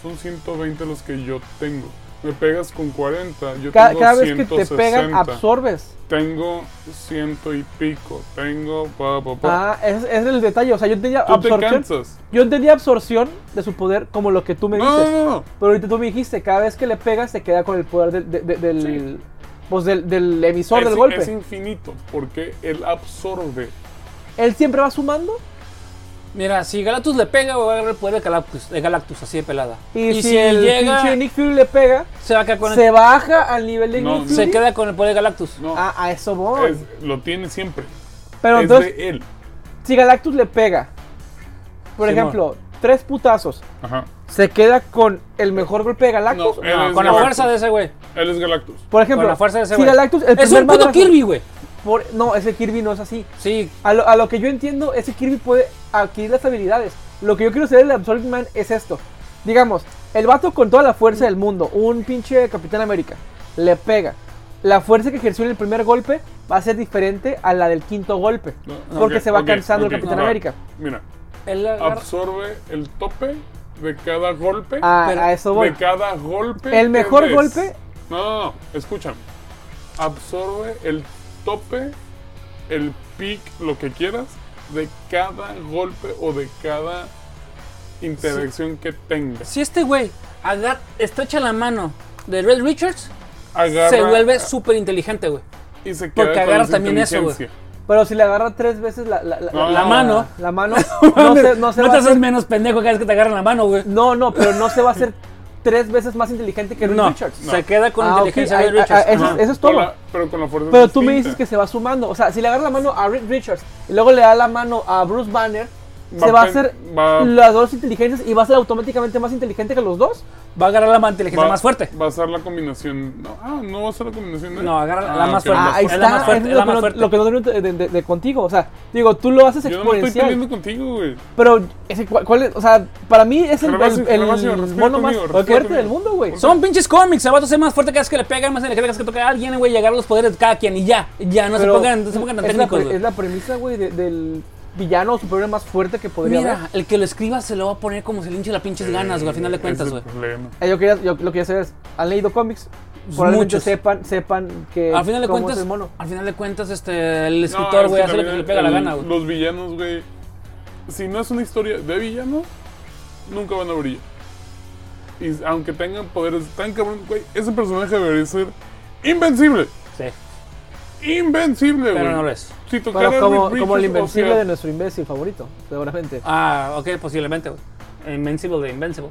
Son 120 los que yo tengo. Me pegas con 40, yo
Ca-
tengo
Cada, vez que
160.
te pegan, absorbes.
Tengo ciento y pico. Tengo pa pa pa.
Ah, ese ese es el detalle. O sea, yo entendía
Oh. Tú te
absorción.
cansas.
Yo entendía absorción de su poder como lo que tú me
No,
dices.
no, no, no.
Pero ahorita tú me dijiste, cada vez que le pegas se queda con el poder del, de- de- del, pues, del, del emisor
Es,
del golpe.
es infinito porque él absorbe.
Él siempre va sumando.
Mira, si Galactus le pega, va a agarrar el poder de Galactus, de Galactus así de pelada.
Y, si, el pinche Nick Fury le pega,
se va a quedar con
se
el,
baja al nivel de
No,
Nick
no.
Fury.
se queda con el poder de Galactus.
No,
Ah, a eso voy.
es- lo tiene siempre.
Pero
es
entonces,
de él.
si Galactus le pega, por
Simón.
ejemplo, tres putazos,
Ajá.
se queda con el mejor golpe de Galactus.
No,
¿o
él
No,
es
Ah, con la
Galactus.
fuerza de ese güey.
Él es Galactus.
Por ejemplo,
con la fuerza de ese
si
güey.
Galactus, el
es
primer
un puto
madrazo-
Kirby, güey.
por- no, ese Kirby no es así.
Sí,
A lo, a lo que yo entiendo es que Kirby puede adquirir las habilidades. Lo que yo quiero saber del Absorbing Man es esto. Digamos, el vato con toda la fuerza del mundo, un pinche Capitán América, le pega. La fuerza que ejerció en el primer golpe va a ser diferente a la del quinto golpe.
No,
Porque
ok,
se va
ok,
cansando
ok,
el Capitán
va.
América.
Mira,
él agarra-
absorbe el tope de cada golpe.
A,
Pero
a eso voy.
de cada golpe.
El
que
mejor
des.
golpe-
No, no, no, escúchame. Absorbe el tope, el pic, lo que quieras, de cada golpe o de cada interacción que tengas.
si este güey agar- estrecha la mano de Red Richards,
Agarra
se vuelve súper inteligente, güey.
y se
porque
queda con
agarra
esa
también eso, güey.
inteligencia.
Pero si le agarra tres veces la, la- la-
No.
La mano.
la mano, no se, no se
No
va
te
a
haces
hacer-
menos pendejo cada vez que te agarran la mano, güey.
No, no, pero no se va a hacer tres veces más inteligente que Reed
No, Pues
Richards.
se queda con
Ah, ok,
inteligencia
ahí-
de Red Richards.
ah, eso-
Ajá.
eso es todo.
Con la- pero con la fuerza
Pero tú me
distinta.
dices que se va sumando. O sea, si le agarra la mano a Reed Richards y luego le da la mano a Bruce Banner,
Va
se va a
pen-
hacer
va-
las dos inteligentes y va a ser automáticamente más inteligente que los dos.
Va a agarrar la mano inteligencia más fuerte.
Va a ser la combinación. No, ah, no va a ser la combinación. de-
No, agarra la
Ah,
más
ok,
fuerte.
Ah, ahí
Es la
está.
más fuerte,
es
es
lo
la
que
más
no-
fuerte.
Lo que no tengo de, de- de contigo. O sea, digo, tú lo haces
Yo no me estoy
exponencial.
peleando contigo, güey.
pero, ese, ¿cuál, cuál es? O sea, para mí es el,
Gervasio,
el- el
Gervasio, respira
mono más
conmigo, respira
fuerte
conmigo.
del mundo, güey.
Son pinches cómics, el vato se ve más fuerte cada vez que le pegan, más energética cada vez que toca a alguien, güey, llegar a los poderes de cada quien y ya, ya, no, se
Pero
pongan, no se pongan tan
es la pre-
técnicos, güey.
Es la premisa, güey, de- del villano o superhéroe más fuerte que podría haber.
Mira, el que lo escriba se lo va a poner como se le hinche las pinches ganas, güey, al final de
Ese
cuentas,
es el
güey.
problema.
Eh, Yo quería, yo lo que ya sabes, han leído cómics, probablemente
Pues Muchos.
sepan, sepan que
Al final de
cómo
cuentas,
es el mono.
al final de cuentas, este, el
No,
escritor,
es
güey,
que
hace lo que
también
le pega la
el-
gana, güey.
Los villanos, güey. Si no es una historia de villano, nunca van a brillar. Y aunque tengan poderes tan cabrón, güey, ese personaje debería ser invencible.
Sí,
Invencible, güey.
pero no lo es.
Si tocara
Pero como,
Rick Richards,
como el invencible
o sea,
de nuestro imbécil favorito, seguramente.
Ah, ok, posiblemente. güey. Invincible de Invincible.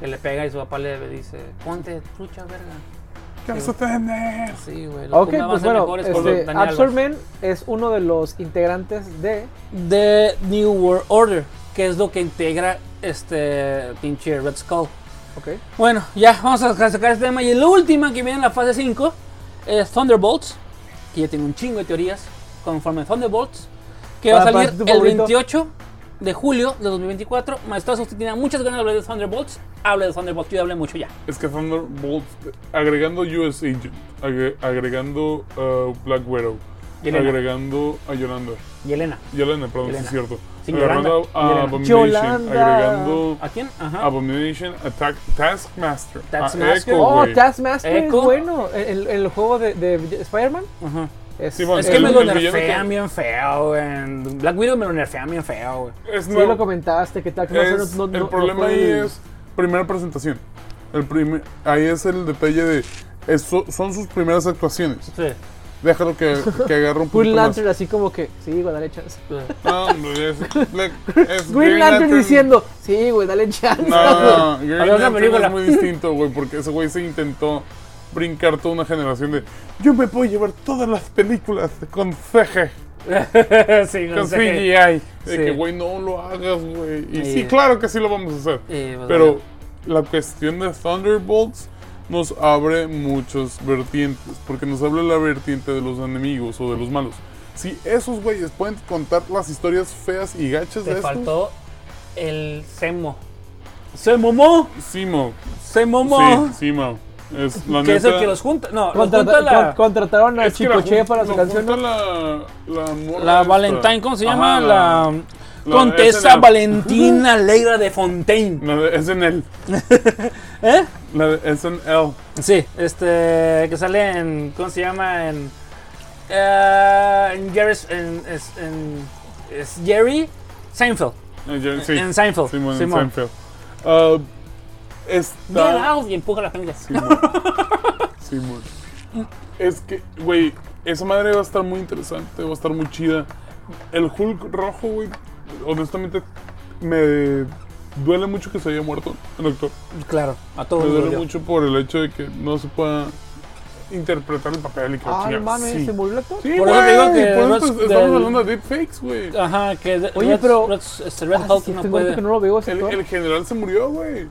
Que le pega y su papá le dice, ponte trucha, verga.
¿Qué vas a tener?
Sí, güey. los
ok,
Kuma van a
pues
ser
bueno,
mejores con
este,
Daniel Alves.
Absorb Man es uno de los integrantes de
The New World Order, que es lo que integra este pinche Red Skull.
Ok.
Bueno, ya vamos a sacar este tema. Y la última que viene en la fase 5 es Thunderbolts. Que yo tengo un chingo de teorías conforme Thunderbolts. Que va a
Para- para
salir
tu
el
favorito.
28 de julio de 2024. Maestrazo, usted tiene muchas ganas de hablar de Thunderbolts. Hable de Thunderbolts, yo ya hablé mucho ya.
Es que Thunderbolts, agregando US Agent, agre- agregando uh, Black Widow,
Yelena.
agregando a Yolanda.
Y Elena.
Yolanda, perdón, sí
Yelena.
es cierto.
Sí,
agregando
Yolanda.
a
Yelena.
Abomination,
Yolanda.
agregando
¿A quién?
Ah,
Ajá.
Abomination, Attack, Taskmaster, a
Taskmaster.
Echo,
Oh,
güey.
Taskmaster es
Echo.
bueno. El, el- el juego de, de Spider-Man
Ajá.
es,
Sí, bueno,
Es
eh,
que
El-
me
el
lo
villano que-
nerfean bien feo, güey. En Black Widow me lo nerfean bien feo, güey.
Es
sí
nuevo.
lo comentaste, que Taskmaster
Es-
no, no-
el
no-
problema
no fue
ahí
el-
es primera presentación. El primer, ahí es el detalle de es- so- son sus primeras actuaciones.
Sí.
Déjalo que, que agarre un
Green
poquito más.
Lantern así como que, sí, güey, dale chance.
No, hombre, es, Black- es
Green Lantern diciendo, sí, güey, dale chance.
No, Green
Había una
Lantern
película.
es muy distinto, güey, porque ese güey se intentó brincar toda una generación de yo me puedo llevar todas las películas con CG,
sí, no
con
sé qué.
CGI.
Sí.
eh, De que, güey, no lo hagas, güey. Y sí,
Sí.
claro que sí lo vamos a hacer.
Eh, pues,
Pero la cuestión de Thunderbolts nos abre muchos vertientes, porque nos habla la vertiente de los enemigos o de los malos. Si esos güeyes pueden contar las historias feas y gachas de
Te
pues, esto,
faltó el Semo. ¿Semomo?
Simo.
¿Semomo?
Sí, Simo. Es la
que es el
neta-
que los junta. No, los
Contrata-
junta la,
con- contrataron a
es que la
Chicoche
jun-
para su
lo
canción.
junta la, la, morra
la
esta.
Valentine, ¿cómo se llama?
Ajá,
la,
la- esa
Contesa
es la-
Valentina Leira de Fontaine.
la de- es en él.
¿Eh?
La de- es en él.
Sí, este. Que sale en. ¿Cómo se llama? En. eh, en Jerry. En, es, en- es Jerry Seinfeld.
Eh, yo- sí.
En Seinfeld.
Simón, en
Simón. ah.
Seinfeld. Ah,
Get
está-
out y empuja las familias.
Simón. Simón. Es que, güey, esa madre va a estar muy interesante, va a estar muy chida. El Hulk rojo, güey, honestamente me duele mucho que se haya muerto el actor.
Claro, a todos.
Me
nos
duele
dolió.
mucho por el hecho de que no se pueda interpretar el papel y que la
Ah,
chingada.
hermano,
sí.
¿se murió el actor?
Sí,
Por eso te digo
güey,
que
por
no
eso
es
estamos
del-
hablando de deepfakes, güey.
Ajá, que de-
Oye,
Red-
pero-
Red, este Red
Ah, sí,
Hulk
sí,
no
tengo
puede.
que no lo veo ese
El,
actor.
el general se murió, güey.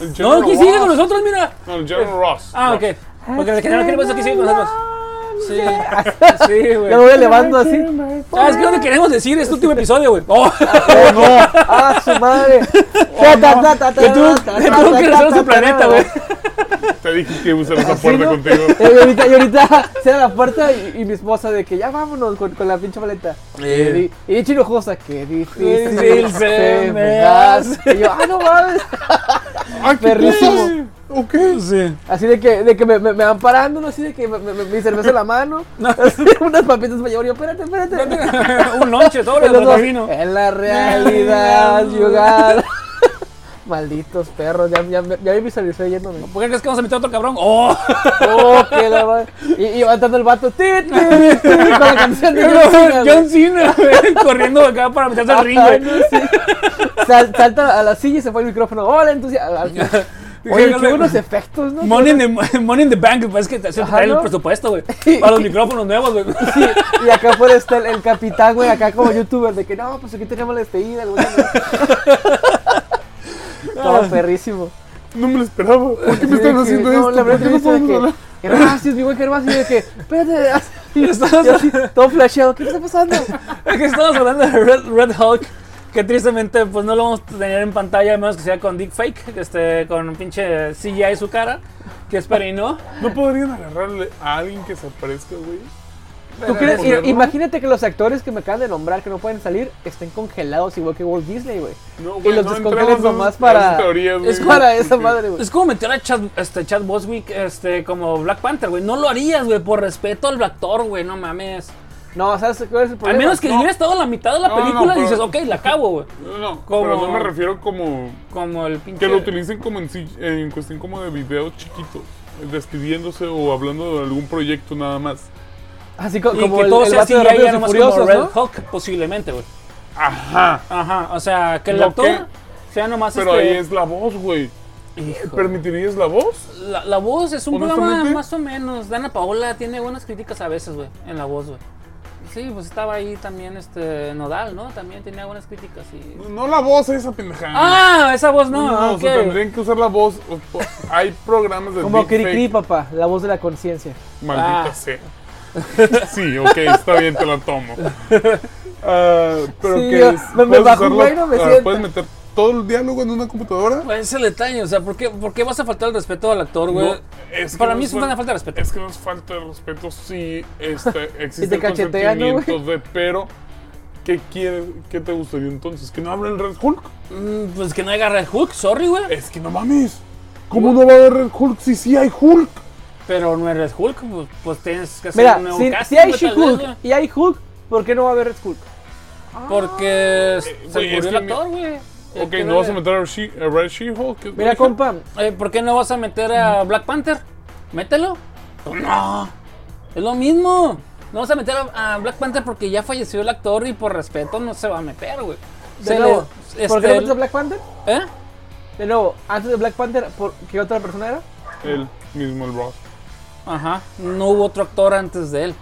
El
No,
General
aquí sigue con
Ross.
nosotros, mira.
No, el
Eh,
General Ross.
Ah, ok.
Ross.
Porque el
Ah,
general queremos aquí sigue con nosotros. Sí, sí, güey.
Ya lo voy elevando así.
Ah, es que no le queremos decir este último episodio, güey. Oh,
¡Oh, no! ¡Ah, su madre! Ta, ta, ta, ta, ta,
que tuvo
ta, ta,
que
ta, ta,
regresar a
ta,
su
ta, ta,
planeta, güey.
Te dije que iba a usar esa puerta
¿no?
contigo.
Y ahorita, y ahorita cierra la puerta y, y mi esposa de que ya vámonos con, con la pinche maleta.
Eh.
Y, y chinojosa, que difícil
Difícil se me hace.
Y yo, ah, no mames.
¡Ah, qué
Perrísimo.
cosas! ¿O qué?
Sí.
Así de que, de que me, me, me van parando, ¿no? así de que me, me, me- mi cerveza en la mano, así, unas papitas para llevar. Yo, espérate, espérate.
Un lonche sobre
Los
el
dos,
vino.
En la realidad, jugar. Malditos perros, ya, ya, me- ya me visualicé yéndome.
¿Por qué crees que vamos a meter a otro cabrón? Oh,
Oh, que la madre. Y, y va entrando el vato. Ti, ti, ti, con la canción de John Cena, güey.
John Cena, güey, corriendo acá para meterse al ring,
Ay,
güey.
no, sí. Sal- salta a la silla y se fue el micrófono. Hola, entusiasmo. Oye, qué buenos efectos, ¿no?
Money in the, money in the bank, pues es que te hace
Ajá,
traer el
¿no?
presupuesto, güey. Para los micrófonos nuevos, güey.
Sí, y acá afuera está el, el capitán, güey, acá como youtuber, de que no, pues aquí tenemos la despedida, güey. Todo perrísimo.
No me lo esperaba. ¿Por qué me están
Así de que,
haciendo
no,
esto?
la
¿Por
verdad
qué no
es
podemos
que
hablar?
Gervasio, mi güey Gervasio, y de que, espérate, así, y así, todo flasheado, ¿qué está pasando?
Es que estamos hablando de Red, Red Hulk, que tristemente pues no lo vamos a tener en pantalla, a menos que sea con Deepfake, este, con un pinche CGI su cara, que espero y no.
¿No podrían agarrarle a alguien que se parezca, güey?
¿Tú crees?
Porque,
I-
¿no?
Imagínate que los actores que me acaban de nombrar que no pueden salir estén congelados igual que Walt Disney, güey.
No,
Y
güey,
los
no
descongelan
entremos en
nomás
esas
para.
teorías, güey.
Es para esa madre, güey.
Es como meter a Chad, este, Chad Boswick este, como Black Panther, güey. No lo harías, güey, por respeto al actor, güey, no mames.
No, ¿sabes cuál es el
Al
problema?
menos que
no.
hubiera estado la mitad de la
No, no,
película y
pero-
dices, ok, la acabo, güey.
No, no,
Como-
pero no me refiero como
Como el pinche.
que lo utilicen como en, sí- en cuestión como de videos chiquitos, despidiéndose o hablando de algún proyecto nada más.
Así co-
Y
como
que
el,
todo
el
sea
vato de
CGI ya
Rápidos y
nomás como
Furiosos,
Red
¿no?
Hawk, posiblemente, güey.
Ajá.
Ajá, o sea, que el
Lo
actor sea nomás
Pero
este-
ahí es la voz, güey.
Hijo.
¿Permitirías la voz?
La, la voz es un programa
Honestamente.
más o menos. Dana Paola tiene buenas críticas a veces, güey, en la voz, güey. Sí, pues estaba ahí también este Nodal, ¿no? También tenía buenas críticas y...
No la voz esa pendejada.
Ah, esa voz no.
Mm. No, o
ok.
sea, tendrían que usar la voz. O- o- Hay programas de
Como
deepfake.
Kirikiri, papá, la voz de la conciencia.
Maldita
Ah.
sea. Sí, ok, está bien, te la tomo. Ah, pero
Sí,
que
yo-
es-
me- me
puedes
bajó un
usarlo-
güey, no me
ah,
siento.
Puedes meter todo el diálogo en una computadora.
Pues ese detalle, o sea, ¿por qué, por qué vas a faltar el respeto al actor, güey?
No, es que
Para
no
mí
es
es una
bueno.
falta de respeto.
Es que nos falta de respeto si este, existe el
cachetean, ¿no, güey?
consentimiento de, pero ¿qué quieres? ¿Qué te gustaría entonces? ¿Que no hable el Red Hulk?
Mm, pues que no haya Red Hook, sorry, güey.
Es que no mames. ¿Cómo no va a haber Red Hulk si sí hay Hulk?
Pero no eres Hulk, pues, pues tienes que hacer
Mira,
un nuevo
si,
casting,
si hay
güey, tal vez,
She-Hulk
güey.
y hay Hulk, ¿por qué no va a haber Red Hulk?
Porque se
Ah. güey, es
murió el
que mi-
actor, güey. Ya
Ok,
que
no vas a
le-
meter a, She- a Red She-Hulk. ¿qué-
Mira,
qué?
compa,
Eh, ¿Por qué no vas a meter a Black Panther? Mételo. Pues No. Es lo mismo. No vas a meter a, a Black Panther porque ya falleció el actor y por respeto no se va a meter, güey.
de
Se
nuevo,
le-
¿por qué no
este,
metes a Black Panther?
¿Eh?
De nuevo, antes de Black Panther, ¿por ¿qué otra persona era?
El mismo el Ross.
Ajá. No hubo otro actor antes de él.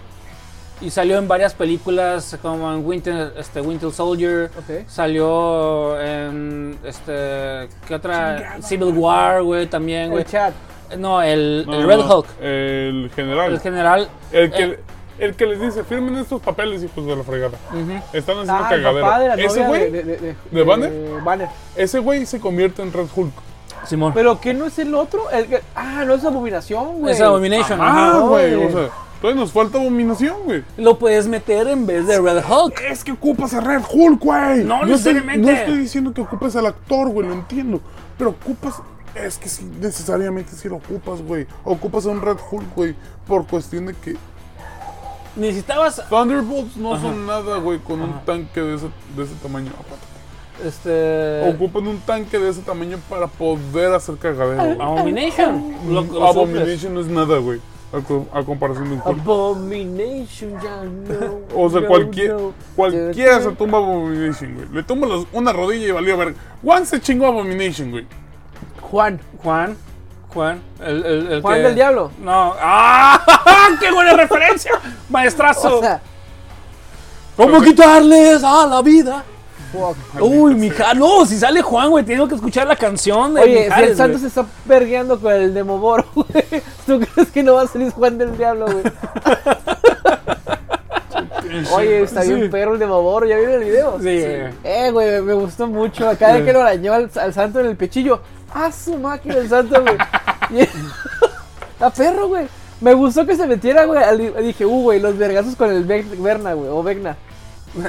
Y salió en varias películas como en Winter, este, Winter Soldier.
Ok.
Salió en este ¿qué otra? Civil War, güey, también, güey.
El chat.
No, el,
No,
el
no,
Red
no,
Hulk.
El general.
El general.
El que,
eh,
el que les dice, firmen estos papeles, hijos de la fregada. Están haciendo
Ah, el
cagadero.
papá de la
ese
novia
güey,
de, de, de,
¿De Banner?
Banner.
ese güey se convierte en Red Hulk.
Simón.
Pero ¿qué no es el otro? El que- ah, no es Abominación, güey.
Es Abomination. ajá.
Ah, güey.
güey.
O sea, todavía nos falta abominación, güey.
Lo puedes meter en vez de Red Hulk.
Es que ocupas a Red Hulk, güey.
No
estoy-
necesariamente.
no estoy diciendo que ocupes al actor, güey, lo entiendo. Pero ocupas. Es que sí, necesariamente sí lo ocupas, güey. Ocupas a un Red Hulk, güey. Por cuestión de que.
Necesitabas
Thunderbolts no son nada, güey, con un tanque de ese, de ese tamaño.
este
Ocupan un tanque de ese tamaño para poder hacer cagadero, güey.
Abomination. Ah, Lo- lo suples.
Abomination no es nada, güey. A, co- a comparación de un Hulk.
Abomination, ya no.
O sea,
no,
cualquier,
no.
cualquiera se tumba a Abomination, güey. Le tumba las- una rodilla y valió ver. Juan se chingó a Abomination, güey.
Juan.
Juan. Juan. El, el, el
Juan
que-
del Diablo.
No. ¡Ah! ¡Qué buena referencia! Maestrazo.
O sea,
¿Cómo quitarles a la vida?
fuck.
Uy, mija. No, si sale Juan, güey, tengo que escuchar la canción de
Oye, si
Mijares,
el Santos se está
güey.
pergueando con el Demoboro, güey, ¿tú crees que no va a salir Juan del Diablo, güey? Oye, está bien perro el Demoboro, ¿ya vieron el video?
Sí.
Eh, güey, me gustó mucho. Cada vez que lo arañó al, al santo en el pechillo. ¡Ah, su máquina el santo, güey! Y- ¡A perro, güey! Me gustó que se metiera, güey. al- Dije, uh, güey, los vergazos con el Bec- Berna, güey. O Vegna.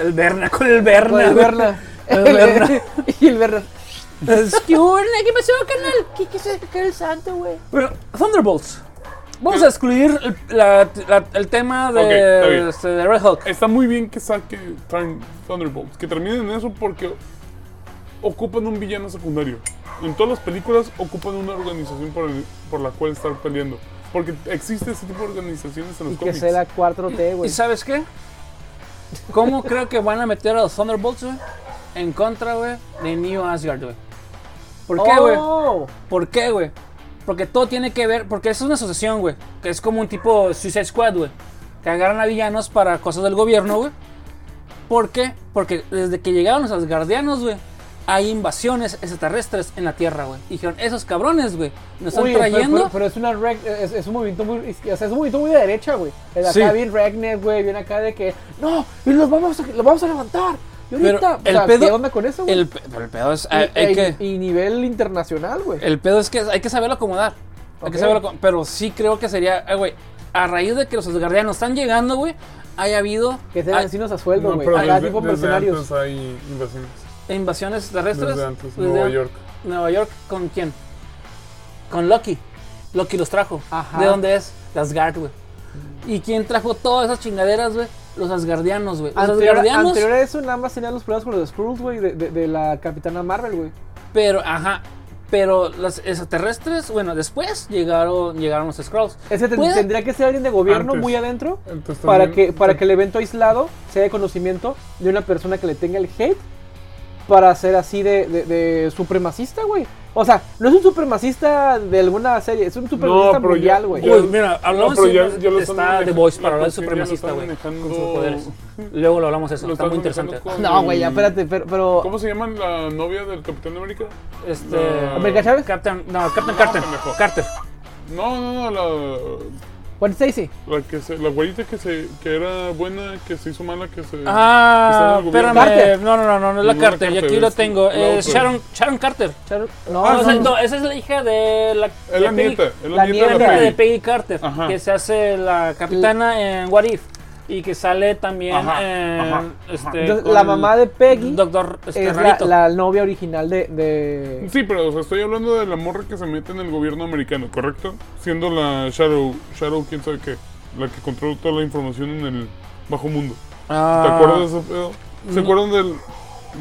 El Berna, con el
Con
Berna.
el
güey.
Berna.
El Berna.
y el Berna.
Es que, güey, ¿Qué pasó, carnal?
¿Qué quiso sacar el santo, güey?
Bueno, Thunderbolts. Vamos a excluir el, la- la- el tema de,
Ok, está bien.
este, de Red Hulk.
Está muy bien que saque Thun- Thunderbolts. Que terminen en eso porque ocupan un villano secundario. En todas las películas ocupan una organización por, el- por la cual estar peleando. Porque existe ese tipo de organizaciones en los
Y que
cómics.
sea la 4T,
¿Y
güey.
sabes qué? ¿Cómo creo que van a meter a los Thunderbolts, güey? En contra, güey, de New Asgard, güey. ¿Por qué, güey?
Oh,
¿Por qué, güey? Porque todo tiene que ver, porque eso es una asociación, güey. Que es como un tipo Suicide Squad, güey. Que agarran a villanos para cosas del gobierno, güey. ¿Por qué? Porque desde que llegaron los asgardianos, güey, hay invasiones extraterrestres en la Tierra, güey. Dijeron, esos cabrones, güey, nos están
Uy, pero-
trayendo.
Pero, pero es una rec- es, es un movimiento muy o sea, es un movimiento muy de derecha, güey. El acá
Sí.
bien Regnet, güey, bien acá de que no, y los vamos a, los vamos a levantar. Y
Pero
ahorita, o
el
sea,
pedo-
¿qué onda con eso, güey?
el, pe- pero el pedo es. eh,
y,
hay- hay
y-
que-
y nivel internacional, güey.
El pedo es que hay que saberlo acomodar. Hay que
Ok.
saberlo acom- Pero sí creo que sería, eh, güey, a raíz de que los asgardianos están llegando, güey, haya habido
Que sean
ah,
vecinos a sueldo, güey.
pero
acá
desde-
tipo
desde
mercenarios.
antes hay invasiones.
invasiones terrestres.
Desde antes,
desde
Nueva
an-
York.
Nueva York, ¿con quién? Con Loki. Loki los trajo.
Ajá.
¿De dónde es? Las Guard, güey. ¿Y quién trajo todas esas chingaderas, güey? Los Asgardianos, güey. Los
Anterior,
Asgardianos.
anterior a eso, nada más tenían los problemas con los Skrulls, güey, de, de- de la Capitana Marvel, güey.
Pero, ajá. Pero los extraterrestres, bueno, después llegaron, llegaron los Skrulls.
Es que ten-
Puede-
tendría que ser alguien de gobierno
Antes.
muy adentro
Entonces,
para
también-
que, para que el evento aislado sea de conocimiento de una persona que le tenga el hate para ser así de, de- de supremacista, güey. O sea, no es un supremacista de alguna serie, es un supremacista
pero ya-
mundial, güey.
ya-
Uy, mira, hablamos
pero ya-
de-
ya lo están
está The
manejando-
Voice para
la
hablar de
cuestión ya
supremacista,
lo
güey.
están
Con sus
manejando-
poderes. Luego lo hablamos eso,
Lo
está muy
están
interesante.
manejando con-
No, güey, ya, espérate, pero... pero
¿Cómo se llama la novia del Capitán América?
Este.
No.
¿América Chávez?
Captain, no, Captain Carter.
pendejo.
Carter.
No, no, no,
Gwen Stacy.
la, la que se, la güerita que se, que era buena, que se hizo mala, que se.
Ah,
Está en el gobierno.
espérame.
Carter.
No, no, no, no, no es
No,
la
no,
Carter. Yo
Carter,
aquí lo
es-
tengo.
la
Es
otra.
Sharon, Sharon Carter.
Char- No,
No,
no,
esa-
no.
Ah, no, esa es la hija de la.
es la
de Peggy-
nieta, es la,
Ah, la
nieta,
nieta
de
hija
Peggy.
de Peggy Carter,
Ajá.
que se hace la capitana en What If. Y que sale también
Ajá,
en,
ajá,
este,
Entonces,
con
la mamá de Peggy
Doctor este,
es la,
Rarito.
la novia original de... de-
Sí, pero o sea, estoy hablando de la morra que se mete en el gobierno americano, ¿correcto? Siendo la Shadow, Shadow quién sabe qué, la que controla toda la información en el bajo mundo. ¿Te
Ah,
acuerdas de ese pedo? ¿Se acuerdan del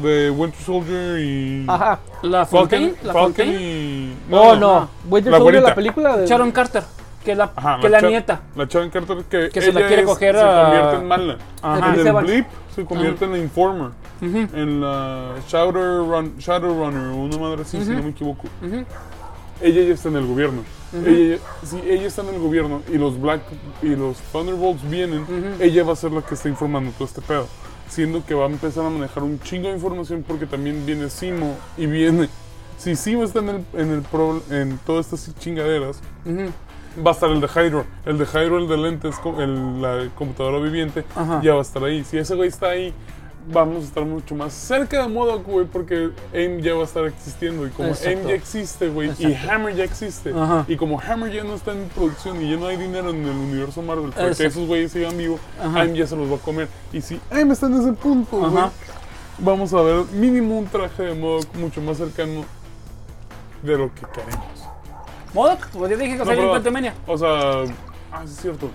de Winter Soldier y
Ajá.
La Fontaine.
Falcon,
La
Falcon
Fontaine.
y Oh,
No, no. Winter
La
Soldier, la
güerita.
película de...
Sharon Carter, que es la,
Ajá,
que es la
Cha-
nieta.
La Sharon Carter que,
Que se la
ella
quiere
es-
coger
se
a-
convierte en mala.
Ajá. Ah.
En
Se
el
va-
Blip se convierte en la Informer,
Ujú.
en la Shadowrun- Shadowrunner, una madre así, si no me equivoco.
Ujú.
ella ya está en el gobierno. Ella ya- si ella está en el gobierno y los Black y los Thunderbolts vienen, ella va a ser la que está informando todo este pedo. Siendo que va a empezar a manejar un chingo de información porque también viene Simo y viene. Si Simo está en, el, en, el pro- en todas estas chingaderas,
Ujú.
va a estar el de Hydro. El de Hydro, el de lentes, co- el- la computadora viviente,
Ajá.
ya va a estar ahí. Si ese güey está ahí, vamos a estar mucho más cerca de Modok, güey, porque AIM ya va a estar existiendo. Y como AIM
Exacto.
ya existe, güey, y Hammer ya existe.
Ajá.
Y como Hammer ya no está en producción y ya no hay dinero en el universo Marvel para que
Exacto.
esos güeyes sigan vivos,
Ajá.
AIM ya se los va a comer. Y si AIM está en ese punto, güey,
Ajá.
vamos a ver mínimo un traje de Modok mucho más cercano de lo que queremos.
Modok, pues ya dije que va a salir en
pero-
Quantumania.
O sea, ah, sí es cierto.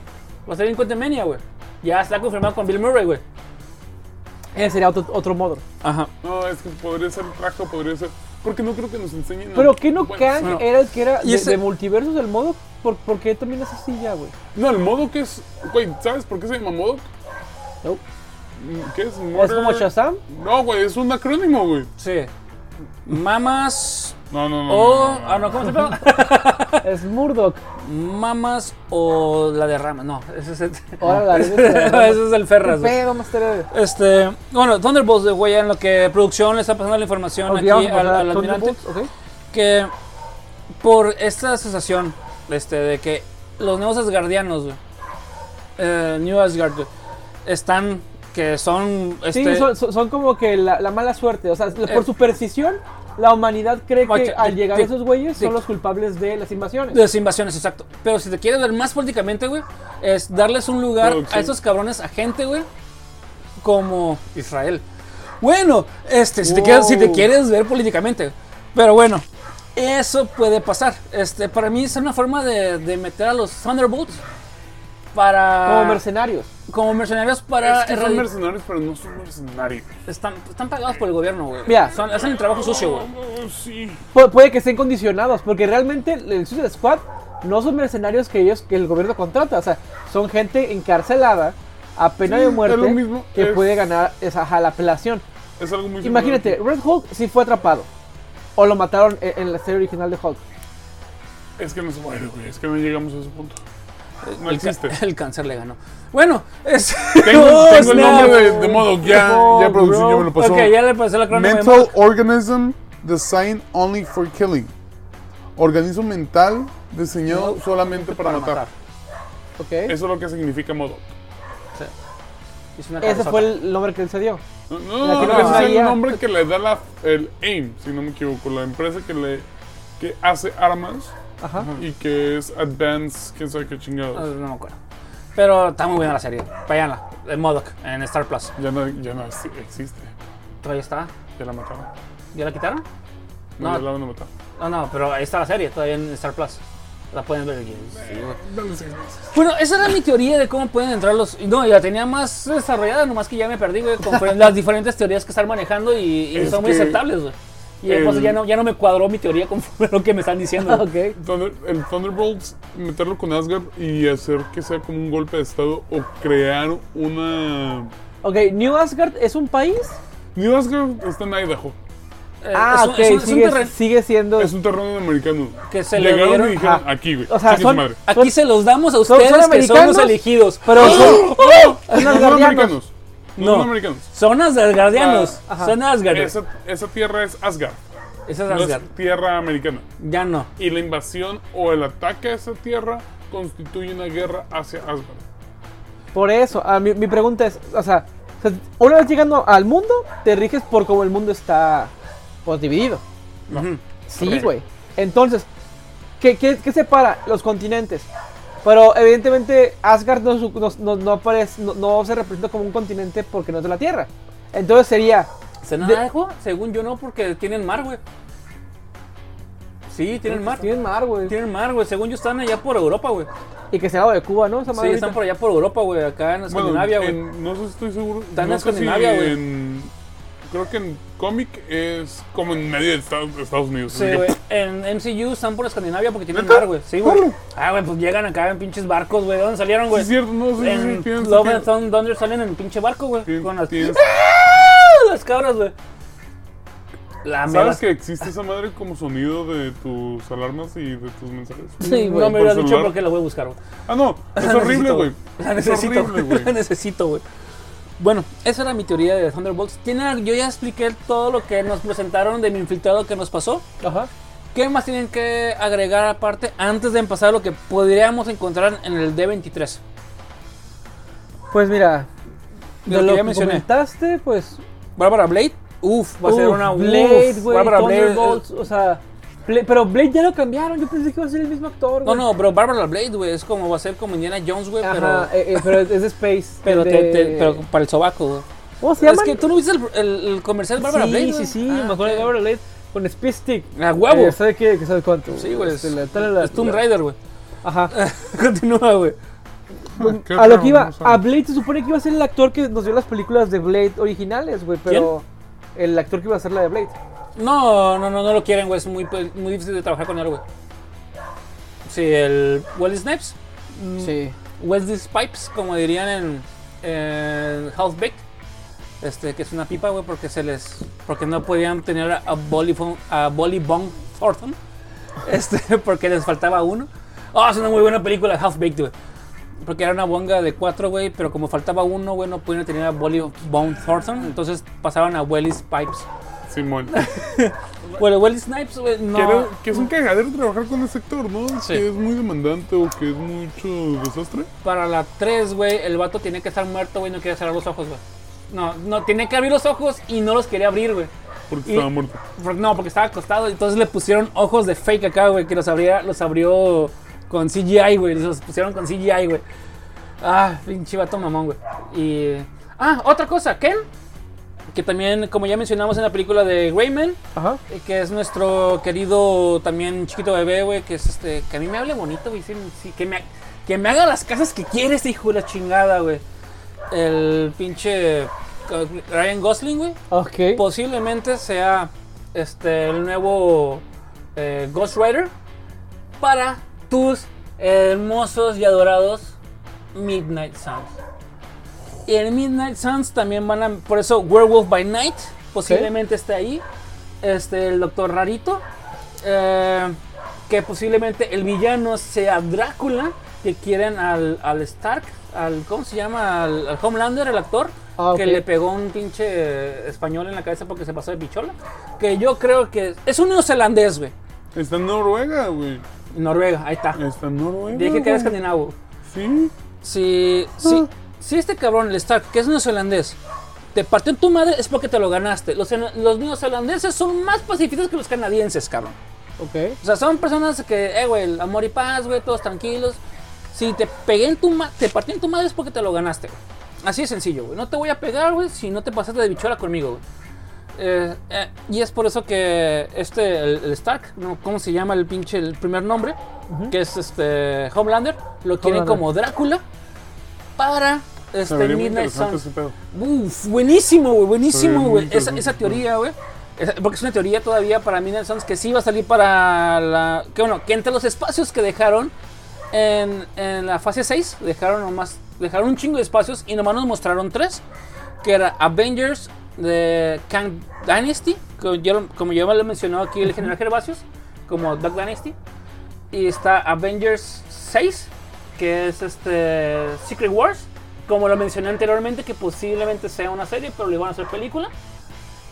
Va a salir en Quantumania, güey. Ya está confirmado con Bill Murray, güey.
Ese sería otro, otro modo.
Ajá.
No, es que podría ser traje, podría ser. Porque no creo que nos enseñen. a-
Pero que no
Bueno,
Kang
bueno.
era el que era
Y
de,
ese-
de multiversos del modo, ¿por, por qué también es así ya, güey?
No, el modo que es. Güey, ¿sabes por qué se llama modo?
No.
¿Qué es?
Es
Murder-
como Shazam,
No, güey, es un acrónimo, güey.
Sí. Mamas
No, no, no.
o.
no, no,
Ah, no, ¿cómo se llama?
es Murdoch.
Mamas o la derrama. No, ese es el.
Ahora
Ah,
la ley de Shazam.
Oh, ese es el Ferras, güey.
Pero, Master Ed.
Este, bueno, Thunderbolts de güey, en lo que producción le está pasando la información
Ok,
aquí
vamos a
al,
pasar a
al almirante,
Thunderbolts, ok.
que por esta sensación este, de que los nuevos Asgardianos, güey, eh, New Asgard, güey, están, que son,
Sí,
este,
son, son- son como que la, la mala suerte. O sea,
Eh.
por superstición, la humanidad cree que
Macho,
al
de-
llegar
de-
esos güeyes
de-
son los culpables de las invasiones.
de las invasiones, exacto. Pero si te quieres ver más políticamente, güey, es darles un lugar
Producción.
a esos cabrones, a gente, güey, como Israel. Bueno, este, si, te quieres, si te
Wow.
quieres ver políticamente. Pero bueno, eso puede pasar. Este, para mí es una forma de, de meter a los Thunderbolts para...
como mercenarios.
como mercenarios para...
Es que son
erradi-
mercenarios, pero no son mercenarios.
están, están pagados por el gobierno, güey.
Mira.
Son- hacen el trabajo sucio, güey.
Oh, sí.
Pu- puede que estén condicionados, porque realmente el Suicide Squad no son mercenarios que ellos que el gobierno contrata, o sea, son gente encarcelada a pena
Sí,
de
es
muerte
lo mismo,
que
es-
puede ganar esa ajá, la apelación.
Es algo muy. similar.
Pues Imagínate, Red Hulk sí fue atrapado o lo mataron e-, en, en la serie original de Hulk.
Es que no se puede, güey. Es que no llegamos a ese punto. No
El, ca-
existe.
el cáncer le ganó. Bueno, es...
Tengo,
Oh,
tengo el
snap.
nombre de, de Modoc. Ya,
Oh,
ya producción ya me lo pasó.
Ok, ya le pasé la crónica. de
Mental organism designed only for killing. Organismo mental diseñado solamente para, matar.
¿ok?
Eso es lo que significa modo.
Es una
Ese
cabezota.
fue el nombre que él se dio.
No,
La
no,
que
no,
no
ese es el
sabía.
nombre que le da la, el AIM, si no me equivoco, la empresa que le que hace armas
Ajá.
y que es Advanced, quién sabe qué
Ah,
chingados.
No me acuerdo. Pero está muy buena la serie. Vayanla. De Modoc en Star Plus.
Ya no, ya no ex- existe,
Todavía está.
ya la mataron.
¿Ya la quitaron?
No,
No.
ya la van a matar.
No, no, pero ahí está la serie todavía en Star Plus. La pueden ver en Games.
Dale seis meses.
Bueno, esa era mi teoría de cómo pueden entrar los. No, y la tenía más desarrollada, nomás que ya me perdí, güey, con fre- las diferentes teorías que están manejando y, y
Es
son muy
que
aceptables, güey. Y
el-
entonces ya no, ya no me cuadró mi teoría conforme a lo que me están diciendo. Eh, güey.
Ah, Ok.
Thunder- el Thunderbolts, meterlo con Asgard y hacer que sea como un golpe de estado o crear una...
Ok, New Asgard es un país.
New Asgard está en Idaho.
Eh,
Ah,
es un-
ok,
es un- es un
sigue,
terreno
sigue siendo.
Es un terreno americano.
que se le
Llegaron
dieron.
y dijeron,
ajá.
aquí, güey.
O sea,
chingue su
son-
madre.
Aquí se los damos a ustedes
son
que son los
americanos,
elegidos.
Pero son, son
No son
asgardianos.
americanos.
No.
No son americanos.
Son Asgardianos.
Ah, ajá.
son Asgard. Esa
Esa, esa tierra es Asgard.
es
No
Asgard.
es tierra americana.
Ya no.
Y la invasión o el ataque a esa tierra constituye una guerra hacia Asgard.
Por eso, ah, mi, mi pregunta es, o sea, o sea, una vez llegando al mundo, te riges por cómo el mundo está pues, dividido.
Ujú.
Sí, güey. Entonces, ¿qué, qué, qué separa los continentes? Pero evidentemente Asgard no, su- no, no- no aparece, no, no se representa como un continente porque no es de la Tierra. Entonces sería...
¿Se
De-
algo? Según yo no, porque tienen mar, güey. Sí, tienen mar.
Tienen mar, güey.
Tienen mar, güey. Según yo están allá por Europa, güey.
Y que sea algo de Cuba, ¿no? Esa
Sí,
madre
están por
ahorita.
allá por Europa, güey. Acá en
Bueno,
Escandinavia, güey.
en- no sé si estoy seguro.
Está en
no sé si
Escandinavia, güey.
en- Creo que en cómic es como en medio de Estados, Estados Unidos.
Sí,
así que-
güey. En MCU están por Escandinavia porque tienen
¿Neta?
mar, güey. Sí, güey.
¿Cómo?
Ah, güey, pues llegan acá en pinches barcos, güey. ¿De dónde salieron,
Sí,
güey?
es cierto, no sé
Pues, en
si tienes.
Love and Thund- Thunder salen en pinche barco, güey.
tien-
Con las,
tienes-
las cabras, güey. La
¿Sabes
mera-
que existe esa madre como sonido de tus alarmas y de tus mensajes?
Sí, güey.
No me hubiera
por
dicho
celular.
porque la voy a buscar, güey.
Ah, no, es
La
horrible,
necesito,
güey.
La
Es
necesito,
horrible,
La
güey.
necesito, güey. Bueno, esa era mi teoría de Thunderbolts. Tiene, yo ya expliqué todo lo que nos presentaron de mi infiltrado que nos pasó.
Ajá.
¿Qué más tienen que agregar aparte antes de empezar lo que podríamos encontrar en el D23?
Pues mira,
De
de
lo
lo
que ya
que
mencioné.
comentaste, pues
Bárbara Blade, uff, va a ser
Uf,
una
Blade,
uf,
güey,
Bárbara Blade. eh,
Thunderbolts, o sea, Bla- pero Blade ya lo cambiaron, yo pensé que iba a ser el mismo actor,
No,
güey.
no, pero Bárbara Blade, güey, es como va a ser como Indiana Jones, güey,
Ajá,
pero,
eh, eh, pero es de Space.
pero,
de-
te- te- pero para el sobaco, güey.
¿Cómo se
Es
llama?
que tú no viste el, el- el comercial de Bárbara
sí,
Blade.
Sí,
güey?
sí,
Ah,
me acuerdo de
ok.
Bárbara Blade con Speed Stick.
A huevo.
Eh, ¿Sabe qué? ¿Qué ¿Sabe cuánto?
Sí, güey. Es,
Este, la- tal- la-
es Tomb
la-
Raider, güey.
Ajá.
Continúa, güey.
Qué
A lo que iba,
hermoso.
a Blade se supone que iba a ser el actor que nos dio las películas de Blade originales, güey, pero el actor que iba a hacer la de Blade.
No, no, no, no lo quieren, güey. Es muy, pe- muy difícil de trabajar con él, güey. Sí, el Wesley Snipes.
Sí.
Wesley Pipes, como dirían en, en Half Baked. Este, que es una pipa, güey, porque se les. Porque no podían tener a Bolly a Bolly Bong Thornton. Este, porque les faltaba uno. Oh, es una muy buena película, Half Baked, güey. Porque era una bonga de cuatro, güey, pero como faltaba uno, güey, no pudieron tener a Bolly Bong Thornton. Entonces pasaron a Wesley Pipes.
Simón.
Bueno, Wesley Snipes, güey, no.
Creo que es un cagadero trabajar con el sector, ¿no?
Sí.
Que es muy demandante o que es mucho desastre.
Para la 3, güey, el vato tiene que estar muerto, güey, no quiere cerrar los ojos, güey. No, no, tenía que abrir los ojos y no los quería abrir, güey.
Porque
Y-
estaba muerto.
Por- No, porque estaba acostado, entonces le pusieron ojos de fake acá, güey, que los, abría, los abrió con CGI, güey. Los pusieron con CGI, güey. Ah, pinche vato mamón, güey. Y. Ah, otra cosa, Ken. Que también, como ya mencionamos en la película de Rayman,
Ajá.
eh, que es nuestro querido también chiquito bebé, güey, que es este, que a mí me hable bonito, güey, sí, sí, que, me, que me haga las casas que quieres, hijo de la chingada, güey. El pinche eh, Ryan Gosling, güey,
Ok.
posiblemente sea este, el nuevo eh, Ghost Rider para tus hermosos y adorados Midnight Suns. Y en Midnight Suns también van a. Por eso Werewolf by Night posiblemente esté ahí. Este, el Doctor Rarito. eh, que posiblemente el villano sea Drácula. Que quieren al, al Stark. Al, ¿Cómo se llama? Al, al Homelander, el actor.
Ah, ok.
Que le pegó un pinche eh, español en la cabeza porque se pasó de pichola. Que yo creo que. Es un neozelandés, güey.
Está en Noruega, güey.
Noruega, ahí está.
Está en Noruega.
Dije que
güey.
era escandinavo.
Sí.
Si, si,
Ah.
si este cabrón, el Stark, que es neozelandés, te partió en tu madre, es porque te lo ganaste. Los, en- los neozelandeses son más pacifistas que los canadienses, cabrón.
Ok.
O sea, son personas que, eh, güey, el amor y paz, güey, todos tranquilos. Si te pegué en tu ma- te partí en tu madre es porque te lo ganaste, güey. Así de sencillo, güey. No te voy a pegar, güey, si no te pasaste de bichola conmigo, güey. Eh, eh, y es por eso que este, el, el Stark, ¿no? ¿cómo se llama el pinche, el primer nombre? Que es este Homelander, lo quieren
Homelander.
como Drácula para
Se
este,
vería muy
Midnight
interesante
Suns.
ese pedo.
Uf, buenísimo, güey,
Sería
buenísimo,
muy
güey. Esa,
interesante.
esa teoría, güey. Esa- Porque es una teoría todavía para Midnight Suns que sí va a salir para la. Que bueno, que entre los espacios que dejaron en, en la fase 6, dejaron nomás. Dejaron un chingo de espacios y nomás nos mostraron tres. Que era Avengers de Kang Dynasty. Como yo, lo- como ya lo mencionó aquí el general Gervasius, como Duck Dynasty. Y está Avengers 6, que es este Secret Wars. Como lo mencioné anteriormente, que posiblemente sea una serie, pero le van a hacer película.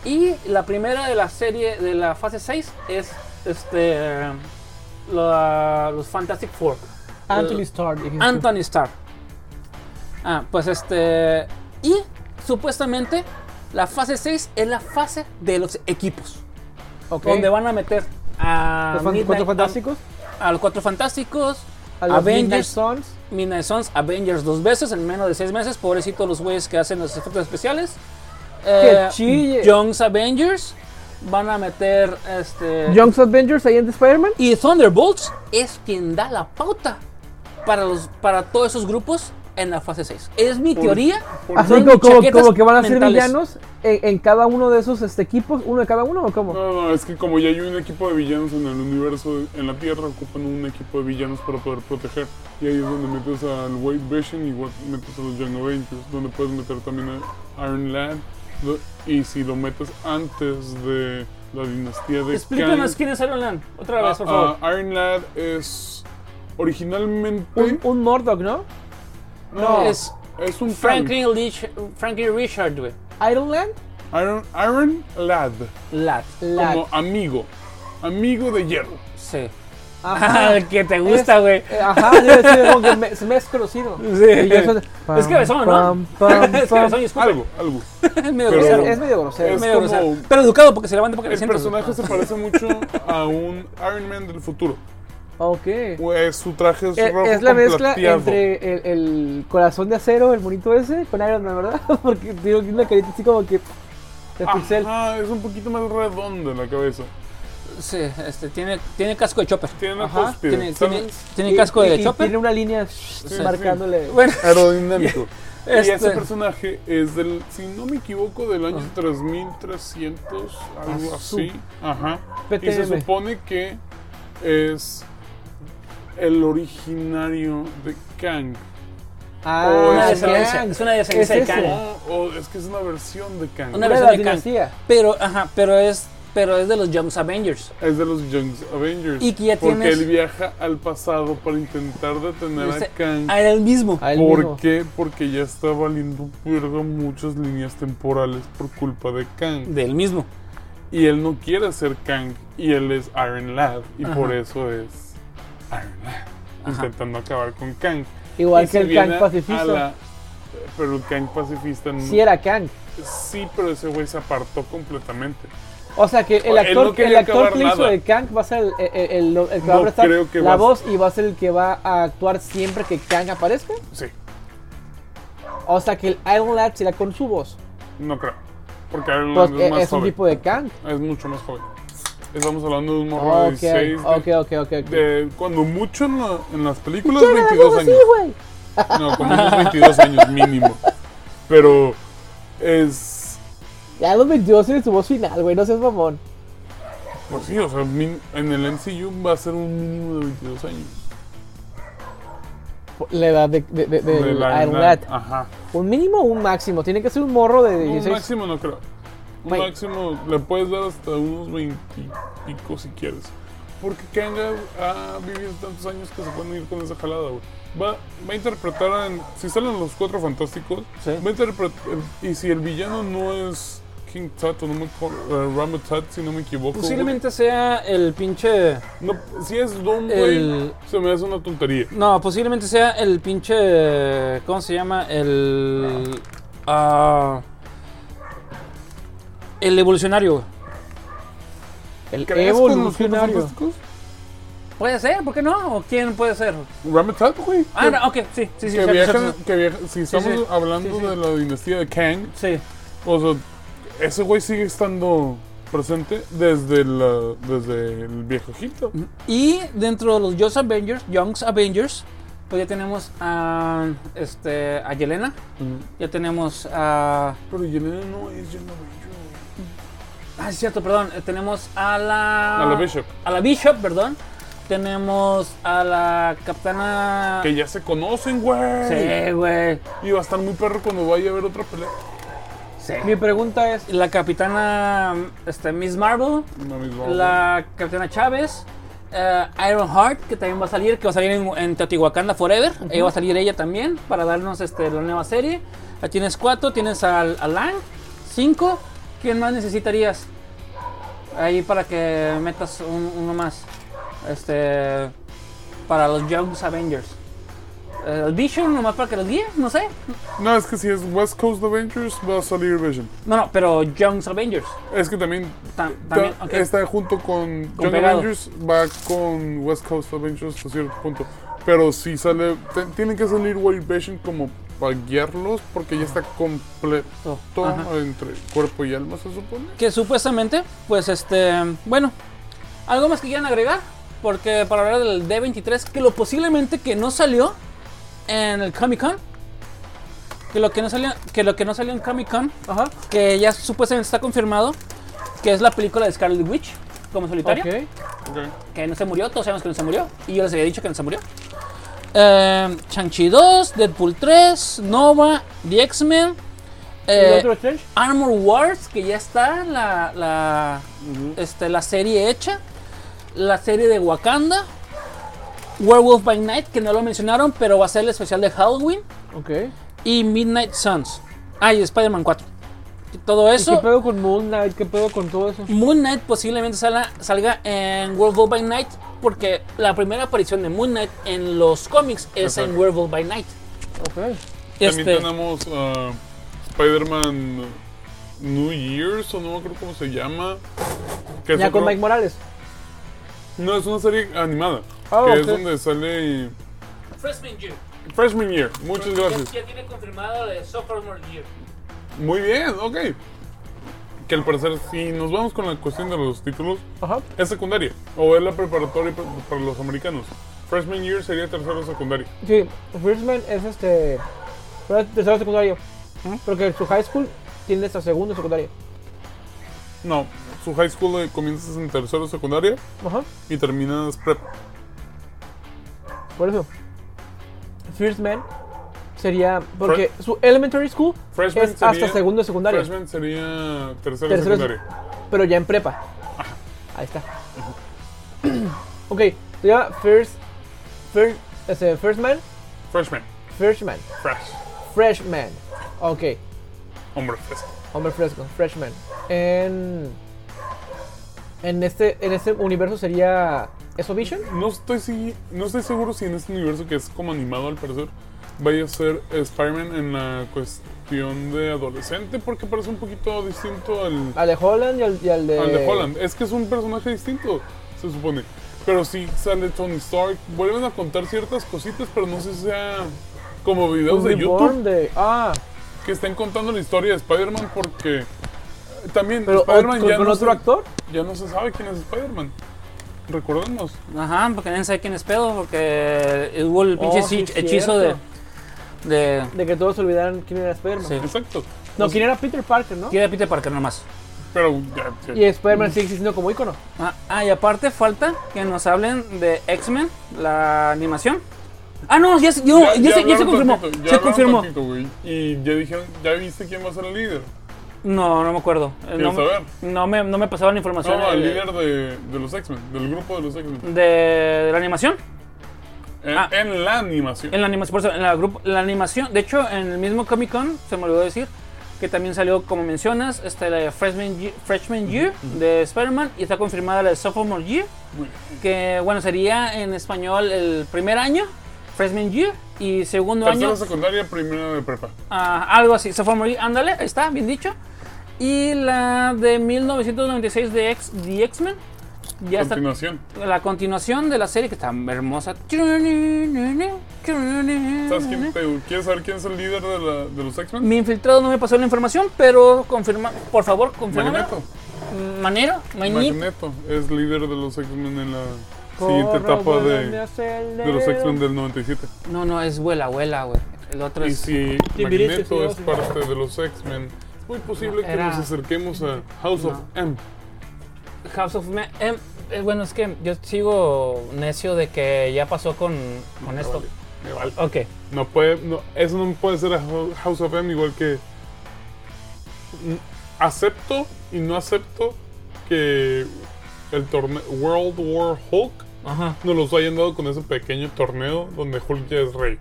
Y la primera de la serie de la fase 6 es este la- los Fantastic Four.
Anthony
Eh,
Starr. dijiste.
Anthony Starr. Ah, pues este. Y supuestamente la fase 6 es la fase de los equipos.
Ok.
Donde van a meter a.
Los fan-
Midnight-
cuatro fantásticos.
A, a los cuatro fantásticos.
A los Midnight
Avengers.
Sons.
Midnight Suns, Avengers dos veces en menos de seis meses. Pobrecito los güeyes que hacen los efectos especiales. Eh,
chille.
Young's Avengers. Van a meter este.
Young's Avengers, ahí en Spider-Man.
Y Thunderbolts es quien da la pauta para, los, para todos esos grupos en la fase 6. Es mi teoría.
Así como,
son mis
como-
chaquetas
como que van a ser
mentales.
villanos en, en cada uno de esos este, equipos, uno de cada uno o cómo?
No, no, es que como ya hay un equipo de villanos en el universo, en la Tierra ocupan un equipo de villanos para poder proteger. Y ahí es donde metes al White Vision y wa- metes a los Young Avengers, donde puedes meter también a Iron Lad. lo- Y si lo metes antes de la dinastía de
Explícanos
Kang,
quién es Iron Man. Otra vez, por
ah,
favor.
ah, Iron Lad es originalmente
Un, un Murdoch, ¿no?
no,
es
es, un Franklin.
Franklin, Leach- Franklin Richard, güey.
Iron Land.
Iron, Iron Lad,
Lat.
como amigo, amigo de hierro.
Sí.
Ajá.
el que te gusta, güey.
Eh, Ajá, yo decía como que me, se me es conocido. Y yo soy-
Es cabezón, ¿no?
Pam, pam,
es que
pam.
soy disculpa.
Algo, algo.
Es medio
Pero-
grosero.
Es, es medio grosero.
Es medio
como-
grosero. Pero educado porque se levanta porque le
El
sientas. güey.
personaje se parece mucho a un Iron Man del futuro.
Ok. Eh,
Pues su traje es
Es,
rojo
la
con
mezcla
plateado.
entre el, el corazón de acero, el monito ese, con Iron Man, ¿verdad? Porque tiene una carita así como que
Ah.
de pixel.
Ajá, es un poquito más redonda la cabeza.
Sí, este, tiene, tiene casco de chopper.
Tiene
Ajá,
cúspide.
Tiene,
Está
tiene,
bien
tiene
Y-
casco
y-
de
y
chopper.
Tiene una línea
sí.
marcándole.
Bueno,
Aerodinámico. Y ese
Este-
personaje es del, si no me equivoco, del año 3300, algo
Ah, su-
así. Ajá. Y se
PTM.
supone que es el originario de Kang.
Ah,
una
Una
descendencia.
Kang.
Es una descendencia
Es
de Kang.
ese.
O, o Oh, es que es una versión de Kang.
Una
Era
versión
la
de Kang.
dinastía.
Pero, ajá, pero es, pero es de los Young Avengers.
Es de los Young Avengers.
Y que ya
porque
tienes-
él viaja al pasado para intentar detener
Ese-
a Kang.
Ah, era el mismo.
A él mismo.
¿Por qué? Porque ya está valiendo pierdo muchas líneas temporales por culpa de Kang.
Del mismo.
Y él no quiere ser Kang. Y él es Iron Lad. Y por eso es Iron Lad. Intentando acabar con Kang.
Igual
Y
que
se
el
viene
Kang
a
pacifista.
la- Pero el Kang pacifista no.
Sí era Kang.
Sí, pero ese güey se apartó completamente.
O sea que el
Él no
actor,
quería
el actor
acabar
que hizo
nada.
de Kang va a ser el, el- el- el que va a
No
prestar
creo que
la
va-
voz y va a ser el que va a actuar siempre que Kang aparezca.
Sí,
O sea que el Iron Lad será con su voz.
no creo. Porque Iron
Pues,
Lad es
eh, es,
más
un
joven.
tipo de Kang.
Es mucho más joven. Estamos hablando de un morro de
Ok,
16. de-
ok, ok, ok. ok.
de cuando mucho en, la- en las películas,
Era algo
22
así,
años.
güey.
No, como unos 22 años mínimo. Pero es.
Ya los 22 tiene su voz final, güey, no seas mamón.
Pues sí, o sea, min- en el MCU va a ser un mínimo de 22 años.
La edad de, de- de- del
De la
Iron
edad,
Lad.
Ajá.
Un mínimo o un máximo. Tiene que ser un morro de
Un
16.
máximo no creo. Un
Güey.
máximo le puedes dar hasta unos 20 y pico si quieres. Porque Kang ha, ha vivido tantos años que se pueden ir con esa jalada, güey. Va, va a interpretar, en- si salen los cuatro fantásticos,
Sí.
va a interpretar, y si el villano no es King Tut o no me acuerdo, eh, Rama Tut, si no me equivoco.
Posiblemente sea el pinche.
güey. No, si es Don, güey,
El-
se me hace una tontería.
No, posiblemente sea el pinche. ¿Cómo se llama? El. ah, el evolucionario. güey.
El
¿Crees con los cuatro
evolucionario.
fantásticos?
Puede ser, ¿por qué no? ¿O quién puede ser?
Rama Tut, güey.
Ah, no, ok, sí, sí, sí.
que
cierto,
viajan-
cierto,
que viajan- si estamos
sí.
hablando
Sí, sí.
de la dinastía de Kang,
sí.
O sea, ese güey sigue estando presente desde, la, desde el viejo Egipto.
Y dentro de los Young Avengers, Young's Avengers, pues ya tenemos a, este, a Yelena, ya tenemos a...
Pero Yelena no es Yelena Bello.
Ah, es cierto, perdón, eh, tenemos a la...
A la Bishop.
A la Bishop, perdón. Tenemos a la capitana...
Que ya se conocen, güey.
Sí, güey.
Y va a estar muy perro cuando vaya a ver otra pelea.
Mi pregunta es,
La capitana este, Miss Marvel,
Una misma
la capitana Chávez, Ironheart, Iron Heart, que también va a salir, que va a salir en, en Teotihuacán Forever. Ahí va a salir ella también para darnos este, la nueva serie. Ahí tienes cuatro, tienes al, a Lang, cinco. ¿Quién más necesitarías? Ahí para que metas un- uno más. Este. Para los Young Avengers. Eh, El Vision, nomás para que los guíe, no sé.
No, es que si es West Coast Avengers va a salir Vision.
No, no, pero Young Avengers.
Es que también,
Ta- también,
ta-
ok.
está junto con,
Con
Young
pegado.
Avengers, va con West Coast Avengers a cierto punto. Pero si sale, te- tienen que salir White Vision como para guiarlos porque ya está completo
Ajá.
entre cuerpo y alma, se supone.
que supuestamente, pues este, bueno, algo más que quieran agregar, porque para hablar del D23, que lo posiblemente que no salió en el Comic Con, que lo que no salió, que lo que no salió en Comic Con,
ajá,
que ya supuestamente está confirmado, que es la película de Scarlet Witch como solitaria,
ok.
que no se murió, todos sabemos que no se murió, y yo les había dicho que no se murió. Eh, Shang-Chi 2, Deadpool 3, Nova, The X-Men,
¿El
eh,
otro change?
Armor Wars, que ya está la, la, este, la serie hecha. La serie de Wakanda. Werewolf by Night, que no lo mencionaron, pero va a ser el especial de Halloween.
Ok.
Y Midnight Suns. Ah, y Spider-Man 4. Y Todo
¿Y ¿Qué
eso.
pedo con Moon Knight? ¿Qué pedo con todo eso?
Moon Knight posiblemente salga, salga en Werewolf by Night, porque la primera aparición de Moon Knight en los cómics es en
Exacto.
Werewolf by Night.
Ok.
También
Este,
tenemos a Spider-Man New Year's o no me acuerdo cómo se llama. que es
Ya con
otro-
Mike Morales.
No, es una serie animada.
Ah,
que
ok.
es donde sale
Freshman Year.
Freshman Year. Muchas gracias.
Ya, tiene confirmado el Sophomore Year.
Muy bien, ok. Que al parecer, si nos vamos con la cuestión de los títulos,
Ajá.
es secundaria. O es la preparatoria pa- para los americanos. Freshman Year sería tercero de secundaria.
Sí, Freshman es este. pero es Tercero secundario. Porque su high school tiene hasta segundo secundario.
No, su high school eh, comienzas en tercero de secundaria
Ajá.
y terminas prep.
Por eso. First Man sería. Porque su elementary school
Freshman
es hasta
sería-
segundo secundario.
Freshman sería tercero, de
Tercero-
secundaria.
Pero ya en prepa. Ahí está. ok, se llama First. First, este, first Man.
Freshman.
Freshman.
Fresh.
Freshman. Ok.
Hombre fresco.
Hombre fresco, freshman. En. En este, en este universo sería. ¿Eso Vision?
No estoy, si- no estoy seguro si en este universo que es como animado al parecer vaya a ser Spider-Man en la cuestión de adolescente porque parece un poquito distinto al,
Al de Holland y al, y al de.
al
Eh,
de Holland. Es que es un personaje distinto, se supone. Pero sí sale Tony Stark. Vuelven a contar ciertas cositas, pero no sé si sea como videos de YouTube
Reborn de. Ah,
que estén contando la historia de Spider-Man porque eh, también
pero ot-
Spider-Man
con,
ya,
con
no
otro
se-
actor.
ya no se sabe quién es Spider-Man. Recordemos.
Ajá, porque nadie sabe quién es pedo, porque hubo el pinche
Oh, sí,
hechi- hechizo de,
cierto.
de.
De que todos olvidaran quién era Spider-Man.
Sí.
Exacto.
No, quién era Peter Parker, ¿no?
Quiere a Peter Parker nomás.
Pero ya- ya-
Y Spider-Man sigue existiendo como icono.
Ah, ah, y aparte falta que nos hablen de X-Men, la animación. Ah, no, ya, se- yo- ya se, ya se
hablaron
confirmó.
tantito, ya
se
hablaron
confirmó.
tantito, güey. y ya dijeron, ¿ya viste quién va a ser el líder?
No, no me acuerdo. Eh,
¿Quieres
No,
saber?
no me, no me pasaban la
No,
información
no, el
eh,
líder de, de los X-Men, del grupo de los X-Men.
de, de la animación.
En,
Ah.
en la animación.
En la animación, por eso, en la, grupo- la animación, de hecho, en el mismo Comic Con, se me olvidó decir, que también salió, como mencionas, este, la de Freshman, Ye- Freshman Year de Spider-Man y está confirmada la de Sophomore Year,
Muy bien.
que bueno, sería en español el primer año, Freshman Year, y segundo
Tercero
año,
de secundaria, primero de prepa.
ah, algo así, Sophomore Year, ándale, ahí está, bien dicho. Y la de 1996 de X, The X-Men, ya está
Continuación.
la continuación de la serie que está hermosa.
¿Sabes quién te- ¿Quieres saber quién es el líder de, la- de los X-Men?
Mi infiltrado no me pasó la información, pero confirma, por favor, confirma.
Magneto.
Manero, Mañi-
Magneto es líder de los X-Men en la siguiente etapa de, de los X-Men del 97.
No, no, es vuela, vuela, güey. El otro
Y
es.
si
Timbiriche, sí,
Magneto es
sí.
parte de los X-Men, es muy posible que
Era-
nos acerquemos a House of M.
House of Ma- em, eh, bueno, es que yo sigo necio de que ya pasó con, con
Ah,
esto.
vale, me vale.
Ok.
No puede, no, eso no puede ser a Ho- House of M igual que Mm, acepto y no acepto que el torneo World War Hulk
Ajá.
nos los hayan dado con ese pequeño torneo donde Hulk ya es rey.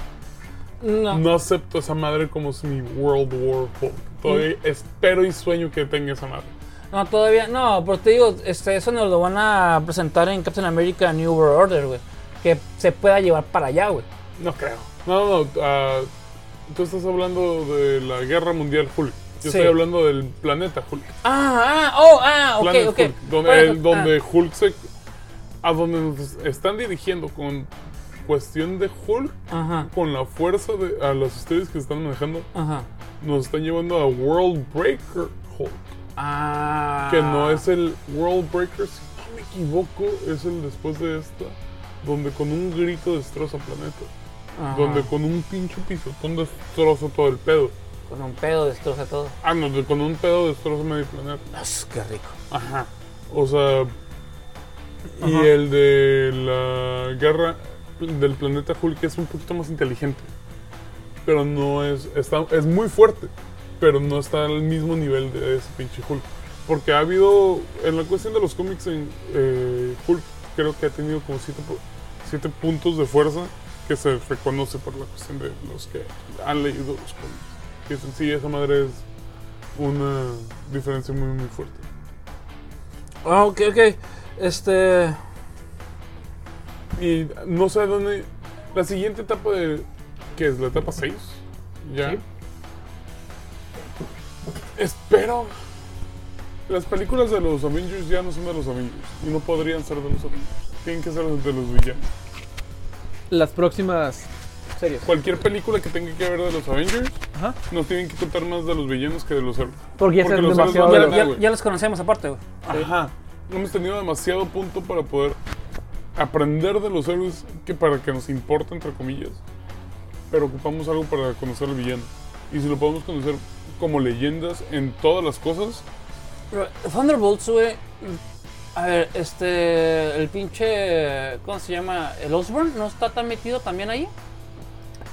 No.
No acepto esa madre como si mi World War Hulk. Todavía espero y sueño que tenga esa madre.
No, todavía. No, pero te digo, este, eso nos lo van a presentar en Captain America New World Order, güey. Que se pueda llevar para allá, güey.
No creo. No, no, ah, tú estás hablando de la guerra mundial Hulk. Yo
Sí.
estoy hablando del planeta Hulk.
Ah, ah, oh, ah, ok,
Planet
ok. ah.
Hulk, donde,
Planet
el-
Hulk,
donde Hulk se. A donde nos están dirigiendo con cuestión de Hulk,
ah, Ajá,
con la fuerza de. A las historias que están manejando,
ajá.
nos están llevando a World Breaker Hulk.
Ah.
Que no es el World Breaker, si no me equivoco, es el después de esta. Donde con un grito destroza planeta.
Ajá.
Donde con un pinche pisotón destroza todo el pedo.
Con Pues un pedo destroza todo.
Ah, no, de- con un pedo destroza medio planeta.
Dios, qué rico.
Ajá. O sea. Y el de la guerra del planeta Hulk es un poquito más inteligente. Pero no es. Está, es muy fuerte. Pero no está al mismo nivel de ese pinche Hulk. Porque ha habido. En la cuestión de los cómics, en, eh, Hulk creo que ha tenido como siete, pu- siete puntos de fuerza que se reconoce por la cuestión de los que han leído los cómics. Que es en sí, esa madre es una diferencia muy, muy fuerte.
Ah, ok, ok. Este.
Y no sé dónde. La siguiente etapa de. ¿Qué es? ¿La etapa 6? Ya.
Sí.
Espero. Las películas de los Avengers ya no son de los Avengers. Y no podrían ser de los Avengers. Tienen que ser de los villanos.
Las próximas series.
Cualquier película que tenga que ver de los Avengers,
Ajá.
nos tienen que contar más de los villanos que de los héroes.
Porque ya
Porque
es
los
demasiado.
héroes
Ya,
van a-
de-
ya-
güey.
ya los conocemos aparte, güey.
Ajá. No hemos tenido demasiado punto para poder aprender de los héroes que para que nos importe, entre comillas. Pero ocupamos algo para conocer al villano. Y si lo podemos conocer como leyendas en todas las cosas,
Pero Thunderbolts, güey. A ver, este. El pinche. ¿Cómo se llama? ¿El Osborn no está tan metido también ahí?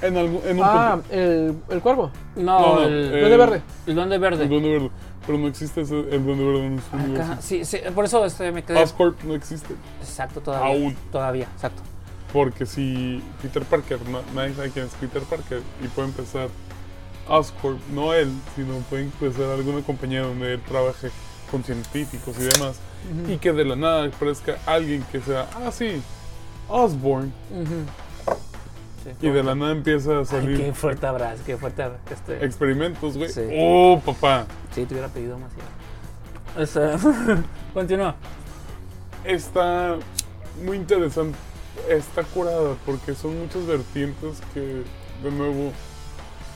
en, algún- en un
Ah,
punto.
el, el cuervo.
No,
No, no,
el,
eh,
El de verde.
el Duende Verde.
El Duende Verde. Pero no existe ese- el Duende Verde en nuestro
Ajá,
universo.
sí, sí, por eso este, me quedé.
Oscorp no existe.
Exacto, todavía.
Aún.
Todavía, exacto.
Porque si Peter Parker, na- nadie sabe quién es Peter Parker, y puede empezar Oscorp, no él, sino puede empezar alguna compañía donde él trabaje con científicos y demás, y que de la nada aparezca alguien que sea, ah, sí, Osborn, y de la nada empieza a
Ay,
salir
qué fuerte abrazo, qué fuerte abrazo. Este,
experimentos, güey.
Sí.
Oh, papá.
sí, te hubiera pedido más. ya. Este, continúa.
está muy interesante, está curada porque son muchas vertientes que de nuevo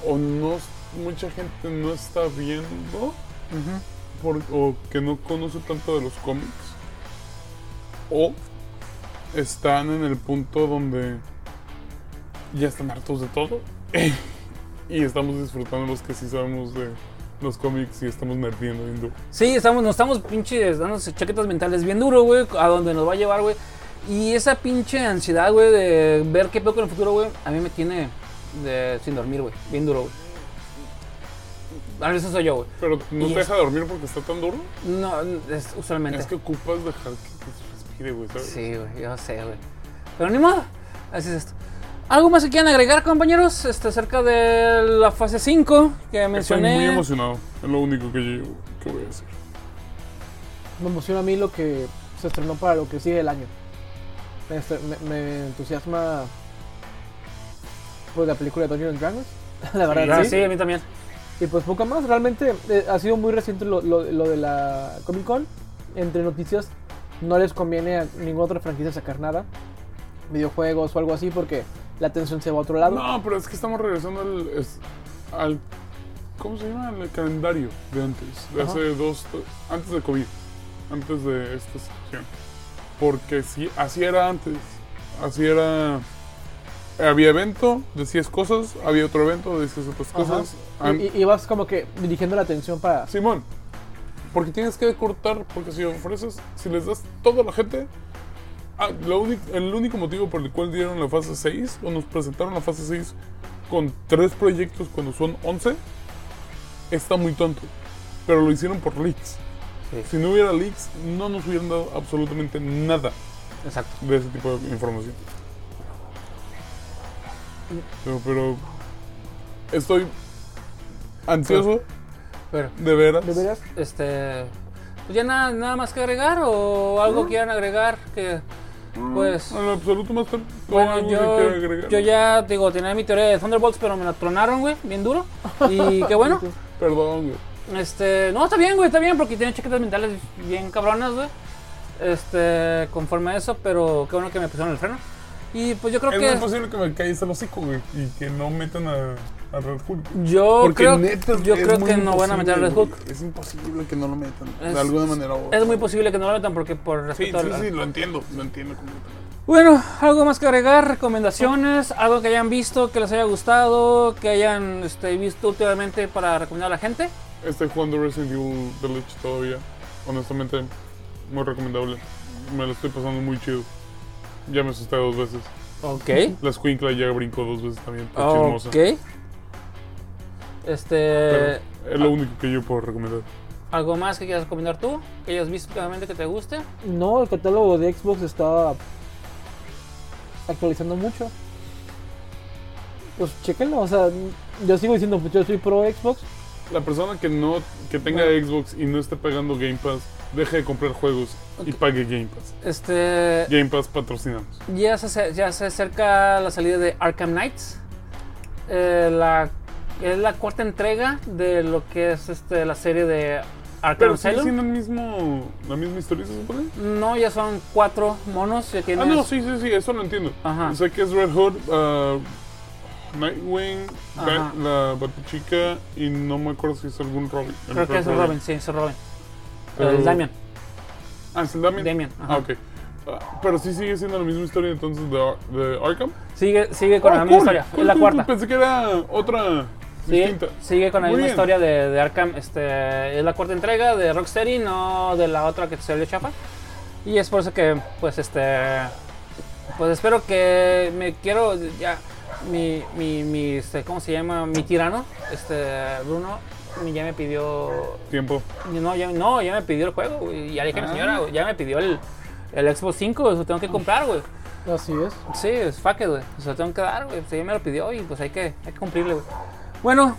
o no mucha gente no está viendo por- o que no conoce tanto de los cómics o están en el punto donde ya están hartos de todo y estamos disfrutando los que sí sabemos de los cómics y estamos nerviando bien duro.
Sí, estamos, nos estamos pinches dando chaquetas mentales bien duro, güey, a donde nos va a llevar, güey. Y esa pinche ansiedad, güey, de ver qué pedo con el futuro, güey, a mí me tiene de- sin dormir, güey, bien duro, güey. A veces soy yo, güey.
Pero no
Y
te
es-
deja dormir porque está tan duro.
No, es usualmente.
Es que ocupas dejar que que se respire, güey, ¿sabes?
Sí, güey, yo sé, güey. Pero ni modo, así es esto. ¿Algo más que quieran agregar, compañeros? Este, acerca de la fase 5 que
Estoy
mencioné.
muy emocionado. Es lo único que, yo, que voy a decir.
Me emociona a mí lo que se estrenó para lo que sigue el año. Me, estre- me- me entusiasma. Pues la película de Dungeons and Dragons. La verdad,
Ah,
sí.
sí, a mí también.
Y pues poco más, realmente eh, ha sido muy reciente lo, lo- lo de la Comic Con. Entre noticias no les conviene a ninguna otra franquicia sacar nada, videojuegos o algo así, porque la atención se va a otro lado.
No, pero es que estamos regresando al. es- al ¿Cómo se llama? Al calendario de antes. De
Ajá.
hace dos. tre- Antes de COVID. Antes de esta situación. Porque sí, así era antes. Así era. eh, Había evento, decías cosas. Había otro evento, decías otras
Ajá.
cosas.
Y-
An-
y, y vas como que dirigiendo la atención para...
Simón, porque tienes que cortar, porque si ofreces, si les das todo a la gente, ah, lo uni- el único motivo por el cual dieron la fase 6, o nos presentaron la fase 6 con tres proyectos cuando son 11, está muy tonto. Pero lo hicieron por leaks.
Sí.
Si no hubiera leaks, no nos hubieran dado absolutamente nada
Exacto.
de ese tipo de información. Pero, pero estoy ansioso
Pero,
de veras.
¿De veras?
este. Pues ya nada, nada más que agregar o algo quieran agregar que. Pues.
En lo absoluto, Master.
Bueno, yo, yo ya, digo, tenía mi teoría de Thunderbolts, pero me la tronaron, güey, bien duro. Y qué bueno.
Perdón, güey.
Este, no, está bien, güey, está bien, porque tiene chaquetas mentales bien cabronas, güey. Este, conforme a eso, pero qué bueno que me pusieron el freno. Y pues yo creo
Es
que.
muy posible que me caigas el hocico, güey. Y que no metan a, a Red Hulk.
yo
Porque
creo,
neta es-
yo
es
creo
muy
que no van a meter a Red
imposible,
Hulk.
güey. Es imposible que no lo metan.
Es-
de alguna manera. u otra.
Es muy posible que no lo metan porque por
Sí,
respeto
sí,
al-
sí, lo entiendo. Lo entiendo completamente.
Bueno, algo más que agregar, recomendaciones, algo que hayan visto, que les haya gustado, que hayan este, visto últimamente para recomendar a la gente.
Estoy jugando Resident Evil Village todavía. Honestamente, muy recomendable. Me lo estoy pasando muy chido. Ya me asusté dos veces.
Ok.
La Squinkla ya brincó dos veces también. Por chismosa.
Ok.
Pero
Este.
es lo único que yo puedo recomendar.
¿Algo más que quieras recomendar tú? ¿Que hayas visto últimamente que te guste?
No, el catálogo de Xbox está actualizando mucho. Pues chequenlo, o sea, yo sigo diciendo, pues yo soy pro Xbox.
La persona que no que tenga Xbox y no esté pagando Game Pass, deje de comprar juegos y pague Game Pass.
Este.
Game Pass patrocinamos.
Ya se, ace- ya se acerca la salida de Arkham Knights. Eh, la, es la cuarta entrega de lo que es este, la serie de Arkham
Pero sí
Asylum.
tienen el mismo, la misma historia, ¿se supone?
No, ya son cuatro monos. Ya
Ah,
tienes.
no, sí, sí, sí, eso lo entiendo.
Ajá.
Sé que es Red Hood, ah, Nightwing,
Ajá.
Bat- la Batichica y no me acuerdo si es algún Robin. El
Creo que
Red
es el Robin, sí, es el Robin.
Pero-
El Damian.
Ah, es el Damien.
Damien, ajá.
Ah, ok. Ah, pero sí sigue siendo la misma historia entonces de, Ar- de Arkham.
Sigue, sigue con
Ah,
la misma
cool,
historia.
cool,
es la
cool,
cuarta.
cool, Pensé que era otra
Sigue,
distinta.
sigue con la
Muy
misma
bien.
historia de, de Arkham. Este, es la cuarta entrega de Rocksteady, no de la otra que se le chapa. Y es por eso que, pues, este. Pues espero que me quiero. Ya. Mi. mi, mi, este, ¿Cómo se llama? Mi tirano, este. Bruno, me- ya me pidió.
Tiempo.
No, ya, no, ya me pidió el juego, güey. Ya le dije a mi
Ah.
señora, güey, ya me pidió el, el Xbox 5, eso tengo que comprar, güey.
Así es.
Sí, es fuck it, güey. Se lo tengo que dar, güey. Si ella me lo pidió y pues hay que, hay que cumplirle, güey. Bueno,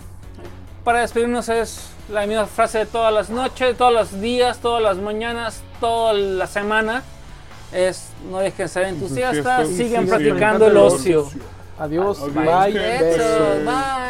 para despedirnos es la misma frase de todas las noches, todos los días, todas las mañanas, toda la semana. Es no dejen de ser entusiastas,
Entusiastas,
sigan
sí,
practicando
sí,
el
sí.
ocio.
Adiós,
Adiós,
bye,
gente.
besos.
Besos, bye.